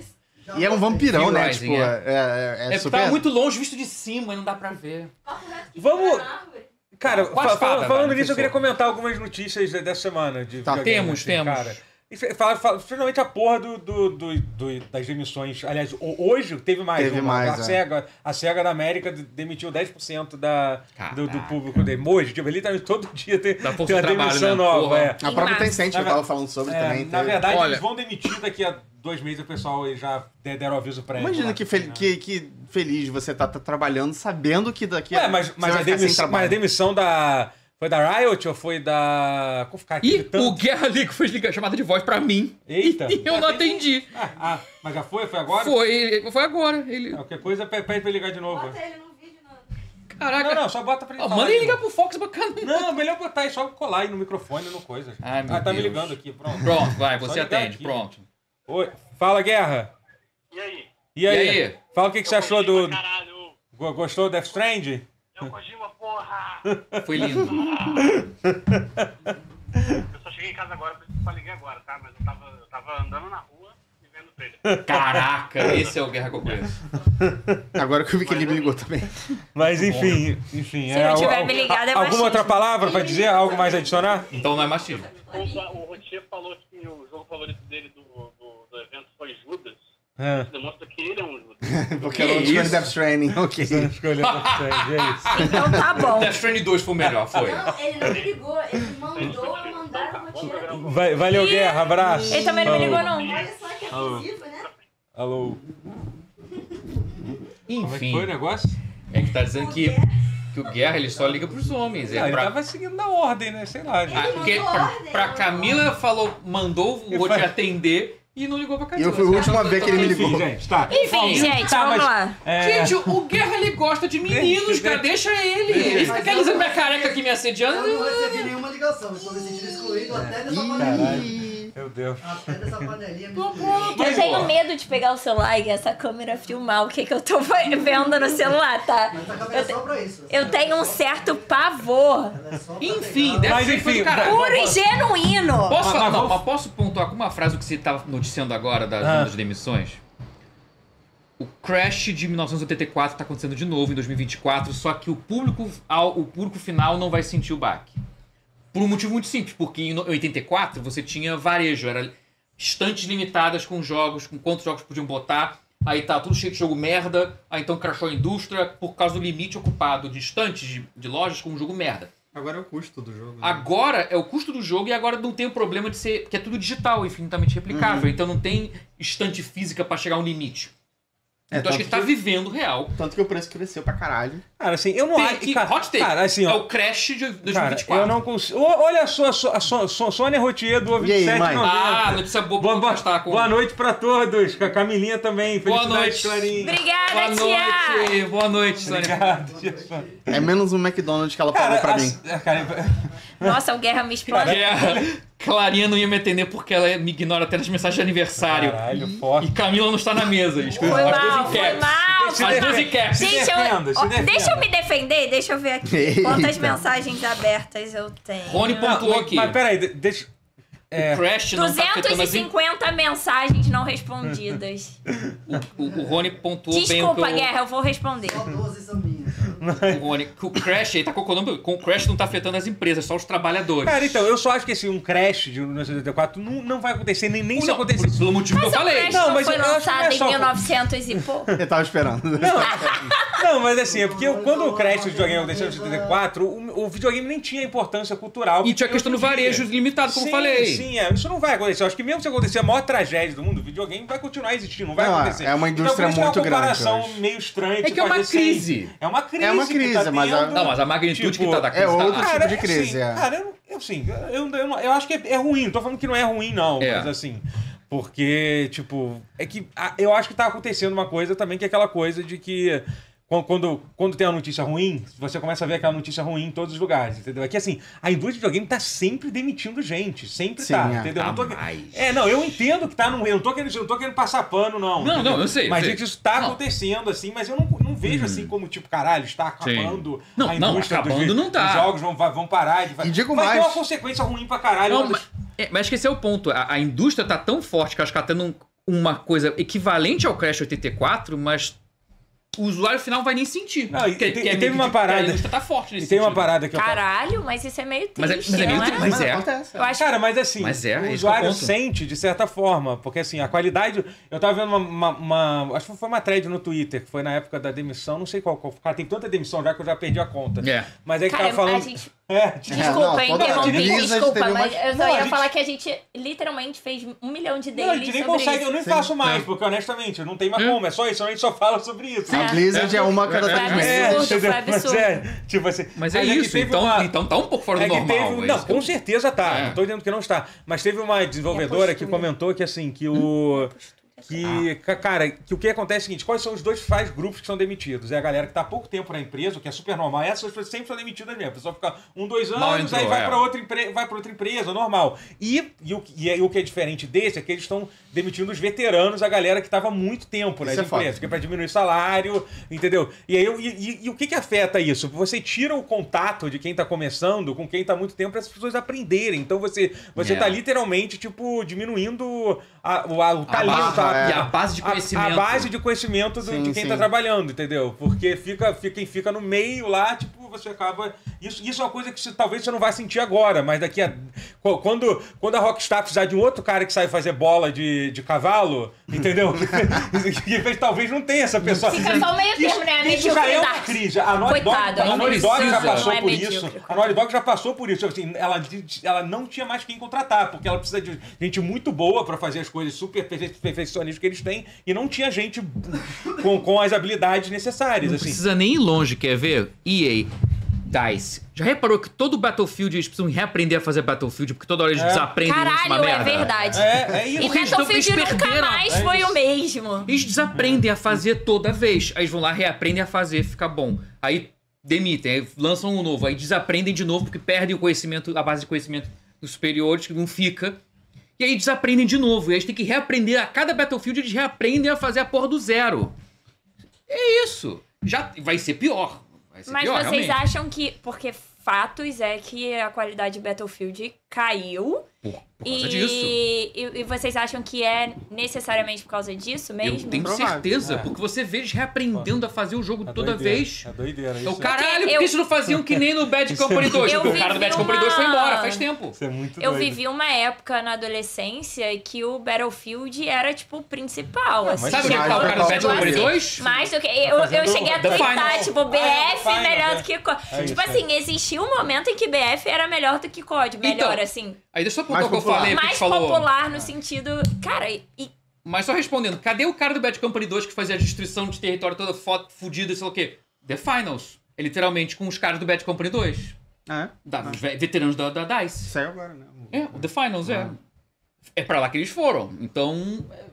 S4: E é um vampirão, né?
S2: Rising,
S4: Tipo,
S2: é.
S4: é, é, é
S2: É,
S4: super.
S2: tá muito longe, visto de cima, e não dá pra ver.
S1: Vamos. Cara,
S2: Com
S1: fa-
S2: a
S1: fa-
S2: espada,
S1: falando
S2: vai,
S1: nisso, eu
S2: professor.
S1: queria comentar algumas notícias de- dessa semana. De
S2: Tá.
S1: videogame, assim,
S2: Temos, temos.
S1: E fe- fala- fala- finalmente a porra do, do- do- do- das demissões. Aliás, ho- hoje teve mais.
S4: Teve
S1: uma.
S4: mais,
S1: a,
S4: é.
S1: SEGA, a SEGA da América de- demitiu 10% da, do, do público dele. Hoje, tipo, literalmente todo dia tem, tem uma
S2: força de trabalho,
S1: demissão
S2: né?
S1: nova.
S2: Porra.
S1: É.
S2: A própria
S1: Na-
S4: Tencent,
S1: na
S4: eu
S1: ve-
S4: tava falando sobre
S1: é,
S4: também,
S1: Na
S4: teve.
S1: verdade,
S4: Olha-
S1: eles vão demitir daqui a dois meses o pessoal e já de- deram aviso prévio.
S4: Imagina
S1: lá.
S4: que, fel- que, que feliz você tá, tá trabalhando sabendo que daqui
S1: Ué, mas,
S4: você
S1: mas,
S4: vai
S1: a
S4: ficar sem
S1: demissão, mas a
S4: trabalho.
S1: demissão da. Foi da Riot ou foi da. Como ficar
S2: E
S1: aqui tanto? É.
S2: o Guerra League foi ligar- chamada de voz pra mim.
S1: Eita!
S2: E eu não atendi.
S1: Ah, mas já foi? Foi agora?
S2: Foi, foi agora. Ele...
S1: Qualquer coisa, pe- pede pra ele ligar de novo. Bota ele no vídeo,
S2: Caraca.
S1: Não, não, só bota pra ele.
S2: Ó,
S1: falar
S2: manda ele
S1: de
S2: ligar
S1: novo.
S2: pro Fox bacana.
S1: Não, melhor botar aí, só colar aí no microfone, no coisa.
S2: Ai, meu
S1: ah, tá me
S2: Deus.
S1: ligando aqui, pronto.
S2: Pronto, vai, você
S1: Só ligar
S2: atende,
S1: aqui.
S2: pronto.
S1: Oi, fala, Guerra. E aí?
S2: E aí?
S1: Fala o que, que você achou do. Go- Gostou do Death Strand?
S2: É
S1: Eu
S21: Kojima,
S1: porra!
S2: Foi lindo.
S21: Eu só cheguei em casa agora, por isso que só liguei agora, tá? Mas eu tava, eu tava andando na rua e vendo o trailer.
S2: Caraca, esse é o Guerra que eu conheço.
S4: Agora que eu vi que ele me ligou também.
S1: Mas enfim, enfim.
S2: Se não
S1: al-
S2: tiver
S1: al-
S2: me ligado, é
S1: Alguma
S2: machismo.
S1: outra palavra pra dizer? Algo mais a adicionar?
S2: Então não é machismo.
S21: O, o Rotier falou que o jogo favorito dele do, do, do evento foi Judas.
S1: É.
S21: Isso demonstra que ele é um Judas.
S4: Porque
S2: É
S4: eu não escolhi Death Stranding, É ok.
S1: escolheu Death Stranding, é isso.
S3: Então tá bom.
S2: Death Stranding 2 foi o melhor, foi.
S6: Não, ele não me ligou, ele mandou, eu mandaram o roteiro.
S1: Va- valeu, Guerra. Abraço.
S3: Ele também não me ligou, não.
S6: Olha só que
S1: Alô.
S6: adesivo, né?
S1: Alô.
S2: Enfim.
S1: Como é que foi o negócio?
S2: É que tá dizendo que, que o Guerra ele só liga pros homens. É
S1: Ah, ele
S2: pra-
S1: tava seguindo na ordem, né? Sei lá.
S2: Ah, porque pra,
S1: né?
S2: pra Camila falou, mandou o outro atender e não ligou pra Camila.
S4: Eu fui o último a ver que ele me ligou.
S1: Enfim, gente, tá.
S2: Enfim, gente,
S1: mas-
S2: vamos lá.
S1: é,
S2: Gente, o Guerra ele gosta de meninos,
S1: Deixa,
S2: cara. Deixa ele. Ele fica aquela minha careca aqui me assediando.
S5: Eu não recebi nenhuma ligação, eu estou me sentindo excluído até dessa panelinha.
S1: Meu Deus.
S5: Até dessa panelinha. me
S3: Eu
S5: excluído.
S3: tenho medo de pegar o celular e essa câmera filmar o que, que eu tô vendo no celular, tá? Eu,
S5: é
S3: te- eu tenho um certo pavor.
S2: Enfim, deve
S3: Mas
S2: ser
S3: enfim, né?
S2: do caralho.
S3: puro e genuíno.
S2: Posso, falar- não, mas posso pontuar com uma frase o que você estava noticiando agora das ondas de demissões? o Crash de 1984 está tá acontecendo de novo em 2024, só que o público, ao- o público final não vai sentir o baque. Por um motivo muito simples, porque em no- 84 você tinha varejo, era estantes limitadas com jogos, com quantos jogos podiam botar, aí tá tudo cheio de jogo merda, aí então crashou a indústria por causa do limite ocupado de estantes, de, de lojas com um jogo merda.
S10: Agora é o custo do jogo. né?
S2: Agora é o custo do jogo e agora não tem o problema de ser. que é tudo digital, infinitamente replicável.
S10: Uhum.
S2: Então não tem estante física para chegar a um limite.
S4: É,
S2: então acho que, tá
S4: tanto que-
S2: vivendo real.
S4: Tanto que o preço cresceu pra caralho.
S1: Cara, assim, eu não
S2: Tem
S1: acho.
S2: que-
S1: Cara,
S2: hot take.
S1: cara, assim, ó.
S2: é o crash de
S1: Cara,
S2: 2024.
S1: eu não consigo. Ô, Olha só, a so, a so, so, Sônia Rotier do 2790.
S2: Ah, notícia boa pra contrastar com.
S1: Boa noite pra todos. Com a Camilinha também.
S2: Boa
S1: Felicidades,
S2: noite.
S1: Clarinha.
S3: Obrigada, tia!
S2: Boa noite, Sônia.
S1: Obrigado, tia Sônia.
S4: É menos um McDonald's que ela pagou pra mim.
S3: Nossa, o Guerra me explode.
S2: Guerra. Clarinha não ia me atender porque ela me ignora até nas mensagens de aniversário. Caralho,
S1: forte.
S2: E Camila não está na mesa. Escuta,
S3: Foi
S2: as
S3: mal,
S2: duas em
S3: foi
S2: caps.
S3: mal.
S2: As
S3: foi mal.
S2: duas em caps.
S3: Gente, eu- ó, deixa eu me defender, deixa eu ver aqui quantas
S1: Eita.
S3: mensagens abertas eu tenho.
S1: Não, mas- Mas peraí, de- deixa. É,
S2: tá
S3: 250 mensagens não respondidas.
S2: O, o Rony pontuou bem o
S3: Desculpa,
S2: que eu-
S3: Guerra, eu vou responder.
S2: o Rony, que o crash aí tá concordando com o crash não tá afetando as empresas, só os trabalhadores.
S1: Cara, então, eu só acho que esse um crash de 1984 não, não vai acontecer, nem, nem se acontecer.
S2: Pelo motivo
S3: Mas é o Crash não, é foi lançado em 1900 e pouco.
S4: Eu tava esperando.
S1: Não, mas assim, é porque eu- quando o crash do videogame aconteceu em 1984, o, o videogame nem tinha importância cultural.
S2: E tinha a questão do varejo limitado, como eu
S1: sim,
S2: falei.
S1: Sim, é, isso não vai acontecer. Eu acho que mesmo se acontecer a maior tragédia do mundo, o videogame vai continuar existindo, não vai
S4: Não,
S1: acontecer.
S4: é uma indústria
S1: então, por isso que
S4: muito
S1: é uma
S4: grande,
S1: comparação
S4: eu acho.
S1: meio estranha.
S2: É
S1: tipo,
S2: que é uma
S1: a de cem.
S2: crise.
S1: É uma crise.
S4: É uma
S1: que
S4: crise,
S1: tá
S4: mas a-
S1: tendo.
S4: Não, mas a magnitude
S1: Tipo,
S4: que tá da crise é tá- outro tipo
S1: Cara,
S4: de crise,
S1: assim,
S4: é.
S1: Cara, eu, eu, assim, eu, eu, não- eu acho que é, é ruim. Não tô falando que não é ruim, não.
S2: É.
S1: Mas assim, porque, tipo, é que ah, eu acho que tá acontecendo uma coisa também, que é aquela coisa de que quan- quando, quando tem uma notícia ruim, você começa a ver aquela notícia ruim em todos os lugares, entendeu? É que assim, a indústria de videogame tá sempre demitindo gente. Sempre
S2: Sim,
S1: tá,
S2: é.
S1: entendeu?
S2: Tá
S1: Não tô-
S2: mais.
S1: É, não, eu entendo que tá num. Eu não tô querendo, eu não tô querendo passar pano, não.
S2: Não,
S1: entendeu?
S2: não, eu sei, eu
S1: Mas
S2: sei.
S1: gente, isso tá acontecendo, assim, mas eu não, não vejo assim como, tipo, caralho, está
S2: Hum. Sim.
S1: acabando.
S2: Não,
S1: a
S2: não,
S1: indústria dos
S2: acabando
S1: vi-
S2: não tá.
S1: Os jogos vão, vão parar de fazer. E digo Vai ter
S2: mais.
S1: uma consequência ruim pra caralho.
S2: Não, mas, é, mas acho que esse é o ponto. A, a indústria tá tão forte que eu acho que ela tá tendo um- uma coisa equivalente ao Crash 84, mas o usuário final vai nem sentir. é,
S1: Não, e
S2: Porque-
S1: te-
S2: porque
S1: e
S2: a
S1: teve uma parada-
S2: A indústria tá forte
S1: E
S2: nesse
S1: tem uma
S2: sentido.
S1: parada que eu
S3: Caralho, mas isso é meio triste,
S1: Mas é- mas é meio
S3: não é?
S1: triste,
S5: tá?
S1: mas é.
S3: Eu acho
S1: Cara, mas assim,
S2: Mas é, é isso
S1: o
S2: que
S1: usuário
S2: eu conto.
S1: sente de certa forma, porque assim, a qualidade. Eu tava vendo uma. uma- uma- acho que foi uma thread no Twitter, que foi na época da demissão, não sei qual. qual- cara, tem tanta demissão já que eu já perdi a conta.
S2: É.
S1: Mas é que
S3: Cara,
S1: tava falando.
S3: a gente-
S1: É, tipo-
S3: Desculpa, hein, interrompi.
S1: Blizzard
S3: Desculpa,
S1: teve uma-
S3: mas
S1: Não,
S3: eu só
S1: a
S3: ia
S1: gente-
S3: falar que a gente literalmente fez um milhão de
S1: Não,
S3: dailies
S1: a gente nem
S3: sobre
S1: consegue,
S3: isso.
S1: eu nem faço mais, porque honestamente, não tem mais como, é só isso, a gente só fala sobre isso.
S4: A Blizzard é uma a cada três meses.
S1: entendeu?
S4: Foi
S1: Mas
S4: absurdo.
S1: é, tipo assim,
S2: Mas é
S1: que
S2: isso,
S1: teve
S2: então- então tá um pouco fora do
S1: é que
S2: normal, É.
S1: teve-
S2: mas-
S1: não, com certeza tá, não tô dizendo que não está. Mas teve uma desenvolvedora que comentou que assim, que o... Que, ca- cara, que o que acontece é o seguinte, quais são os dois faz grupos que são demitidos? É a galera que tá há pouco tempo na empresa, o que é super normal, e essas pessoas sempre são demitidas mesmo. A pessoa fica um, dois
S2: Mal
S1: anos,
S2: entrou,
S1: aí vai
S2: é.
S1: pra outra, empre- vai pra outra empresa, normal. E, e, o, que- e aí o que é diferente desse é que eles estão demitindo os veteranos, a galera que tava há muito tempo né,
S4: Isso
S1: de
S4: é foda.
S1: empresa, que é pra diminuir salário, entendeu? E, aí, eu- e, e- e o que, que afeta isso? Você tira o contato de quem tá começando com quem tá há muito tempo para as pessoas aprenderem. Então você, você
S2: É.
S1: tá literalmente, tipo, diminuindo a- o, a- o talento.
S2: barra, é. E a base de conhecimento.
S1: Tá A, base de conhecimento do-
S2: Sim,
S1: de quem
S2: sim.
S1: tá trabalhando, entendeu? Porque fica, fica, quem fica no meio lá, tipo, você acaba. Isso, isso é uma coisa que você- talvez você não vai sentir agora, mas daqui a. qu- Quando, quando a Rockstar precisar de um outro cara que sai fazer bola de, de cavalo, entendeu? Que talvez não tenha essa pessoa.
S3: Fica só meio
S1: Isso-
S3: termo, né?
S1: Isso já é uma
S3: Mediocridade.
S1: crise. A Naughty Dog,
S3: Coitado,
S1: a
S3: não
S1: Naughty Dog já
S3: precisa.
S1: passou
S3: Não é
S1: por isso.
S3: medíocre,
S1: A Naughty Dog já passou por isso. Assim, ela, ela não tinha mais quem contratar, porque ela precisa de gente muito boa para fazer as coisas super perfe- perfeccionistas que eles têm e não tinha gente com, com as habilidades necessárias.
S2: Não
S1: assim.
S2: precisa nem ir longe, quer ver? EA, DICE. Já reparou que todo Battlefield eles precisam reaprender a fazer Battlefield, porque toda hora eles
S1: É.
S2: desaprendem e lançam uma
S3: Caralho, é
S2: merda.
S3: verdade. E
S2: Porque eles não- eles
S3: Battlefield nunca
S2: perderam.
S3: mais
S2: É
S3: foi
S2: isso.
S3: o mesmo.
S2: Eles desaprendem a fazer toda vez. Aí eles vão lá, reaprendem a fazer, fica bom. Aí demitem, aí lançam um novo. Aí desaprendem de novo, porque perdem o conhecimento, a base de conhecimento dos superiores, que não fica. E aí desaprendem de novo. E aí eles têm que reaprender. A cada Battlefield eles reaprendem a fazer a porra do zero. É isso. Já vai ser pior. Vai ser
S3: Mas
S2: pior,
S3: vocês
S2: realmente.
S3: acham que. Porque fatos é que a qualidade de Battlefield caiu.
S2: por, por causa
S3: E,
S2: disso.
S3: e- e vocês acham que é necessariamente por causa disso mesmo?
S2: Eu tenho certeza, porque você vê eles reaprendendo a fazer o jogo toda
S1: doideira,
S2: vez.
S1: É doideira
S2: Eu,
S1: isso.
S2: caralho, por que eles não faziam que nem no Bad
S1: Isso é
S2: Company 2?
S1: muito
S2: Porque o cara do Bad
S3: vivi
S2: Company 2 foi
S3: uma-
S2: embora, faz tempo.
S1: Isso é muito
S3: Eu
S1: doido.
S3: vivi uma época na adolescência que o Battlefield era, tipo, o principal. assim. Tipo,
S2: Sabe o que é o cara do Bad Company 2?
S3: Mas eu, eu,
S2: Tá fazendo
S3: eu cheguei a
S2: The
S3: twittar,
S2: Finals.
S3: tipo, BF
S2: Ah, é The Finals,
S3: melhor
S2: é.
S3: do que COD.
S2: É
S3: tipo
S2: isso,
S3: assim, existia um momento em que BF era melhor do que COD. Melhor,
S2: Então,
S3: assim.
S2: Aí deixa eu só
S3: Mais
S2: apontar o que eu falei, porque a
S3: mais
S2: gente falou. Ah.
S3: popular no sentido. Cara, e. e-
S2: Mas só respondendo, cadê o cara do Bad Company 2 que fazia a destruição de território toda foto fudida e sei lá o quê? The Finals. É literalmente com os caras do Bad Company 2.
S4: Ah, é?
S2: Da, os ve- veteranos da, da DICE.
S4: Saiu agora, né?
S2: É, o The Finals,
S1: Ah.
S2: é. É pra lá que eles foram. Então, é,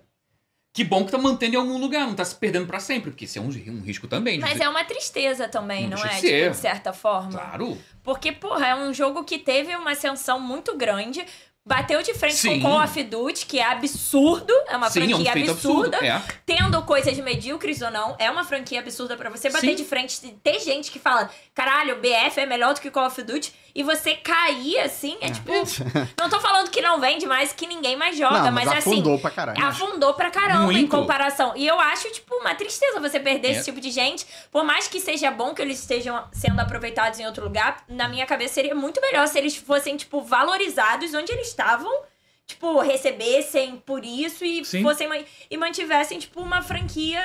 S2: que bom que tá mantendo em algum lugar, não tá se perdendo pra sempre, porque isso é um, um risco também. de
S3: Mas
S2: dizer-
S3: é uma tristeza também,
S2: Não
S3: não,
S2: deixa de
S3: é?
S2: ser.
S3: Tipo, de certa forma.
S2: Claro.
S3: Porque, porra, é um jogo que teve uma ascensão muito grande. Bateu de frente
S2: Sim.
S3: com Call of Duty, que é absurdo. É uma
S2: Sim, é um
S3: franquia
S2: feito absurdo,
S3: absurda.
S2: é.
S3: Tendo coisas medíocres ou não, é uma franquia absurda pra você bater
S2: Sim.
S3: de frente. Ter gente que fala, caralho, BF é melhor do que Call of Duty. E você cair assim, é, tipo. Não tô falando que não vende mais, que ninguém mais joga,
S4: Não,
S3: mas,
S4: mas
S3: assim.
S4: afundou pra caralho.
S3: Afundou pra caramba em
S4: Muito.
S3: comparação. E eu acho, tipo, uma tristeza você perder
S4: É.
S3: esse tipo de gente. Por mais que seja bom que eles estejam sendo aproveitados em outro lugar, na minha cabeça seria muito melhor se eles fossem, tipo, valorizados onde eles estavam. Tipo, recebessem por isso e
S2: Sim.
S3: fossem ma- e mantivessem, tipo, uma franquia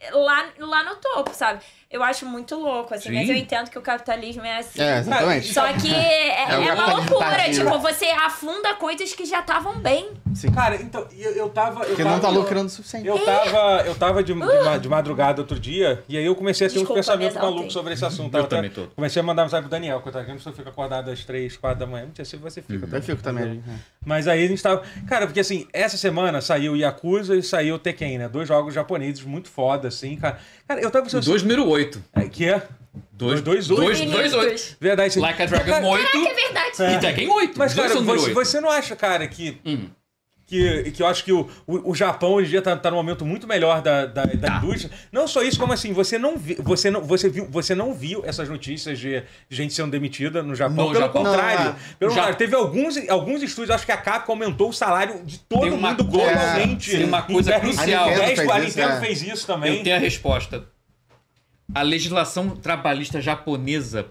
S3: eh, lá, lá no topo, sabe? Eu acho muito louco, assim,
S4: Sim.
S3: mas eu entendo que o capitalismo é assim.
S4: É, exatamente.
S3: Só que é,
S4: É
S3: é
S4: o
S3: uma
S4: capitalismo
S3: loucura,
S4: tardio.
S3: tipo, você afunda coisas que já estavam bem.
S1: Cara, então, eu, eu tava. Eu
S4: Porque
S1: tava,
S4: não tá lucrando o suficiente.
S1: Eu tava, eu tava de, de ma- de madrugada outro dia, e aí eu comecei a ter uns
S4: Desculpa,
S1: pensamentos
S4: me exaltei.
S1: malucos sobre esse assunto.
S4: Eu
S1: até-
S4: também tô.
S1: Comecei a mandar mensagem pro Daniel, coitado, que eu não só fico acordado às 3, 4 da manhã. Não sei se você fica.
S4: Eu fico também.
S1: Mas aí a gente tava. Cara, porque assim, essa semana saiu Yakuza e saiu Tekken, né? Dois jogos japoneses muito foda, assim, cara. Cara, eu tava pensando.
S2: Dois número 8.
S1: que é?
S2: Dois,
S1: dois,
S2: dois-
S1: oito.
S2: dois oito.
S1: Verdade, sim.
S2: Like a Dragon
S1: Cara,
S2: 8.
S3: Caraca, é verdade.
S1: É.
S2: E Tekken 8.
S1: Mas,
S2: Os dois
S1: cara,
S2: são número
S1: você,
S2: oito.
S1: você não acha, cara, que.
S2: Hum.
S1: Que, que eu acho que o, o, o Japão hoje em dia tá, tá num momento muito melhor da, da, da
S2: Tá.
S1: indústria. Não só isso, como assim, você não, vi, você não, você viu, você não viu essas notícias de gente sendo demitida no Japão.
S2: No
S1: pelo
S2: Japão.
S1: contrário.
S2: Não, é.
S1: Pelo
S2: Já-
S1: contrário, teve alguns, alguns estúdios, acho que a Capcom aumentou o salário de todo
S2: Tem uma
S1: mundo
S2: coisa- é,
S1: globalmente.
S2: tem uma coisa
S1: Em dez-
S2: crucial.
S1: em dez- A Nintendo,
S2: é.
S1: fez isso né? também.
S2: Eu tenho a resposta. A legislação trabalhista japonesa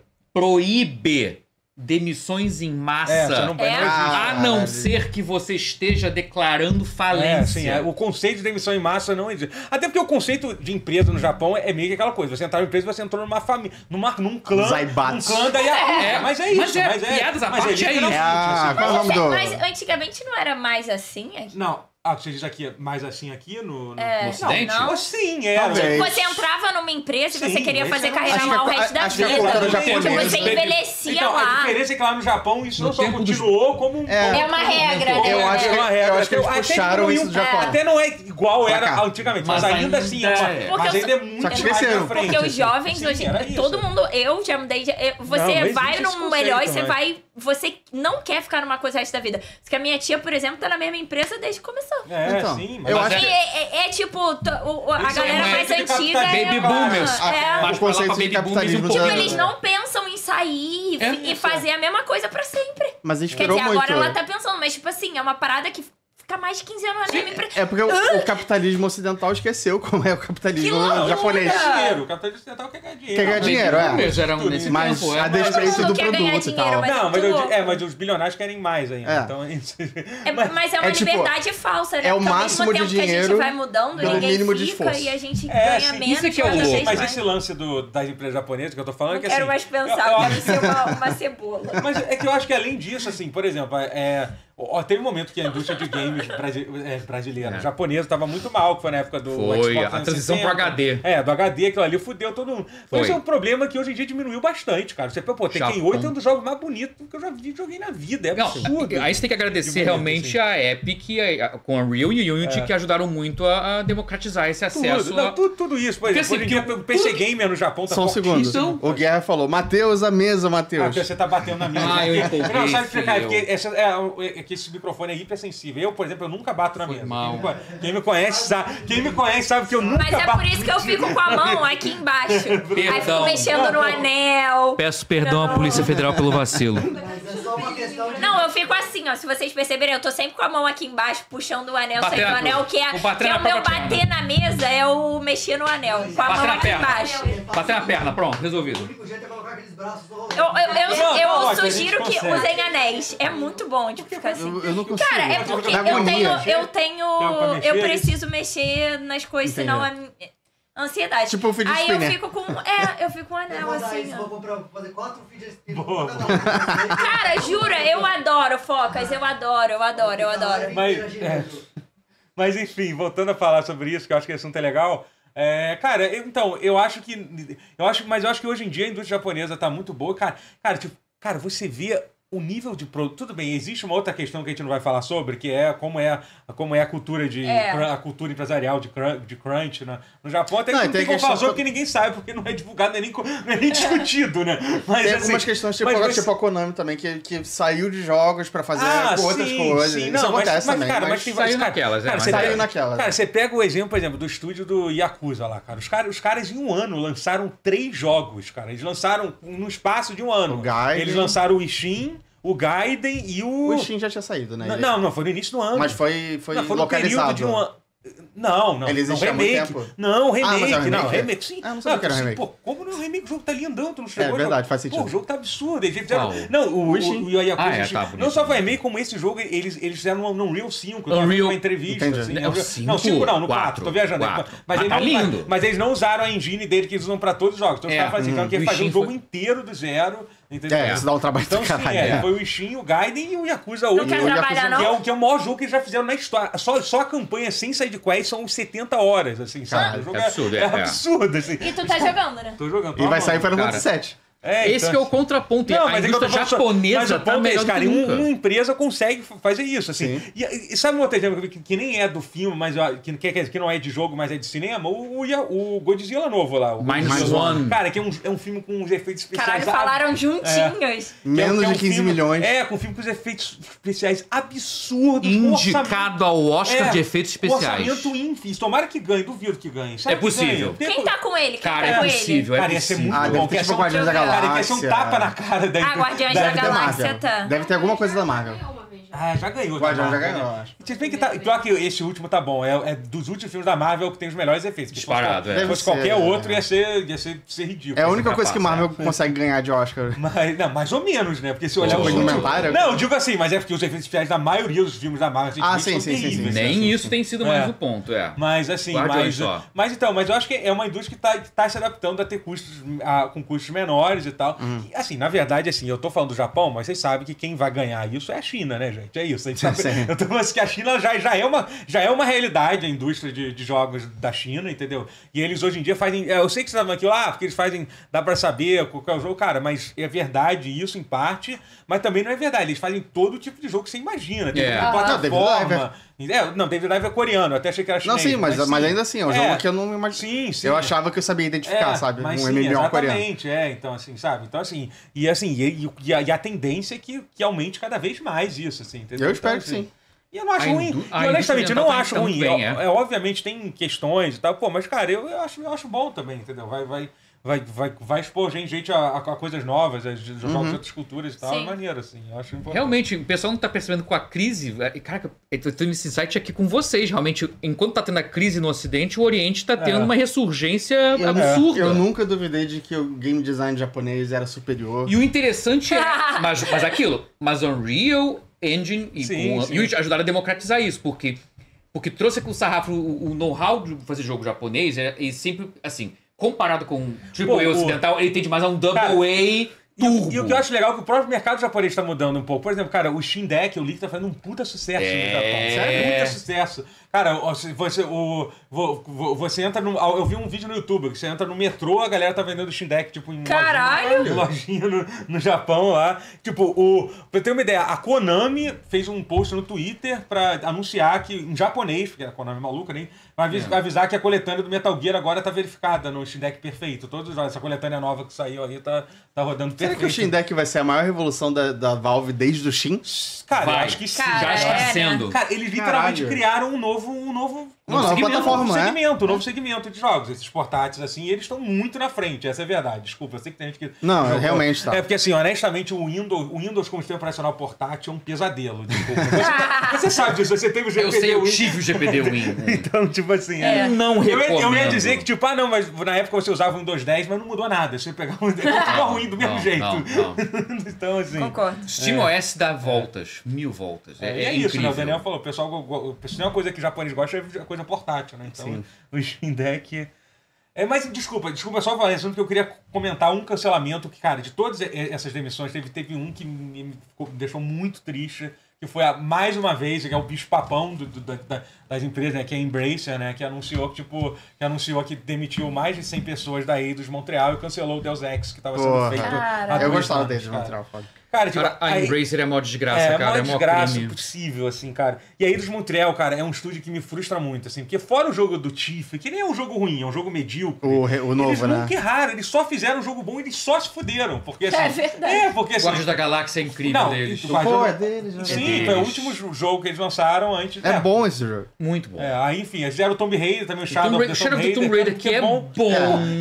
S2: proíbe demissões em massa.
S1: É, você não- não existe.
S2: a não
S1: Caralho.
S2: ser que você esteja declarando falência.
S1: É, sim, é. O conceito de demissão em massa não existe. Até porque o conceito de empresa no Japão é meio que aquela coisa. Você entrar numa empresa, você entrou numa família, numa, num clã.
S4: Zaibatsu.
S1: Um clã da Yakuza.
S2: É,
S1: Mas é isso.
S2: mas é,
S1: mas é,
S2: piadas à
S1: mas
S2: parte, é
S1: literalmente,
S2: isso. Ah,
S1: assim.
S4: qual é o nome do-
S3: Mas antigamente não era mais assim? aqui?
S1: Não. Ah, você diz aqui, mais assim aqui no, no,
S3: É,
S1: no Ocidente?
S3: não.
S1: Sim, é, né? era.
S3: Tipo, você entrava numa empresa e
S1: Sim,
S3: você queria
S1: mas
S3: fazer
S1: não-
S3: carreira
S1: acho que
S3: lá o
S1: a-
S3: resto da
S1: acho que a
S3: vida. Tipo,
S1: cultura japonesa-
S3: Você envelhecia
S1: então,
S3: lá.
S1: A diferença é que lá no Japão isso não só continuou como um.
S3: É. É uma regra, né? Eu acho
S1: é
S3: que-
S1: uma regra.
S4: eu acho que eles
S1: Até
S4: puxaram
S1: diminuiu-
S4: isso do Japão.
S1: Até não um é igual
S4: Pra
S1: era
S4: cá.
S1: antigamente, mas,
S4: Mas
S1: ainda
S4: ainda
S1: assim é uma.
S4: é.
S1: Mas
S4: Porque
S1: ainda é
S4: os-
S1: muito
S4: Só que
S1: mais
S4: cresceram.
S1: pra frente. assim.
S3: Porque os jovens hoje,
S1: era isso.
S3: todo mundo, eu já mudei, de- eu-
S1: Não,
S3: você
S1: existe
S3: vai
S1: esse
S3: num
S1: conceito,
S3: melhor e você
S1: mas-
S4: né?
S3: vai, você não quer ficar numa coisa o resto da vida. Porque a minha tia, por exemplo, tá na mesma empresa desde que começou.
S1: É, Então, sim, mas-
S4: eu
S3: E
S4: acho que-
S3: é, é- é tipo, to- o- o- a
S4: Isso é
S3: galera
S4: uma
S3: mais
S4: época de
S3: antiga
S4: capitalismo.
S3: é-
S4: Baby boomers. Ah,
S3: É.
S4: Mas O conceito
S2: um
S4: de capitalismo
S3: Tipo,
S4: já-
S3: eles não pensam em sair
S4: É.
S3: e fazer a mesma coisa pra sempre.
S4: Mas
S3: Quer
S4: inspirou
S3: dizer,
S4: muito.
S3: agora ela tá pensando, mas tipo assim, é uma parada que fica mais de 15 anos na mesma empresa.
S4: É porque o, o capitalismo ocidental esqueceu como é o capitalismo
S3: loucura!
S4: japonês.
S1: Dinheiro, o capitalismo ocidental quer ganhar dinheiro.
S4: Quer ganhar dinheiro, é.
S1: Mesmo, era um
S2: nesse
S4: mas
S2: tempo, é.
S4: a
S2: Todo mundo
S4: despeito do
S2: quer ganhar
S4: produto e tal.
S1: Não, mas,
S3: é
S1: eu,
S3: tudo-
S1: é, mas os bilionários querem mais ainda.
S4: É.
S1: Então, isso-
S3: É, mas, é uma
S1: é tipo,
S3: liberdade falsa, né?
S1: é o
S3: Porque ao
S1: máximo
S3: mesmo
S1: de
S3: tempo que a gente
S1: dinheiro
S3: vai mudando,
S1: pelo
S3: ninguém
S1: mínimo
S3: fica
S1: de esforço.
S3: e a gente
S1: É,
S3: ganha
S1: sim,
S3: menos.
S1: isso é que é o
S3: cada
S1: louco.
S3: vez
S1: Mas
S3: mais.
S1: esse lance do, das empresas japonesas que eu tô falando é
S3: Não
S1: que
S3: quero
S1: assim,
S3: mais pensar,
S1: eu- eu
S3: eu,
S1: acho-
S3: ser uma, uma cebola.
S1: Mas é que eu acho que além disso, assim, por exemplo, é, ó, teve um momento que a indústria de games brasi- é, brasileira, japonesa, tava muito mal, que foi na época do
S2: Foi,
S1: Xbox
S2: a transição
S1: 360.
S2: pro HD.
S1: É, do HD, aquilo ali fudeu todo mundo. Mas
S2: Foi.
S1: Esse é um problema que hoje em dia diminuiu bastante, cara. Você, pô, tem
S2: Japão.
S1: 8 é um dos jogos mais bonitos que eu já vi- joguei na vida. É
S2: Não,
S1: absurdo.
S2: aí você tem que agradecer
S1: bonito,
S2: realmente a Epic e a- a- com a Real e Unity
S1: É.
S2: que ajudaram muito a, a democratizar esse acesso.
S1: Tudo, não,
S2: a-
S1: tudo, tudo isso, é, por exemplo,
S2: Porque assim,
S1: hoje em dia, o PC Gamer no Japão tá
S4: Só um segundo.
S1: fortíssimo.
S4: O Guerra falou, Matheus, a mesa, Matheus.
S1: Ah, você tá batendo na minha.
S4: Ah, eu
S1: Porque-
S4: empolguei,
S1: Não, sabe
S4: fui
S1: explicar?
S4: eu.
S1: Porque essa, é, é, é, que esse microfone é hipersensível. Eu, por exemplo, eu nunca bato na mesa. Quem me conhece- Quem me conhece sabe, quem me conhece sabe que eu nunca
S3: Mas é
S1: bato.
S3: por isso que eu fico com a mão aqui embaixo. Aí fico
S1: Perdão.
S3: mexendo no anel.
S10: Peço perdão à Polícia Federal pelo vacilo.
S3: Não, eu fico assim, ó. Se vocês perceberem, eu tô sempre com a mão aqui embaixo, puxando o anel,
S10: Bater
S3: saindo do
S10: na-
S3: anel, que é
S10: o
S3: o,
S10: bater
S3: que é
S10: na
S3: o meu
S10: própria-
S3: bater na mesa, é o mexer no anel. Com a
S2: Bater
S3: mão
S2: na
S3: aqui
S2: perna.
S3: embaixo.
S2: Bater na perna, pronto, resolvido.
S5: tipo, é
S3: Eu, eu, eu,
S2: Não,
S3: eu
S2: não, a gente
S3: sugiro que
S2: consegue.
S3: usem anéis. É muito bom, tipo, ficar assim.
S4: Eu- eu não consigo.
S3: Cara, é porque
S4: Dá
S3: eu tenho.
S4: agonia.
S3: Eu tenho.
S4: Dá pra mexer
S3: Eu
S4: isso?
S3: preciso mexer nas coisas,
S4: Entendi.
S3: senão a mi- ansiedade.
S4: Tipo o fidget
S3: Aí eu
S4: spinner.
S3: fico com. É, eu fico com um anel assim. ó.
S5: um, né?
S3: Cara, jura, eu adoro focas, eu adoro, eu adoro, eu adoro.
S1: Mas, é. Mas, enfim, voltando a falar sobre isso, que eu acho que esse assunto é legal. é, cara, eu- então, eu acho que. Eu acho, mas eu acho que hoje em dia a indústria japonesa tá muito boa. Cara, cara, tipo, cara, você vê o nível de produto. Tudo bem, existe uma outra questão que a gente não vai falar sobre, que é como é, como é a cultura de.
S10: É.
S1: cru- A cultura empresarial de crunch, de crunch né? no Japão. Até que
S4: Não,
S1: não,
S4: e
S1: tem
S4: tem
S1: como
S4: questão
S1: falar sobre
S4: to-
S1: porque ninguém sabe, porque não é divulgado, não é nem, co- não é nem discutido, né? Mas,
S4: Tem
S1: assim,
S4: algumas questões, tipo,
S1: mas
S4: agora,
S1: você-
S4: tipo a Konami também, que, que saiu de jogos pra fazer com outras coisas.
S1: Ah, Sim,
S4: Isso
S1: não, mas,
S4: acontece
S1: mas,
S4: também.
S1: cara,
S4: mas
S1: mas tem vários cara- cara, você
S4: Saiu
S1: pega-
S4: naquela.
S1: Cara, você pega o exemplo, por exemplo, do estúdio do Yakuza lá, cara. Os, cara, os caras em um ano lançaram três jogos, cara. Eles lançaram no espaço de um ano. Eles lançaram o Ishin, o Gaiden e o.
S4: O Steam já tinha saído, né?
S1: Não,
S4: Ele-
S1: não, não, foi no início do ano.
S4: Mas foi, foi
S1: Não, foi no período
S4: localizado.
S1: de um ano. Não, não.
S4: Ele
S1: não,
S4: existe há muito
S1: remake.
S4: tempo?
S1: Não, remake,
S4: Ah, mas é um
S1: não,
S4: remake?
S1: remake, sim.
S4: Ah, não sabia que era
S1: sim,
S4: remake.
S1: Pô, como não é um remake? O jogo tá lindão, tu não chegou.
S4: É verdade,
S1: não.
S4: faz sentido.
S1: Pô, o jogo tá absurdo. Eles fizeram...
S4: Qual?
S1: Não, o, o,
S4: Wishing?
S1: o, o Yakuza
S4: Ah, é,
S1: Wishing.
S4: tá, bonito.
S1: Não só foi remake, como esse jogo, eles, eles fizeram um no Real 5,
S10: Unreal-
S1: uma entrevista.
S10: Entendi.
S1: assim,
S10: É o
S1: Unreal- Não,
S10: cinco,
S1: 5 não, no
S10: quatro,
S1: 4, tô viajando.
S10: quatro.
S1: Mas,
S10: Ah,
S1: eles
S10: tá
S1: não,
S10: lindo.
S1: mas eles não usaram a engine dele que eles usam pra todos os jogos. Então os
S10: É,
S1: caras fazem,
S10: hum,
S1: então, que
S10: o
S1: fazer um
S10: Wishing
S1: jogo
S10: foi-
S1: inteiro do zero. entendeu?
S4: É, isso dá um trabalho do
S1: Então, sim,
S4: caralho,
S1: é,
S4: é.
S1: foi o Ishin, o Gaiden e o Yakuza 8.
S3: quer
S1: que é o
S3: trabalhar,
S1: Yakuza-
S3: não?
S1: Que é o, que é o maior jogo que eles já fizeram na história. Só, só a campanha sem side quest são uns 70 horas, assim, sabe?
S10: Caralho,
S1: O jogo
S10: é absurdo, é,
S1: é,
S10: é.
S1: absurdo, assim.
S3: E tu tá jogando, né?
S1: Tô jogando. tô
S4: E vai
S1: amando.
S4: sair para o
S1: Cara,
S4: 27.
S1: é,
S10: Esse que é o contraponto.
S1: Não,
S10: a
S1: mas é que eu tô
S10: indústria
S1: falando só- mas
S10: japonesa
S1: o
S10: tá
S1: ponto é
S10: melhor
S1: esse,
S10: do
S1: cara.
S10: que
S1: um-
S10: nunca.
S1: Uma empresa consegue f- fazer isso, assim. E, e sabe um outro exemplo que, que nem é do filme, mas ó, que, que, que não é de jogo, mas é de cinema? O, o, Ya- o Godzilla novo lá. o
S10: Minus
S1: Godzilla.
S10: One.
S1: Cara, que é um, é um filme com uns efeitos
S3: Caralho,
S1: especiais.
S3: falaram
S1: ab-
S3: juntinhos.
S1: É. Que é um- que é um
S4: de 15
S1: filme-
S4: milhões.
S1: É, com um filme com os efeitos especiais absurdos. com orçamento-
S10: Indicado ao Oscar
S1: é,
S10: de efeitos especiais.
S1: Orçamento ínfimo. Tomara que ganhe, duvido que ganhe. Será
S10: É
S1: que ganha?
S10: possível.
S1: Tem-
S3: Quem tá com ele? Quem
S10: Cara,
S3: tá
S10: é
S3: com
S10: possível,
S3: ele?
S10: é
S1: Cara, ia ser
S10: possível.
S1: muito
S4: Ah, deve
S1: bom.
S4: ter
S1: que ia
S4: tipo
S1: ser um-
S4: Guardiões da
S1: Cara, que ia ser um
S4: Galáxia.
S1: tapa na cara da
S3: Ah, Guardiões da
S4: Deve ter
S3: Galáxia
S4: Marvel.
S3: tá.
S4: Deve ter alguma coisa da Marvel.
S1: Ah, já ganhou.
S4: Guardiões
S1: da
S4: já
S1: Marvel,
S4: ganhou,
S1: né? Se bem que tá, pior que esse último tá bom. É, é dos últimos filmes da Marvel que tem os melhores efeitos. Porque se fosse-
S10: Disparado, é.
S1: Se fosse
S10: Deve
S1: qualquer
S10: ser,
S1: outro, ia ser, ia ser, ser ridículo.
S4: É a única coisa que
S1: Marvel
S4: Marvel consegue ganhar de Oscar.
S1: Mas, não, mais ou menos, né? Porque se olhar
S4: Tipo,
S1: os
S4: Inland
S1: últimos-
S4: Empire?
S1: Não, eu digo assim, mas é porque os efeitos especiais da maioria dos filmes da Marvel
S4: Ah,
S1: recentemente
S4: sim,
S1: são
S4: sim, sim, sim.
S1: terríveis,
S10: Nem
S1: né? Assim,
S10: isso tem sido mais
S1: É.
S10: o ponto, é.
S1: Mas assim,
S10: Guardiões
S1: mas,
S10: só.
S1: mas então, mas eu acho que é uma indústria que tá, que tá se adaptando a ter custos a- com custos menores e tal.
S4: Uhum.
S1: E, assim, na verdade, assim, eu tô falando do Japão, mas vocês sabem que quem vai ganhar isso é a China, né, gente? É isso. A gente sabe,
S4: Sim.
S1: eu tô falando assim, que a China já, já, é uma, já é uma realidade, a indústria de, de jogos da China, entendeu? E eles hoje em dia fazem. é, Eu sei que vocês estavam aqui lá, porque eles fazem. Dá pra saber qual que é o jogo, cara, mas é verdade isso em parte, mas também não é verdade. Eles fazem todo tipo de jogo que você imagina. Tem
S4: É.
S1: jogo de
S4: Ah. Não, David
S1: plataforma.
S4: Diver.
S1: É, não, David Dive é coreano, eu até achei que era
S4: Não,
S1: chinês.
S4: sim, mas, mas, ainda assim, é um jogo
S1: É,
S4: que eu não imaginei.
S1: Sim, sim. É,
S4: Eu achava que eu sabia identificar, sabe?
S1: mas
S4: Um
S1: sim,
S4: MMO coreano.
S1: Exatamente, é, então assim, sabe? Então assim, e assim, e, e a, e a tendência é que, que aumente cada vez mais isso, assim, entendeu?
S4: Eu espero
S1: Então,
S4: que
S1: assim,
S4: sim.
S1: E eu não acho
S4: A
S1: ruim.
S4: indú-
S1: E,
S4: a
S1: honestamente,
S4: indústria
S1: eu não
S4: tá
S1: acho
S4: tão
S1: ruim.
S4: bem,
S1: é.
S4: é.
S1: obviamente tem questões e tal, pô, mas cara, eu, eu acho, eu acho bom também, entendeu? Vai, vai, vai, vai, vai expor gente, gente a, a- a coisas novas, a jogos
S10: Uhum.
S1: de outras culturas e tal.
S10: Sim.
S1: É maneiro, assim. Eu acho importante.
S10: Realmente, o pessoal não tá percebendo com a crise. é, Caraca, eu tô tendo esse insight aqui com vocês. Realmente, enquanto tá tendo a crise no Ocidente, o Oriente tá tendo
S4: É.
S10: uma ressurgência
S4: Eu,
S10: absurda.
S4: eu nunca duvidei de que o game design japonês era superior.
S10: E o interessante é. mas, mas aquilo, mas Unreal Engine e,
S4: Sim,
S10: com-
S4: sim.
S10: e o- ajudaram a democratizar isso, porque, porque trouxe com o sarrafo o, o know-how de fazer jogo japonês é- e sempre, assim, comparado com um
S1: Pô,
S10: AAA
S1: o-
S10: ocidental, ele tende mais a um Double
S1: Cara,
S10: A turbo.
S1: E o que eu acho legal é que o próprio mercado japonês tá mudando um pouco. Por exemplo, cara, o Steam Deck, eu li que tá fazendo um puta sucesso no
S10: É.
S1: Japão. Sério, um puta sucesso. Cara, ó, se você, o, vo- vo- você entra num. Eu vi um vídeo no YouTube que você entra no metrô, a galera tá vendendo Steam Deck, tipo, em lojinha,
S3: Caralho!
S1: em lojinha no, no Japão lá. Tipo, o, pra ter uma ideia, a Konami fez um post no Twitter pra anunciar que, em japonês, porque a Konami é maluca, nem. Vai avis-
S10: É.
S1: vai avisar que a coletânea do Metal Gear agora tá verificada no Steam Deck perfeito. Todos, os jogos- essa coletânea nova que saiu aí tá, tá rodando
S4: Será que o
S1: perfeito.
S4: Steam Deck vai ser a maior revolução da, da Valve desde o Steam?
S1: Cara, eu acho que sim.
S2: é,
S1: Cara, eles literalmente
S4: Caralho.
S1: criaram um novo, um novo, um
S4: Uma
S1: novo segmento,
S4: nova
S1: um novo
S4: plataforma, né?
S1: segmento, um novo segmento de jogos. Esses portáteis, assim, eles estão muito na frente, essa é a verdade. Desculpa, eu sei que tem gente que.
S4: Não,
S1: jogou.
S4: realmente tá.
S1: É porque, assim, honestamente, o Windows, o Windows como sistema operacional portátil é um pesadelo. Desculpa.
S3: Ah,
S1: Você, você sabe disso, você teve o GPD
S10: Eu sei, eu
S1: Win.
S10: tive o GPD Win.
S1: Então, tipo assim,
S10: É. Não
S1: eu, ia- eu ia
S10: recomendo.
S1: dizer que, tipo, ah, não, mas na época você usava o Windows 10, mas não mudou nada. Você pegava o Windows 10, continua ruim do mesmo
S10: não,
S1: jeito.
S10: não,
S1: então, assim.
S3: Concordo.
S10: SteamOS dá voltas, mil voltas.
S1: É,
S10: É,
S1: e é, isso, né?
S10: incrível.
S1: O Daniel falou, o pessoal, go- go- se tem uma coisa que o japonês gosta é coisa portátil, né? Então,
S10: Sim.
S1: o Steam Deck... É, mas desculpa, desculpa só falar isso, porque eu queria comentar um cancelamento que, cara, de todas e- essas demissões, teve, teve um que me, me ficou- me deixou muito triste, que foi, a, mais uma vez, que é o bicho-papão do- do- da- da- das empresas, né, que é a Embracer, né, que anunciou que, tipo, que anunciou que demitiu mais de 100 pessoas da Eidos Montreal e cancelou o Deus Ex, que estava sendo
S4: Porra.
S1: feito
S4: Caraca.
S1: há
S4: Eu
S1: dois
S4: gostava
S1: anos,
S4: deles,
S1: cara.
S4: Montreal, foda.
S1: Cara, tipo,
S10: Cara, a
S1: aí-
S10: Embracer é mó desgraça,
S1: é,
S10: cara.
S1: maior
S10: É mó
S1: desgraça
S10: crime.
S1: possível, assim, cara. E aí dos Montreal, cara, é um estúdio que me frustra muito, assim, porque fora o jogo do Tiff, que nem é um jogo ruim, é um jogo medíocre.
S4: O, re- o
S1: eles
S4: novo, né?
S1: nunca erraram, eles só fizeram um jogo bom e eles só se fuderam. Porque, assim,
S10: É verdade.
S1: É, porque assim.
S10: Guardiões da Galáxia é incrível
S1: não,
S10: deles.
S1: o Guardiões
S10: Pô,
S1: da-
S10: é deles, né? É
S1: Sim,
S10: deles.
S1: foi o último jo- jogo que eles lançaram antes.
S4: É
S1: né?
S4: bom esse jogo.
S10: Muito bom.
S1: É, aí, enfim, eles fizeram o Tomb Raider também, o Shadow
S10: Tomb
S1: of
S10: Ra-
S1: the
S10: Shadow
S1: Tomb
S10: of the
S1: Raider.
S10: Tomb Raider, que é bom.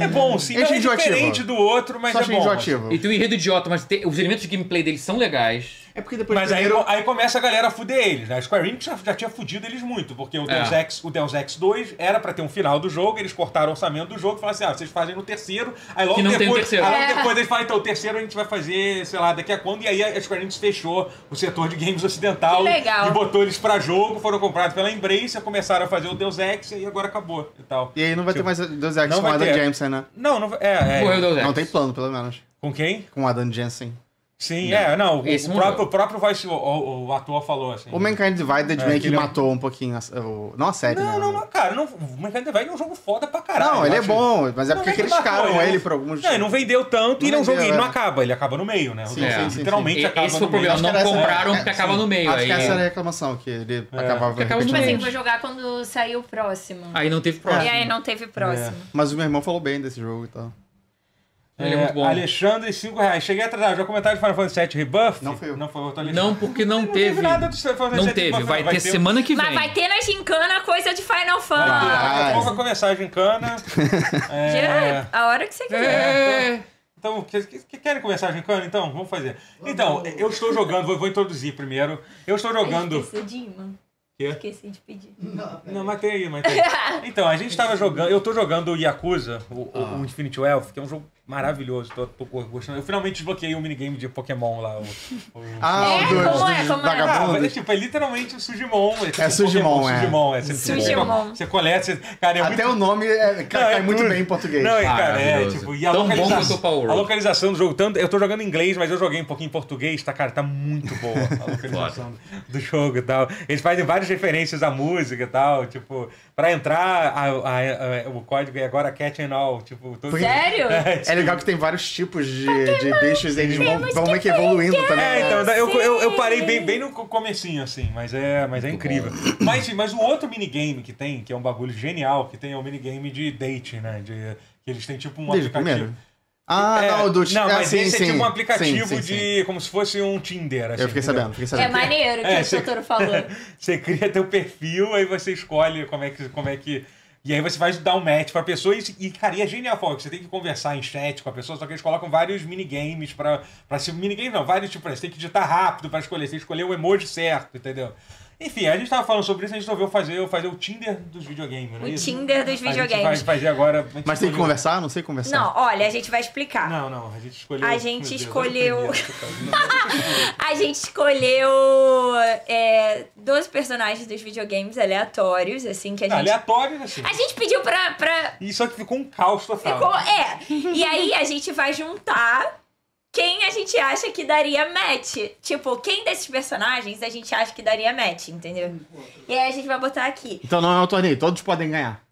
S1: É, é bom, sim.
S10: Eu
S1: não,
S10: achei
S1: é
S10: enjoativo.
S1: diferente do outro, mas
S10: Só
S1: é
S10: achei
S1: bom.
S10: enjoativo. E tem um enredo idiota, mas tem- os elementos de gameplay deles são legais.
S4: É porque
S1: Mas aí, aí começa a galera a fuder eles, né? A Square Enix já, já tinha fudido eles muito, porque o
S10: É.
S1: Deus, Ex, o Deus Ex 2 era pra ter um final do jogo, eles cortaram o orçamento do jogo e falaram assim: ah, vocês fazem no terceiro, aí logo
S10: Que não tem
S1: depois.
S10: terceiro.
S1: aí logo
S10: É.
S1: depois eles falam, então, o terceiro a gente vai fazer, sei lá, daqui a quando, e aí a Square Enix fechou o setor de games ocidental
S3: Que legal.
S1: e botou eles pra jogo, foram comprados pela Embracer, começaram a fazer o Deus Ex e agora acabou e tal.
S4: E aí não vai ter mais Deus Ex
S1: Não
S4: com
S1: vai
S4: Adam
S1: ter.
S4: Jensen, né?
S1: Não, não é, é. Morreu Deus Ex.
S4: Não tem plano, pelo menos.
S1: Com quem?
S4: Com Adam Jensen.
S1: Sim, é, não, o,
S4: Esse
S1: o
S4: mudou.
S1: próprio, o próprio voice, o, o- o ator falou assim.
S4: O Mankind Divided
S1: É,
S4: meio
S1: que
S4: que
S1: ele é um-
S4: matou um pouquinho. a- o- Não a série, né?
S1: Não, não, não, cara, não, o Mankind Divide é um jogo foda pra caralho.
S4: Não,
S1: eu
S4: ele é
S1: acho.
S4: bom, mas é
S1: Não
S4: porque
S1: é que
S4: criticaram
S1: matou,
S4: ele,
S1: não-
S4: por alguns.
S1: Não, ele não vendeu tanto e
S4: Não
S1: não jogo ele
S4: vendeu,
S1: um não
S4: é.
S1: acaba, ele acaba no meio, né? O
S4: Sim,
S1: jogo
S4: sim, sim,
S1: literalmente
S4: sim.
S1: acaba
S10: Esse foi
S1: no
S10: o
S1: meio.
S10: problema,
S1: Acho que
S10: não
S1: era essa-
S10: compraram
S1: é,
S10: porque acaba
S1: sim.
S10: no meio.
S4: Acho
S10: aí,
S4: que essa era a
S10: é.
S4: reclamação, que ele
S1: É.
S4: acabava
S10: Acaba no
S3: Tipo assim,
S4: repetindo.
S3: vou jogar quando sair o próximo.
S10: Aí não teve
S2: Ah, é.
S3: E aí não teve próximo.
S4: Mas o meu irmão falou bem desse jogo e tal.
S1: É, Alexandre, 5 reais. Cheguei atrasado. Já comentário de Final Fantasy VII Rebuff? Não foi eu. Não foi o outro Alexandre.
S10: Não, porque não,
S1: teve
S10: teve.
S1: nada do Final Fantasy
S10: Não
S1: VII
S10: teve,
S1: Rebuff,
S10: vai
S1: não. um
S10: ter semana que
S3: Mas
S10: vem.
S3: vai ter na gincana coisa de Final
S1: Daqui a pouco
S3: Fantasy.
S1: vai começar a gincana.
S3: Já, a hora que você quiser.
S1: É. Então, que, que- querem começar a gincana? Então, vamos fazer. Então, eu estou jogando, vou, vou introduzir primeiro. Eu estou jogando.
S3: Esqueci de ir, mano.
S1: Quê?
S3: Esqueci de pedir.
S1: Não, mas tem aí, mas tem aí. Então, a gente tava jogando. Eu tô jogando o Yakuza, o, o-
S4: Ah.
S1: o Infinite Wealth, que é um jogo maravilhoso. Tô, tô gostando. Eu finalmente desbloqueei o minigame de Pokémon lá. O, o-
S4: Ah,
S3: É? dos- Como é? dos Como é? vagabundos.
S1: Ah, mas é tipo, é literalmente o Sugimon. É, tipo
S4: É Sugimon,
S1: Pokémon,
S4: é.
S1: Sugimon, é. Você,
S4: Sugimon.
S1: Você coleta. Você, cara, é
S4: Até
S1: muito...
S4: o nome é, cai,
S1: Não, é
S4: cai muito
S1: tudo.
S4: bem em português.
S1: Não, e, cara, é,
S10: Maravilhoso.
S1: tipo, e a
S10: Tão bom quanto o
S1: localização,
S10: Power
S1: a
S10: World.
S1: localização do jogo, tanto, eu tô jogando em inglês, mas eu joguei um pouquinho em português, tá, cara, tá muito boa a localização do, do jogo e tal. Eles fazem várias referências à música e tal, tipo, pra entrar, a- a- a- o código é agora catch and all, tipo... Todo...
S3: Sério?
S1: É,
S4: É legal que tem vários tipos de, de bichos e eles vão,
S3: Temos
S4: vão
S3: que
S4: meio que evoluindo também.
S1: É, então, eu,
S3: Sim.
S1: eu, eu parei bem, bem no comecinho, assim, mas é, mas é incrível. Mas, enfim, mas o outro minigame que tem, que é um bagulho genial, que tem é o minigame de date, né? De, que eles têm tipo um
S4: Desde o
S1: aplicativo.
S4: primeiro? Ah, não, do
S1: É, Não,
S4: ah,
S1: mas
S4: sim,
S1: esse
S4: sim,
S1: é tipo um
S4: sim,
S1: aplicativo
S4: sim, sim.
S1: de. como se fosse um Tinder. assim,
S4: Eu fiquei
S1: entendeu?
S4: sabendo, fiquei
S3: É maneiro que
S1: É,
S3: o
S1: você-
S3: Sotoro falou.
S1: Você cria teu perfil, aí você escolhe como é que. Como é que e aí você vai dar um match pra pessoa e, e cara, e é genial, porque você tem que conversar em chat com a pessoa, só que eles colocam vários minigames pra, pra se... Minigame não, vários, tipo, você tem que digitar rápido pra escolher, você tem que escolher o emoji certo, entendeu? Enfim, a gente tava falando sobre isso, a gente resolveu fazer, fazer o Tinder dos videogames, não é
S3: O
S1: isso?
S3: Tinder
S1: A
S3: dos
S1: gente vai
S3: videogames.
S1: fazer agora... a gente
S4: Mas tem que
S1: escolheu-
S4: conversar? Não sei conversar.
S3: tipo- Não, olha, a gente vai explicar.
S1: Não, não, a gente escolheu...
S3: A gente
S1: meu Deus,
S3: escolheu-
S1: olha o primeiro, cara.
S3: A gente escolheu é, 12 personagens dos videogames aleatórios, assim, que a gente.
S1: Aleatórios, assim.
S3: A gente pediu pra. pra...
S1: E só que ficou um caos total.
S3: Ficou. É. E aí a gente vai juntar quem a gente acha que daria match. Tipo, quem desses personagens a gente acha que daria match, entendeu? E aí a gente vai botar aqui.
S4: Então não é um torneio, todos podem ganhar.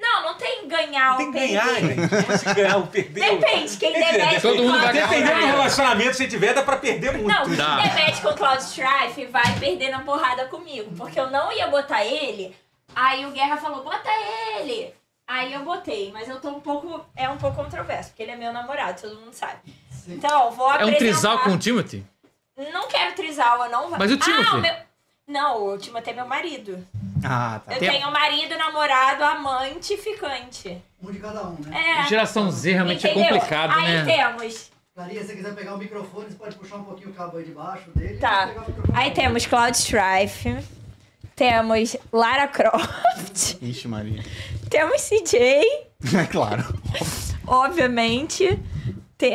S3: Não, não tem ganhar né? ou perder.
S1: gente. Se ganhar ou perder...
S3: Depende, quem
S1: Quer dizer,
S3: der match
S1: depende-
S3: com Cloud
S1: Dependendo do
S3: Strife.
S1: relacionamento que você tiver, dá pra perder muito.
S3: Não, quem der match com Cloud Strife vai perder na porrada comigo. Porque eu não ia botar ele. Aí o Guerra falou, bota ele! Aí eu botei, mas eu tô um pouco. É um pouco controverso, porque ele é meu namorado, todo mundo sabe. Então, vou
S10: É
S3: apresentar...
S10: um trisal com o Timothy?
S3: Não quero trisal, eu não...
S10: Mas o Timothy?
S3: Ah, o meu... Não, o Timothy é meu marido.
S10: Ah,
S4: tá.
S3: Eu tenho marido, namorado, amante e ficante.
S5: Um de cada um,
S3: né? É.
S10: Geração Z realmente é
S3: Entendeu?
S10: complicado,
S3: Aí
S10: né?
S3: temos.
S5: Clarinha, se você quiser pegar o microfone, você pode puxar um pouquinho o cabo aí de baixo dele.
S3: Tá. Aí temos Cloud Strife. Temos Lara Croft.
S4: Ixi, Maria.
S3: Temos CJ,
S4: É claro.
S3: obviamente. Tem...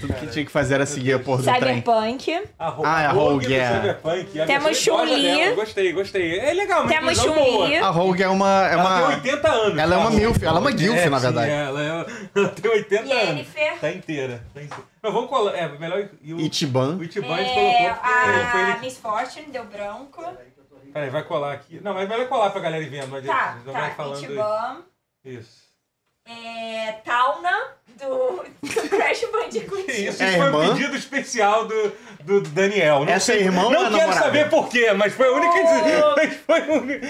S4: Tudo que tinha que fazer era seguir a porra do trem.
S3: Cyberpunk.
S4: Ah, é a Rogue,
S1: do
S4: é.
S1: Cyberpunk. a
S3: Temos
S1: versão idosa
S3: Chun-Li.
S1: dela, Gostei, gostei. É legal, mas
S3: Temos
S1: não boa.
S3: Chun-Li.
S4: A Rogue é uma. É uma
S1: Ela tem 80 anos.
S4: Ela é uma
S1: tá, Rogue.
S4: MILF, ela é uma guilf,
S1: É,
S4: na
S1: sim,
S4: verdade.
S1: Ela, é- ela tem 80 anos. Tá inteira. Tá inteira. Mas vamos colar. É, melhor. E o
S4: Ichiban.
S1: o Ichiban a gente
S3: É,
S1: colocou. porque foi
S3: a
S1: ele-
S3: Miss Fortune deu branco.
S1: Peraí, vai colar aqui. Não, mas melhor colar pra galera ir vendo. Não adianta.
S3: Tá,
S1: Não vai
S3: tá.
S1: falando.
S3: Ichiban.
S1: Isso.
S3: É, Tauna, do, do Crash Bandicoot.
S1: Isso foi um pedido especial do, do Daniel. Não
S4: É Essa
S1: sei-
S4: é irmã ou
S1: Não
S4: é
S1: quero
S4: namorada?
S1: saber porquê, mas foi a única.
S3: Oh.
S1: Mas foi a única.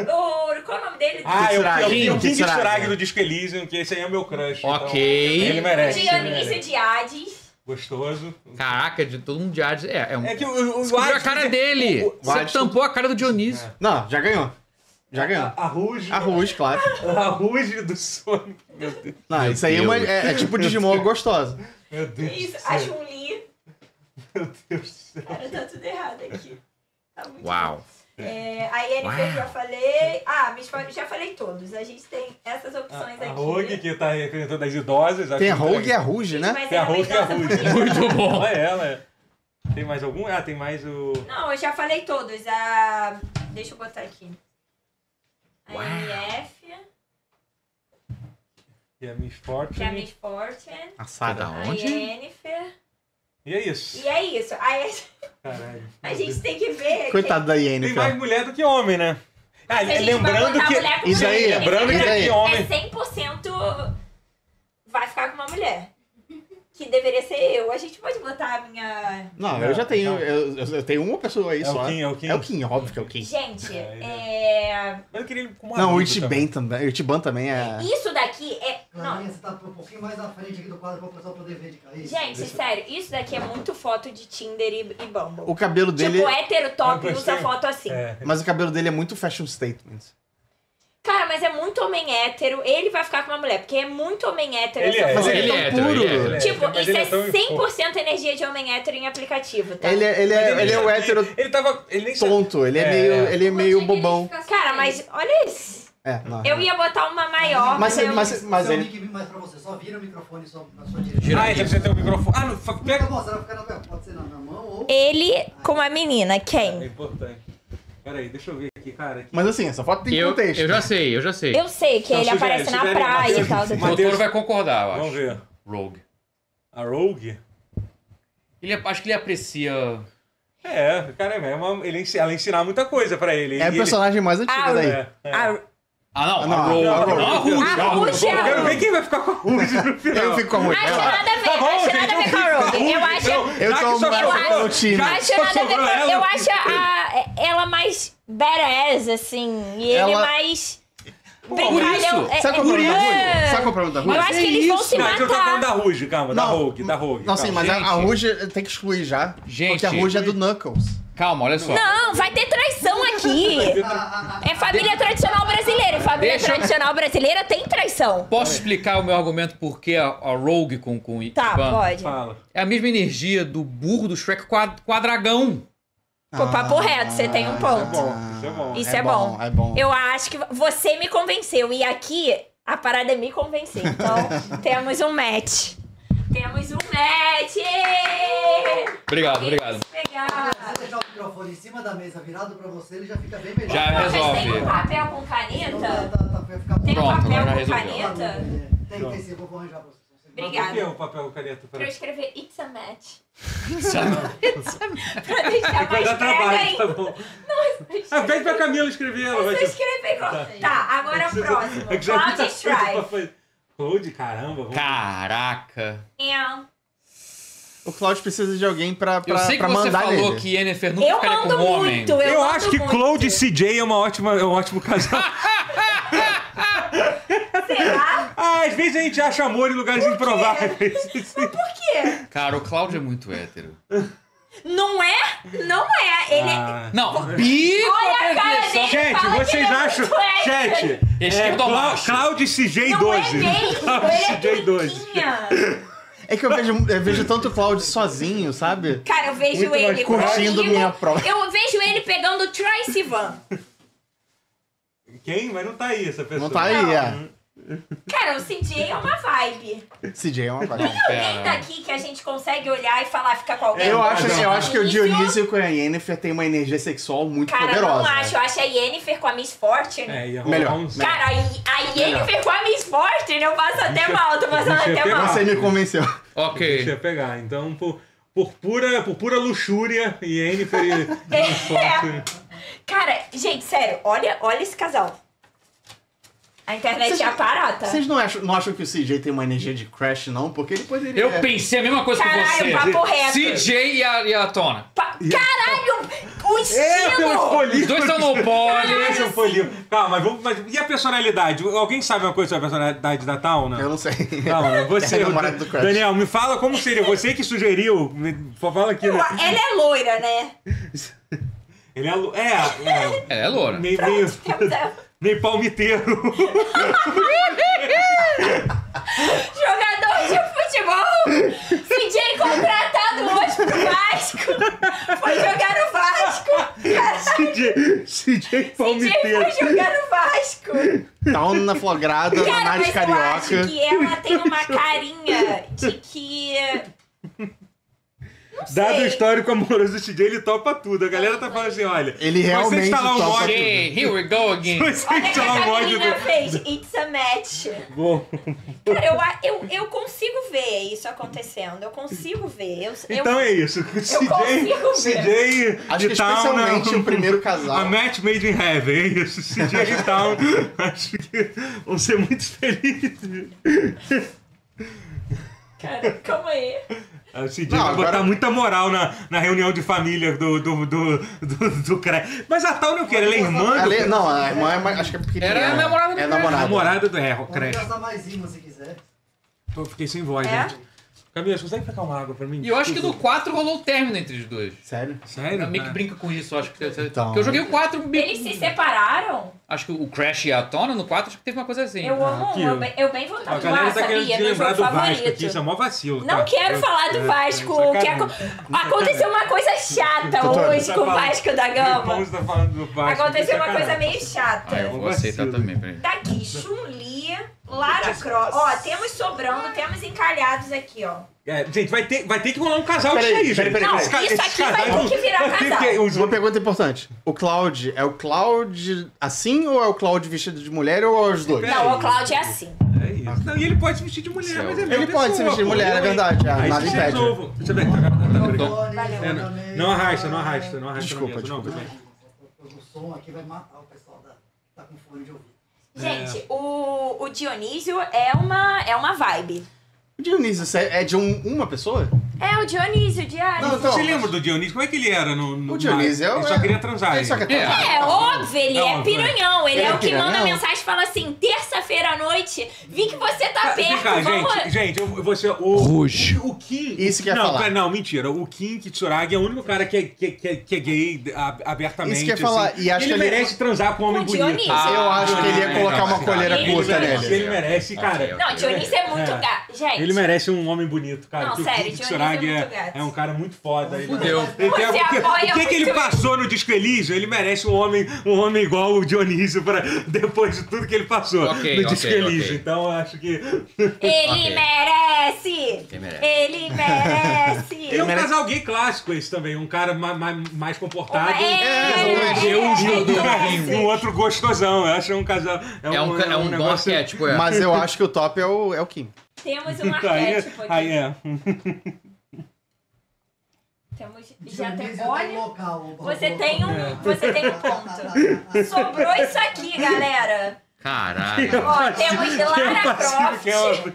S3: O, qual é o nome dele?
S1: Ah, eu, eu,
S4: King
S1: eu, o King
S4: Tsuragi.
S1: Tsuragi do Disco Elysium, que esse aí é o meu crush.
S10: Ok.
S1: Então, ele merece. ele
S3: Dionísio
S1: merece.
S3: de Hades.
S1: Gostoso.
S10: Caraca, de todo mundo de Hades. É, é um.
S1: É que o, o, o
S10: Descobriu a
S1: Hades-
S10: cara dele.
S1: o- o
S10: Você
S1: Hades-
S10: tampou a cara do Dionísio.
S4: Não, já ganhou. Já ganhou. Ah. A
S1: Ruge.
S4: A Ruge, claro.
S1: A Ruge do Sonic. Meu Deus.
S4: Não, isso aí é, uma- é- é tipo Digimon gostosa.
S1: Meu Deus.
S3: Isso,
S1: do
S3: a
S1: céu.
S3: Chun-Li.
S1: Meu Deus do céu.
S3: Cara, tá tudo errado aqui. Tá muito
S10: Uau.
S3: É, a Yennefer
S1: Uau.
S3: já falei. Ah, Miss Fortune, já falei todos. A gente tem essas opções
S1: A
S3: aqui.
S1: Rogue, que tá representando as idosas. acho
S4: Tem a
S1: que-
S4: Rogue e a Ruge, né?
S3: Mas
S1: Tem a
S3: ela é
S1: Rogue e a
S3: idosa
S1: Ruge.
S3: bonita.
S1: Muito bom. Ela é, ela é. Tem mais algum? Ah, tem mais o...
S3: Não, eu já falei todos. A... Deixa eu botar aqui. A MF,
S1: E a Miss Fortune.
S3: que é a Miss Fortune.
S1: A Sarah
S3: a
S1: onde?
S3: Yennefer.
S1: E é isso.
S3: E é isso. Aí
S1: Caralho.
S3: a gente tem que ver.
S4: Coitado da Yennefer.
S1: Tem mais mulher do que homem, né? Ah,
S3: Mas a gente vai
S1: lembrando
S3: botar
S1: que...
S3: mulher com
S1: Isso aí,
S3: mulher,
S1: lembrando
S3: né?
S1: que tem homem...
S3: É 100% vai ficar com uma mulher. Que deveria ser eu. A gente pode botar a minha.
S4: Não, eu já tenho. Eu, eu- eu tenho uma pessoa aí
S1: É o
S4: só.
S1: Kim, é o Kim.
S4: É o Kim, óbvio que é o Kim.
S3: Gente, é.
S1: Eu queria ele com
S4: Não, o Ichiban também. O Ichiban também é.
S3: Isso daqui é.
S5: Clarinha, você tá um pouquinho mais na frente aqui do quadro para o pessoal poder ver de cair.
S3: Gente, sério, isso daqui é muito foto de Tinder e, e Bumble.
S4: O cabelo dele.
S3: Tipo, hétero top
S4: Eu
S3: usa
S4: gostei.
S3: foto assim.
S4: Mas o cabelo dele é muito fashion statement.
S3: Cara, mas é muito homem hétero. Ele vai ficar com uma mulher, porque é muito homem hétero.
S4: Ele
S3: essa
S4: é,
S3: foto.
S4: ele é hétero, ele é hétero.
S3: Tipo,
S4: Mas
S3: isso
S4: ele
S3: é
S4: é tão
S3: 100% energia de homem hétero em aplicativo, tá?
S4: Ele, é- ele, é, ele é o hétero
S1: ele tava, ele
S4: tonto, ele é,
S1: É,
S4: meio,
S1: é.
S4: ele é meio bobão.
S3: Cara, mas olha isso.
S4: É, não.
S3: Eu ia botar uma maior,
S4: Mas
S3: mas,
S4: você-
S3: eu-
S4: mas você- mas
S5: Seu
S4: ele-
S5: mic vem mais pra você, só vira o microfone só na sua
S1: Ah, ele precisa ter o microfone. Ah, não, fa- pega...
S3: Ele com a menina, quem?
S1: É importante. Peraí, deixa eu ver aqui, cara.
S4: Mas assim, essa foto tem
S10: eu,
S4: contexto. É
S10: Eu já sei, eu já sei.
S3: Eu sei que ele aparece na praia e tal.
S10: O doutor vai concordar, eu acho.
S1: Vamos ver.
S10: Rogue.
S1: A Rogue?
S10: Ele, é- acho que ele aprecia...
S1: É, cara, é uma, ele, ens- ela ensinar muita coisa pra ele.
S4: É a
S1: ele,
S4: personagem mais antiga
S1: ele...
S4: daí.
S1: É, é.
S10: Ah, não,
S4: não, a Rogue.
S1: não,
S4: não,
S1: não,
S4: a Ruge.
S1: não,
S4: A
S1: não,
S4: Ruge é
S1: Eu quero
S4: a-
S1: ver quem vai ficar com a Ruge no final.
S4: Eu fico com a Ruge.
S1: Acho
S3: nada a ver, acho nada a ver com a Rogue. Eu acho-
S4: Eu tô
S3: Eu
S4: Pelo
S3: acho,
S4: time.
S3: eu acho
S4: Só
S3: nada a ver
S4: sobrou
S3: com-
S4: ela.
S3: eu acho a- ela mais badass, assim. E ele
S4: Ela-
S3: mais.
S4: Pô,
S3: brincalhão. É-
S4: Sabe qual é o
S3: é-
S4: problema da Ruge? Sabe qual é o problema da Ruge?
S3: Eu acho que eles vão se
S1: Não, então eu tô falando
S3: matar.
S1: da Ruge, calma, da
S4: Não,
S1: Rogue, da Rogue.
S4: Não, sim,
S1: calma.
S4: mas a, a Ruge tem que excluir já. Porque a Ruge é do Knuckles.
S10: Calma, olha só.
S3: Não, vai ter traição aqui. É família tradicional brasileira. E família
S10: Deixa-
S3: tradicional brasileira tem traição.
S10: Posso explicar o meu argumento por que a, a Rogue com, com o
S3: Tá,
S10: Ivan?
S3: pode.
S10: É a mesma energia do burro do Shrek com a, com a dragão.
S3: Pô, papo
S4: Ah,
S3: reto, você tem
S4: é
S3: um ponto. Isso é, bom.
S10: é bom.
S3: Eu acho que você me convenceu. E aqui, a parada é me convencer. Então, temos um match. Temos um match!
S10: Obrigado, obrigado.
S3: Pegar.
S5: Se você deixar o microfone em cima da mesa virado pra você, ele já fica bem melhor. Então, tá,
S10: Já
S3: Não, mas
S10: resolve.
S3: Tem um papel com caneta? Tem um
S10: Pronto,
S3: papel
S10: agora
S3: com
S10: resolveu.
S3: caneta?
S5: Tem, tem sim, eu vou arranjar pra você.
S1: Mas por que o
S3: Obrigada.
S1: papel caneta
S3: Pra eu
S1: pra...
S3: escrever It's a Match.
S1: It's a
S3: match. pra deixar
S1: Vai
S3: mais
S1: dar
S3: claro
S1: trabalho, tá
S3: ainda.
S1: bom.
S3: Nossa,
S1: Ah, pede pra Camila escrever. Ela vai
S3: Você escreveu igual.
S1: Tá.
S3: Tá, agora o próximo.
S1: É que já
S3: Cloud
S1: muita coisa pra
S3: Strife.
S1: fazer. Cloud, caramba. vamos-
S10: Caraca.
S3: Eu-
S4: O Cláudio precisa de alguém pra, pra,
S10: Eu sei que
S4: pra
S10: você
S4: mandar
S10: falou
S4: nele.
S10: que Yennefer nunca
S3: Eu
S10: ficaria com um
S3: mando
S10: homem.
S3: muito, eu- mando
S1: acho que
S3: muito.
S1: Cloud e CJ é, uma ótima, é um ótimo casal.
S3: Será?
S1: Ah, às vezes a gente acha amor em lugares improváveis.
S3: Por quê?
S2: Cara, o Cláudio é muito hétero.
S3: Não é? Não é. Ele
S1: Ah.
S3: é.
S2: Não, bico
S3: Olha a cara
S2: definição.
S3: dele,
S1: Gente,
S3: fala que
S1: vocês
S3: ele é
S1: acham.
S3: muito hétero.
S1: Gente, é,
S2: Esquerdo
S1: Cla
S2: macho.
S1: Cláudio
S3: é-
S1: CJ12. Ah, Cláudio CJ12.
S4: É que eu vejo, eu vejo tanto o Claudio sozinho, sabe?
S3: Cara, eu vejo
S4: Muito mais
S3: ele
S4: curtindo
S3: comigo,
S4: minha prova.
S3: Eu vejo ele pegando o Troy Sivan.
S1: Quem? Mas não tá aí essa pessoa.
S4: Não tá aí, é.
S3: Cara, o CJ é uma vibe.
S4: CJ é uma vaga.
S3: Tem daqui que a gente consegue olhar e falar, fica com alguém.
S4: Eu acho,
S3: Não.
S4: eu acho que o Dionísio com a Yennefer tem uma energia sexual muito
S3: é Cara,
S4: poderosa. né?
S3: eu não acho. Eu acho a Yennefer com a Miss Fortune.
S4: É, ia rolar Melhor, um- melhor.
S3: Cara, a Ye- a Yennefer
S4: Melhor.
S3: com a Miss Fortune, eu passo até mal. Tô passando até mal.
S4: Ah, Você me convenceu.
S2: Ok.
S1: Deixa eu pegar. Então, por, por, pura, por pura luxúria, Yennefer e
S3: É.
S1: e Fortune.
S3: Cara, gente, sério, olha, olha esse casal. A internet
S4: Vocês-
S3: é a parada.
S4: Vocês não acham, não acham que o CJ tem uma energia de Crash, não? Porque ele poderia...
S2: Eu pensei a mesma coisa
S3: Caralho,
S2: que você.
S3: papo reto.
S2: CJ e a, e a Tona.
S3: Caralho,
S4: É,
S3: o
S1: pelos
S3: estilo!
S1: folhinhos.
S2: Os dois são no pole.
S1: Esse é o folhinho. Calma, mas, vamos, mas e a personalidade? Alguém sabe uma coisa sobre a personalidade da Tauna? Eu
S4: não sei.
S1: Tauna, você.
S4: É a namorada do Crash.
S1: Daniel, me fala como seria. Você que sugeriu. Me, fala aqui, né?
S3: Ela é loira, né?
S1: Ele é. lo- É, é,
S2: Ela é loura.
S1: Meio, meio, meio palmiteiro.
S3: Jogador de futebol! CJ contratado hoje pro Vasco! Foi jogar no Vasco!
S1: CJ, CJ
S3: CJ foi jogar no Vasco!
S4: Tá na flagrada, na
S3: Cara,
S4: Nath
S3: mas eu acho que
S4: Carioca.
S3: ela tem uma carinha de que.
S1: Dado o histórico amoroso do CJ, ele topa tudo. A galera tá falando assim: olha.
S4: Ele
S1: Você
S4: realmente
S1: instalar o
S4: topa
S1: mod.
S4: tudo.
S2: Hey, here we go again.
S1: Você
S3: Olha o que
S1: instalar
S3: a
S1: o mod
S3: menina
S1: do.
S3: fez! It's a match!
S1: Bom.
S3: Cara, eu, a- eu, eu consigo ver isso acontecendo. Eu consigo ver. Eu, eu-
S1: Então é isso.
S3: consigo
S1: CJ,
S3: ver.
S1: CJ
S4: Acho que
S1: e Town.
S4: especialmente
S1: é um-
S4: o primeiro casal.
S1: A match made in heaven, é isso. CJ e Town. Acho que vão ser muito felizes.
S3: Cara, calma aí.
S1: Ah, O CJ
S4: Não,
S1: vai
S4: agora-
S1: botar muita moral na, na reunião de família do, do, do, do, do Crash. Mas a Town não quer, ela é irmã do
S4: Ela é- não, a irmã é mais, acho que é pequenininha.
S1: Era a namorada do
S4: É
S1: Crash.
S4: namorada.
S1: Namorada do Erro,
S5: Pode
S3: é
S1: Crash.
S5: gastar mais rima se quiser.
S1: Tá. Pô, fiquei sem voz,
S5: É?
S1: gente. Camila, você consegue pegar uma água pra mim?
S2: E eu acho que no 4 rolou o término entre os dois.
S4: Sério?
S1: Sério? Tá.
S2: A Mick brinca com isso, eu acho que deve ser.
S4: Então.
S2: Porque eu
S1: eu
S2: joguei o 4.
S3: Eles se separaram?
S2: Acho que o Crash e a Tona no 4 acho que teve uma coisa assim.
S3: Eu amo, eu, bem- eu bem vou
S1: Ah, A
S3: tatuar,
S1: galera tá querendo
S3: é, sabia?
S1: te
S3: Meu
S1: lembrar
S3: jogo
S1: do Vasco
S3: favorito.
S1: aqui, isso é mó vacilo.
S3: Não
S1: tá?
S3: quero
S1: Eu-
S3: falar do
S1: é,
S3: Vasco.
S1: sacanagem.
S3: que aco- aconteceu uma coisa chata
S1: Doutor,
S3: hoje
S1: tá
S3: com o
S1: falando-
S3: Vasco da Gama.
S1: Você tá falando do Vasco. tá
S3: Aconteceu uma
S1: sacanagem.
S3: coisa meio chata.
S2: Ah, eu vou aceitar também, peraí.
S3: Tá aqui, Chun-Li, Lara Croft. Ó, temos sobrando, temos encalhados aqui, ó.
S1: É, gente, vai ter, vai ter que rolar um casal
S4: Peraí,
S1: disso aí, gente.
S4: peraí, peraí, peraí.
S1: Esses ca-
S4: Isso
S1: esses
S4: aqui vai
S1: casais
S4: ter
S1: vão-
S3: que virar
S1: vai ter
S3: casal.
S1: que- os-
S4: é Uma pergunta importante. O Cloud é o Cloud assim ou é o Cloud vestido de mulher ou é os dois?
S3: Não, o Cláudio é assim.
S1: Não, e ele pode se vestir de mulher, mas é
S4: Ele pode se vestir de mulher, é verdade.
S1: Ah,
S4: A
S1: isso
S4: nada
S1: se
S4: impede. Então,
S1: resolve. Deixa eu ver. Tá, tá, tá, obrigado. É, não- Não arrasta, não arrasta, não arrasta.
S4: Desculpa,
S1: não,
S4: desculpa.
S1: não,
S5: O som aqui vai matar o pessoal da, que tá com fone de ouvido.
S1: É.
S3: Gente, o, o Dionísio é uma, é uma vibe.
S4: O Dionísio você é de um- uma pessoa?
S3: É o Dionísio, Diário.
S1: Não, então. você lembra do Dionísio? Como é que ele era no. no
S4: O Dionísio
S1: mar?
S4: é o-
S1: Ele só queria transar.
S4: ele só quer transar.
S3: É óbvio, ele
S1: Não,
S3: é piranhão. Ele
S1: ele
S3: é,
S1: é
S3: o que manda
S1: piranhão.
S3: mensagem e fala assim: terça-feira à noite, vi que você tá
S1: Vem
S3: perto,
S1: cá,
S3: vamos.
S1: Ah, gente, gente, eu- eu vou ser o.
S13: Rouge.
S1: O Kim.
S4: Isso que eu ia
S1: não,
S4: falar.
S1: pera- Não, mentira. O Kim Kitsuragi é o único cara que é, que, que, que é gay ab- abertamente.
S4: Isso que eu ia falar,
S1: assim.
S4: e acho
S1: ele
S4: que ele-
S1: merece transar com um homem
S3: Com
S1: bonito.
S3: Dionísio. Ah,
S4: eu acho que ele ia
S1: Dionísio,
S4: colocar
S1: não,
S4: uma
S1: cara,
S4: coleira
S1: ele
S4: curta
S1: merece,
S4: nele.
S1: Ele
S2: Ah,
S1: merece, cara.
S3: Não, Dionísio é muito gato. Gente,
S1: Ele merece um homem bonito, cara.
S3: Não,
S1: porque
S3: sério,
S1: o Kim
S3: Dionísio
S1: Kitsuragi
S3: é
S1: é,
S3: muito gato.
S1: é um cara muito foda. Ele-
S2: Fudeu.
S1: Ele tem-
S3: Você
S1: o que,
S3: apoia
S1: o que, que ele
S3: muito
S1: passou no Disco Elísio? Ele merece um homem, um homem igual o Dionísio pra, depois de tudo que ele passou
S2: Ok,
S1: no
S2: ok,
S1: Disco
S2: ok.
S1: Elísio. Então eu acho que.
S3: Ele
S1: Ok.
S3: merece!
S1: Ele merece.
S3: Ele merece!
S1: Ele é um casal gay clássico esse também, um cara ma- ma- mais comportado.
S3: Uma- É,
S1: um
S3: é,
S1: gay, um
S3: é,
S1: gay,
S3: é,
S1: um outro gostosão. Eu acho um casal. É, um, é um negócio.
S2: tipo,
S4: Mas eu acho que o top é o, é o Kim.
S3: Temos um
S1: aí,
S3: arquétipo aqui.
S1: aí é.
S3: Temos, já tem,
S5: Dionísio tem
S3: olha,
S5: local,
S3: você tem
S1: É.
S3: um, você tem um ponto. Sobrou isso aqui, galera.
S2: Caralho.
S3: Ó,
S1: Tá
S3: temos Lara Croft,
S1: Assim, Que eu-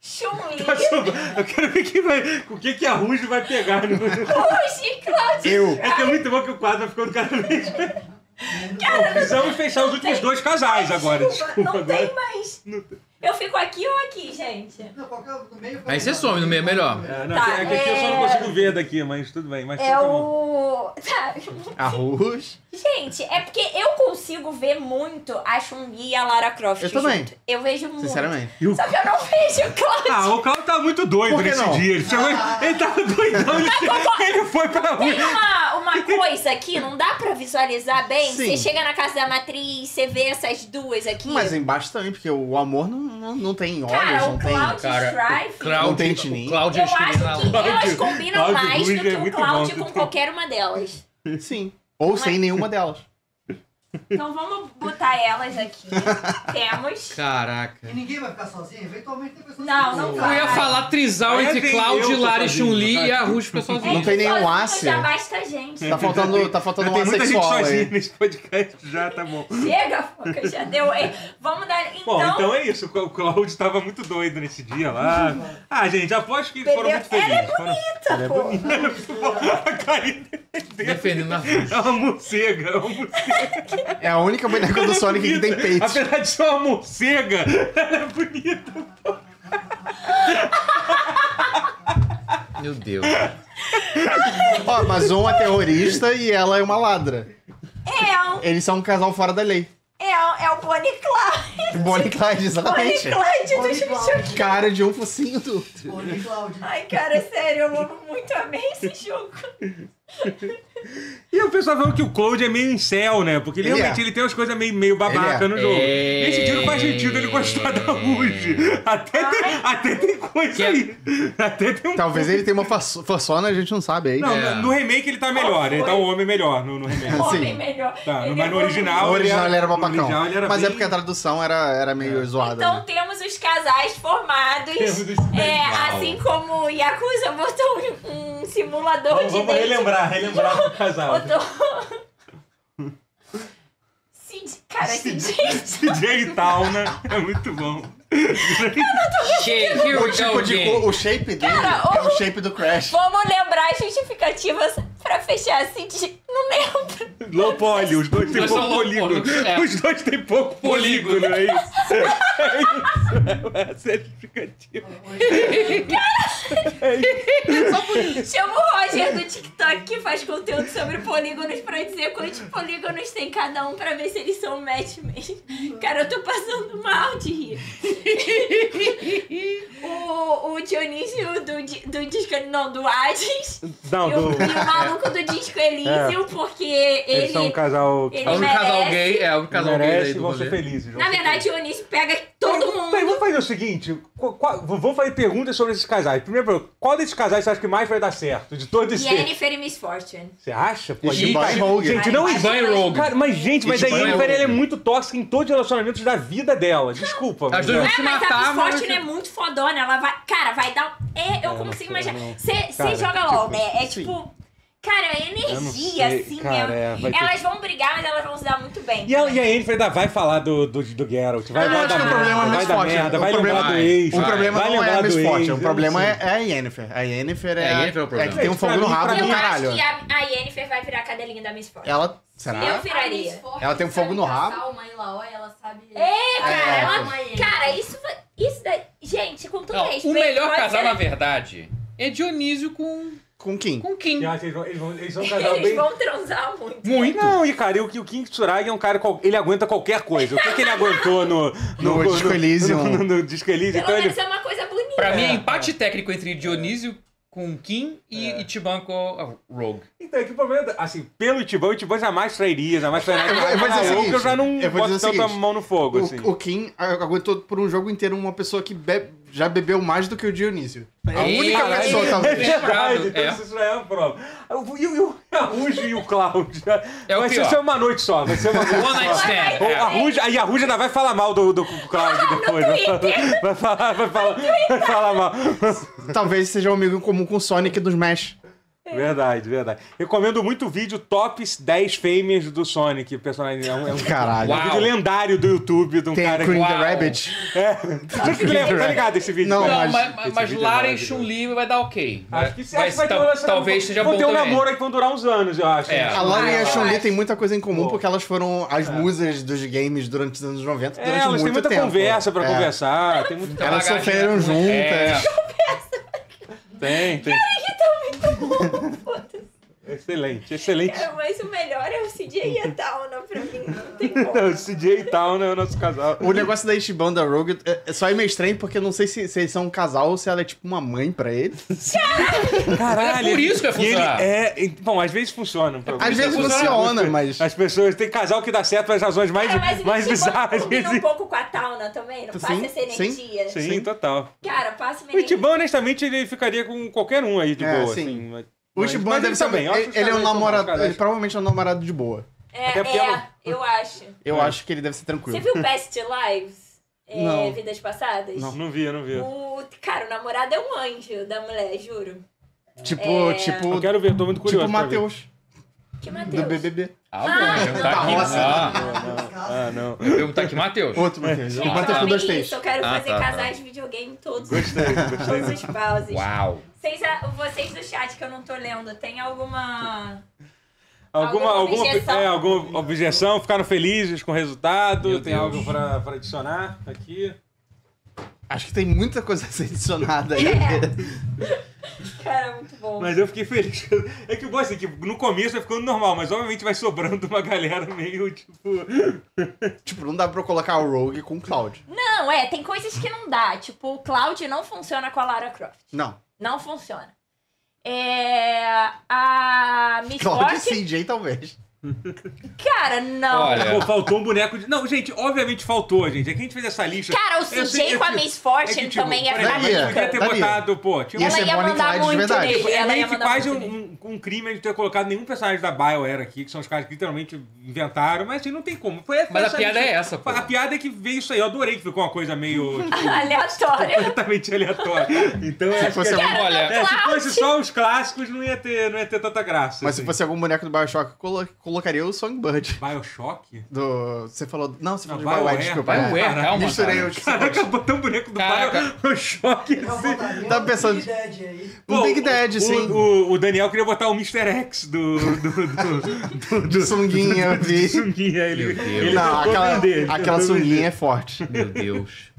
S3: Chun-Li,
S1: tá sobrando. eu quero ver quem vai, o que, que a Ruge vai pegar. No...
S3: Ruge, Cláudio.
S1: É que é muito bom que o quadro ficou do cara mesmo.
S3: Cara,
S1: Precisamos fechar os últimos dois casais agora.
S3: Desculpa,
S1: Desculpa, né?
S3: não
S1: agora.
S3: tem mais. Eu fico aqui ou aqui, gente?
S2: Aí você some no meio, é melhor.
S1: É, não,
S3: Tá,
S1: é que aqui eu só não
S3: é-
S1: consigo ver daqui, mas tudo bem. Mas
S3: É
S1: tá bom.
S3: o. Tá.
S4: Arroz.
S3: Gente, é porque eu consigo ver muito a Chun-Li e a Lara Croft.
S4: Eu também.
S3: junto. Eu vejo muito.
S4: Sinceramente.
S3: Só que eu não vejo, claro.
S1: Ah, o Cláudio tá muito doido
S4: Por que
S1: nesse
S4: não?
S1: dia. Ele, chegou, ele tava doidão. Ele, ele foi pra
S3: Ah. Tá Tem
S1: rua.
S3: uma, uma coisa aqui, não dá pra visualizar bem.
S4: Sim.
S3: Você chega na casa da matriz, você vê essas duas aqui.
S4: Mas embaixo também, porque o amor não, não, não tem olhos,
S3: Cara, o
S4: não tem.
S3: Cloud Strife-
S4: não tem tininho.
S3: eu
S2: é
S3: acho que elas combinam
S4: Cláudio
S3: mais
S4: Ruiz
S3: do
S4: é
S3: que o
S4: muito
S3: Cláudio
S4: bom.
S3: com qualquer uma delas.
S4: Sim. Ou
S1: é?
S4: sem nenhuma delas.
S3: Então vamos botar elas aqui. Temos.
S1: É.
S2: Caraca.
S5: E ninguém vai ficar sozinho, eventualmente tem pessoas
S3: Não, não vai.
S2: Eu ia falar trisal
S4: Aí
S2: entre
S4: tem
S2: Cláudio,
S4: eu,
S2: Lara e
S4: sozinho,
S2: Chun-Li
S4: cara.
S2: e a Rush pessoal.
S4: Não tem nenhum ácido.
S3: É Já basta gente.
S4: Tá faltando, tá faltando um
S1: Tem muita gente
S4: assexual
S1: sozinha
S4: aí.
S1: nesse podcast já, tá bom.
S3: Chega, foca, já deu. hein? Vamos dar. Então,
S1: Bom, então é isso. O Cláudio tava muito doido nesse dia lá. Ah, gente, aposto que eles foram
S3: Bebeu-
S1: muito felizes.
S3: Ela
S1: Foram- Ela
S3: é bonita,
S1: é
S3: pô.
S1: bonita, ela é muito boa. A Karine
S2: Defendendo a
S1: É uma morcega, é uma morcega.
S4: É a única boneca do Sonic que tem peito.
S1: Apesar de ser uma morcega, ela é bonita.
S2: Meu Deus.
S4: Ó, mas um é terrorista e ela é uma ladra.
S3: é, um-
S4: Eles são um casal fora da lei.
S3: é, um- é o Bonnie Clyde.
S4: Bonnie e Clyde,
S3: Bonnie
S4: exatamente.
S3: Clyde do Chuchu.
S4: Cara de um focinho do outro.
S3: Ai, cara, sério, eu amo muito, amei esse jogo.
S1: E o pessoal falou que o Cold é meio incel, né? Porque ele
S4: Ele
S1: realmente
S4: é.
S1: ele tem umas coisas meio, meio babaca
S4: Ele é.
S1: no jogo.
S4: É.
S1: Nesse dia não faz sentido ele gostar da Ruge. Até tem, até tem coisa
S4: é-
S1: aí. Até tem um
S4: Talvez ele tenha uma faço- façona, a gente não sabe aí. É,
S1: Não, no- no remake ele tá melhor. Ele tá um homem melhor no, no remake.
S3: Homem melhor.
S1: Assim, Tá,
S3: Ele
S1: mas no
S3: é
S1: original,
S4: No original ele era
S1: no
S4: babacão.
S1: original ele era
S4: Mas é
S1: bem- É.
S4: porque a tradução era, era meio zoada. né?
S3: Então temos os casais formados.
S4: Temos os
S3: é,
S4: casais.
S3: assim como o Yakuza botou um, um simulador
S1: Vamos,
S3: de
S1: vamos
S3: date.
S1: relembrar, relembrar do casal.
S3: Botou... Cid- Cara, esse gente...
S1: DJ Town, né? É muito bom.
S2: Che- here
S4: o
S2: we
S1: é
S4: tipo
S2: go
S4: de,
S2: again.
S4: o, o shape dele
S3: Cara,
S4: é o
S3: o-
S4: shape do Crash.
S3: Vamos lembrar as justificativas pra fechar assim de... Não lembro.
S1: Low poly, os dois têm
S2: Mas são
S1: pouco
S2: low
S1: polígono.
S2: poly, é.
S1: Os dois têm pouco polígono, é isso? É isso. Essa é a justificativa.
S3: Chama o Roger do TikTok que faz conteúdo sobre polígonos pra dizer quantos polígonos tem cada um pra ver se eles são match mesmo. Cara, eu tô passando mal de rir. O, o Dionísio do, di- do disco. Não, do Hades.
S1: Não,
S3: e, o,
S1: do-
S3: e o maluco do disco Elysium,
S1: É.
S3: porque ele.
S1: Eles são um casal.
S3: ele
S2: É o único casal
S3: merece.
S2: gay, é o único casal gay
S1: merece
S2: aí
S1: e
S2: do
S1: vão ser
S2: rolê.
S1: felizes. vão
S3: Na
S1: ser
S3: verdade, o Dionísio pega todo mundo.
S1: Peraí, vamos fazer o seguinte: qual- qual- vamos fazer perguntas sobre esses casais. Primeiro, qual desses casais você acha que mais vai dar certo? De todos esses.
S3: Jennifer e Miss Fortune.
S1: Você acha? Pô,
S4: Gente,
S1: gente,
S4: vai Rogue.
S1: gente, não
S3: Vai
S1: existe.
S2: Rogue.
S1: Cara, mas, gente, mas a
S2: Gente, vai
S1: Jennifer
S2: Rogue.
S1: ela é muito tóxica em todos os relacionamentos da vida dela. Desculpa.
S2: As
S1: mas
S2: duas
S1: é.
S2: vão se
S3: É, mas a
S2: matar,
S3: Miss
S2: mas.
S3: Fortune é muito fodona. Ela vai. Cara, vai dar. É,
S1: Eu
S3: eu
S1: não sei,
S3: consigo imaginar.
S1: não. Cara,
S3: Você joga
S1: tipo,
S3: LOL, né? É
S1: sim.
S3: tipo. Cara, a
S1: Eu não
S3: energia,
S1: sei,
S3: assim,
S1: cara,
S3: é-
S1: é, vai ter-
S3: Elas vão brigar, mas elas vão se dar muito bem.
S1: E a, e a Yennefer ainda vai falar do, do, do Geralt. Vai,
S4: Ah,
S1: vai
S4: acho
S1: dar
S4: que o
S1: merda,
S4: problema é a
S1: vai
S4: Miss
S1: dar
S4: Fortune.
S1: merda,
S4: O
S1: vai
S4: problema- é
S1: lembrar do ex.
S4: O
S1: vai-
S4: problema
S1: vai
S4: não é
S1: lembrar
S4: a
S1: do
S4: Miss
S1: ex,
S4: Fortune,
S1: eu
S4: o
S1: é- não
S4: problema
S1: sei.
S4: é, é a Yennefer. A Yennefer é,
S2: É, a
S4: a-
S2: Yennefer é o problema.
S4: que tem um fogo no rabo
S3: eu
S4: do caralho.
S3: acho que a, a Yennefer vai virar a cadelinha da Miss Fortune.
S4: Ela, será?
S3: Eu
S6: A
S3: viraria.
S6: Miss Forte
S4: Ela tem um
S6: sabe
S4: fogo no
S6: caçar
S4: rabo.
S6: uma Ilaoi, ela sabe...
S3: É, cara,
S4: É,
S3: ela-
S6: uma né, Yennefer.
S3: cara, isso vai. Isso daí. Gente, com todo
S2: Não,
S3: respeito.
S2: o melhor
S3: pode
S2: casal,
S3: ser-
S2: na verdade, é Dionísio com,
S4: Com quem?
S2: com Kim.
S1: Eu acho que Eles vão, eles vão- eles são um casal
S3: Eles
S1: bem.
S3: vão transar muito.
S2: Muito.
S1: Não, e cara, e o, o King Tsuragi é um cara. qual- Ele aguenta qualquer coisa. O que, que ele aguentou no.
S4: No Disco Elysium.
S1: No, no- no Disco Elysium.
S3: Pelo
S1: Então ele
S3: menos é uma coisa bonita.
S2: Pra mim, é empate técnico entre Dionísio com Kim e
S1: É.
S2: Ichiban com a Rogue.
S1: Então, é que o problema, é, assim, pelo Itibão, o Itibão jamais trairia, jamais trairia.
S4: Eu vou- eu vou dizer o
S1: Falou que
S4: seguinte,
S1: eu já não
S4: eu vou dizer
S1: boto
S4: o
S1: tanta
S4: seguinte,
S1: mão no fogo, assim.
S4: O, o Kim aguentou por um jogo inteiro uma pessoa que be- já bebeu mais do que o Dionísio. A
S2: Ei,
S4: única
S2: ei,
S4: pessoa,
S2: ei,
S1: É
S4: talvez.
S2: ei.
S1: verdade,
S2: É.
S1: então isso já é uma prova. O- E o e a Ruge e o Cláudio?
S2: É o
S1: vai ser
S2: pior.
S1: só uma noite só, vai ser uma noite
S2: One night
S1: só.
S2: stand.
S1: Ou
S2: é.
S1: a Ruge, aí a Ruge ainda vai falar mal do, do
S4: Ah,
S1: Cláudio depois. Vai, falar- vai falar, vai falar, vai falar mal.
S4: Talvez seja um amigo em comum com o Sonic dos Mesh.
S1: Verdade, verdade. Recomendo muito o vídeo Tops 10 Famers do Sonic. Personagem, é um, é um-
S4: Caralho.
S1: um vídeo lendário do YouTube de um
S4: Tem
S1: cara
S4: Cream
S1: que-
S4: the Rabbit.
S1: É. Você que lembra, tá ligado esse vídeo?
S2: Não,
S1: cara?
S2: mas, mas,
S1: Esse
S2: mas
S1: vídeo é
S2: Lara e
S1: maravilhoso.
S2: Chun-Li vai dar ok.
S1: Acho que,
S2: Vai-
S1: você acho que vai
S2: vai-
S1: ter um
S2: tal-
S1: relacionamento-
S2: Talvez seja
S1: vão
S2: bom
S1: ter um
S2: também.
S1: namoro aí que vão durar uns anos, eu acho.
S2: É.
S4: A Lara e a
S1: Ah,
S4: Chun-Li têm muita coisa em comum porque elas foram as musas dos games durante os anos 90,
S1: É,
S4: durante
S1: elas
S4: muito
S1: têm muita
S4: tempo.
S1: conversa pra
S4: É.
S1: conversar. Tem muito
S4: Elas sofreram juntas.
S1: É. Tem, tem.
S3: que tá muito bom.
S1: Excelente, excelente.
S3: Cara, mas o melhor é o CJ e a Tauna pra mim.
S1: Não, o CJ e tal, né? O nosso casal.
S4: O negócio da Ichiban da Rogue é- é só é meio estranho porque eu não sei se, se eles são um casal ou se ela é tipo uma mãe pra ele.
S1: Caralho.
S4: É por isso que vai
S1: E ele
S4: funcionar.
S1: é, e- bom, às vezes funciona. pra algumas
S4: Às vezes
S1: pessoas.
S4: funciona, mas.
S1: As pessoas. Tem casal que dá certo pelas razões mais,
S3: Cara, É, mas,
S1: mais
S3: mas
S1: bizarras.
S3: combina um pouco com a Tauna também, não passa essa energia.
S1: sim, total.
S3: Cara, passa uma
S1: O
S3: energia.
S1: Ichiban, honestamente, ele ficaria com qualquer um aí de
S4: É,
S1: boa.
S4: sim.
S1: assim, mas-
S4: O
S1: mas-
S4: Ichiban
S1: mas
S4: deve ser.
S1: também, eu acho que tá
S4: Ele,
S1: os
S4: ele é um
S1: casais são bons
S4: namorado.
S1: casais.
S4: Ele provavelmente é um namorado de boa.
S3: É,
S1: Até porque
S3: é,
S1: ela-
S3: eu acho.
S1: É.
S4: Eu acho que ele deve ser tranquilo.
S3: Você viu Best Lives? É,
S4: Não.
S3: Vidas passadas?
S4: tá-
S1: Não, não vi, eu não vi.
S3: O, cara, o namorado é um anjo da mulher, juro.
S4: Tipo,
S3: É.
S4: tipo.
S1: Eu quero ver, tô muito curioso.
S4: Tipo o
S1: pra ver.
S4: Matheus.
S3: Que
S4: Do
S3: Matheus.
S4: BBB.
S1: Ah, bom, já tá
S4: Da
S1: aqui.
S4: roça.
S1: Ah, não.
S2: Eu perguntar aqui, Matheus.
S4: Outro
S1: É,
S4: Matheus.
S2: Gente,
S4: O Matheus com dois
S3: É, Isso,
S4: T's.
S3: eu quero
S2: Ah,
S3: fazer
S2: tá, tá.
S3: casais de videogame todos.
S1: Gostei, gostei.
S3: Todos os pauses.
S2: Uau.
S3: Vocês, a- vocês do chat que eu não tô lendo, tem alguma.
S1: Alguma,
S3: Alguma
S1: alguma,
S3: objeção?
S1: objeção? É, alguma objeção? Ficaram felizes com o resultado? Tem algo pra, pra adicionar aqui?
S4: Acho que tem muita coisa a ser adicionada aí.
S3: É. Cara, muito bom.
S1: Mas eu fiquei feliz. É que, bom, assim, que no começo vai ficando normal, mas obviamente vai sobrando uma galera meio, tipo...
S4: tipo, não dá pra eu colocar o Rogue com o Cloud.
S3: Não, é, tem coisas que não dá. Tipo, o Cloud não funciona com a Lara Croft.
S4: Não.
S3: Não funciona. É. A Miss
S4: Cloud e
S3: Forte-
S4: CJ talvez.
S3: Cara, não.
S2: É.
S1: Pô, faltou um boneco de... Não, gente, obviamente faltou, gente. É que a gente fez essa lista...
S3: Cara, o
S1: Eu
S3: CJ
S1: sei- é eu
S3: com a
S1: sei-
S3: Miss Fortune
S1: tipo,
S3: também é ia
S1: por exemplo,
S3: ficar
S1: a gente Podia ter
S3: rica.
S1: botado, pô... tinha
S3: Ia
S1: uma-
S3: ser Ela ia Bonnie mandar Clyde de muito verdade. nele,
S1: É
S3: ela ia
S1: meio que
S3: mandar
S1: quase
S3: muito
S1: um, um crime de ter colocado nenhum personagem da BioWare aqui, que são os caras que literalmente inventaram, mas assim, não tem como. Foi, foi
S2: Mas a
S1: essa
S2: piada
S1: lista.
S2: é essa, pô.
S1: A piada é que veio isso aí. Eu adorei que ficou uma coisa meio... tipo,
S3: Aleatória.
S1: completamente aleatória. Então,
S4: Se
S1: eu acho
S4: fosse
S1: que é-
S4: algum- Cara,
S1: é, se
S4: Clout!
S1: fosse só os clássicos, não ia ter, não ia ter tanta graça. assim.
S4: Mas se fosse algum boneco do Bioshock, eu colo- colocaria o Songbird.
S1: Bioshock?
S4: Do... Você falou. Não, você
S1: Não,
S4: falou de BioWare,
S1: BioWare,
S4: desculpa.
S1: BioWare,
S4: É.
S1: calma,
S4: Misturei
S1: cara.
S4: os.
S1: Caraca, botou um boneco do Bioshock. assim.
S4: Tava Tá pensando.
S1: Pô,
S4: O Big Dead,
S1: o-
S4: sim.
S1: O, o Daniel queria botar o Mr. X do. do, do, do, do
S4: sunguinha, eu vi.
S1: sunguinha, ele. ele
S4: Não,
S1: tentou
S4: aquela,
S1: vender, ele
S4: aquela
S1: tentou vender.
S4: sunguinha é forte.
S2: Meu Deus.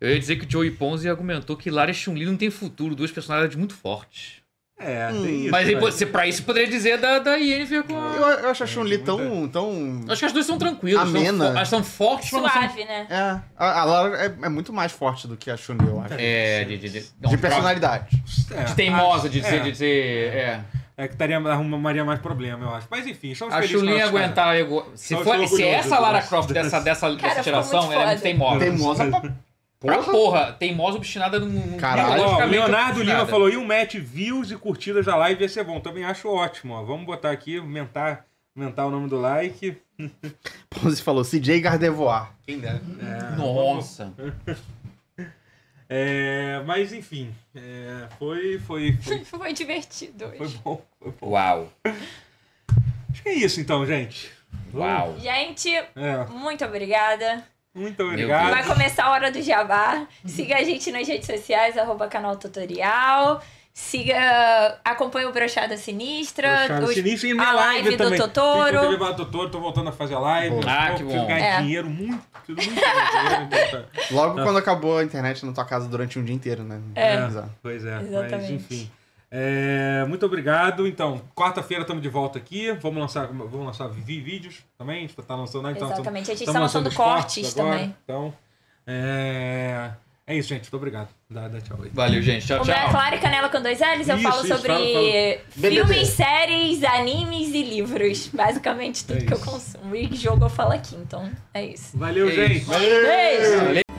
S2: Eu ia dizer que o Joey Ponzi argumentou que Lara e Chun-Li não tem futuro, duas personalidades muito fortes.
S1: É,
S4: Hum.
S1: tem isso.
S2: Mas ele,
S1: né?
S2: você, pra isso poderia dizer da, da Yennefer com a...
S4: Eu, eu acho a
S1: é
S4: Chun-Li tão, tão.
S2: Acho que as duas são tranquilas. são
S4: Amena.
S2: fo- elas são fortes, mas não são...
S3: Suave, né?
S4: É. A, a Lara é, é muito mais forte do que a Chun-Li, eu acho.
S2: É, de, de, de,
S4: De personalidade.
S1: É,
S2: De teimosa, de
S1: acho-
S2: dizer...
S1: é.
S2: De dizer é.
S1: É que estaria, arrumaria mais problema, eu acho. Mas enfim, estamos
S2: A
S1: felizes.
S2: Chun-Li ia
S1: com nossos
S2: aguentar...
S1: caras.
S2: ego- Se,
S1: Estamos
S2: for, se é
S1: orgulhosos
S2: essa
S1: do
S2: Lara
S1: nosso-
S2: Croft dessa, dessa, dessa
S3: Cara, ficou
S2: geração,
S3: muito
S2: ela é muito
S3: foda.
S2: teimosa.
S4: Teimosa pra-
S2: Pra
S4: porra.
S2: porra, teimosa, obstinada num...
S4: Caralho.
S1: Ó, o
S2: tecnologicamente
S1: Leonardo Lima
S2: obstinada.
S1: falou: e um match views e curtidas da live ia ser bom. Também acho ótimo. Ó. Vamos botar aqui, aumentar, aumentar o nome do like.
S4: Ponzi falou CJ Gardevoir. Quem dera.
S1: É,
S2: Nossa.
S1: É, mas enfim, é, foi, foi, foi,
S3: Foi divertido hoje.
S1: foi bom. Foi bom.
S2: Uau.
S1: Acho que é isso então, gente.
S2: Uau.
S3: Gente,
S1: É.
S3: muito obrigada.
S1: Muito
S3: Vai
S1: obrigado.
S3: começar a hora do jabá. Siga a gente nas redes sociais, arroba canal tutorial. Siga. Acompanhe o Brochada Sinistra.
S1: Brochada
S3: os-
S1: Sinistra e
S3: a
S1: minha
S3: live,
S1: live
S3: do
S1: também. Tem
S3: Totoro.
S1: que levar o Totoro, tô voltando a fazer a live.
S4: Boa.
S2: Ah,
S1: Eu
S2: que
S1: preciso
S2: bom.
S1: ganhar
S3: É.
S1: dinheiro, muito, muito dinheiro.
S4: Logo quando acabou a internet na tua casa durante um dia inteiro, né?
S3: É.
S4: Bizarro.
S1: Pois é, mas
S3: Exatamente.
S1: enfim. É, muito obrigado. Então, quarta-feira estamos de volta aqui. Vamos lançar, vamos lançar vi- vídeos também. A gente tá lançando, né? Então,
S3: Exatamente, a gente
S1: estamos
S3: tá lançando
S1: os cortes
S3: cortes
S1: agora.
S3: também.
S1: Então, é, é isso, gente. Muito obrigado. Dá, dá tchau aí.
S2: Valeu, gente. Tchau,
S3: O meu é
S2: tchau.
S3: Clara Canela com dois L's. Eu
S1: Isso,
S3: falo
S1: isso,
S3: sobre
S1: fala, fala.
S3: filmes,
S1: BBB.
S3: séries, animes e livros. Basicamente tudo que eu consumo. E jogo eu falo aqui, então é isso.
S1: Valeu,
S2: É
S1: gente.
S2: isso.
S3: Beijo.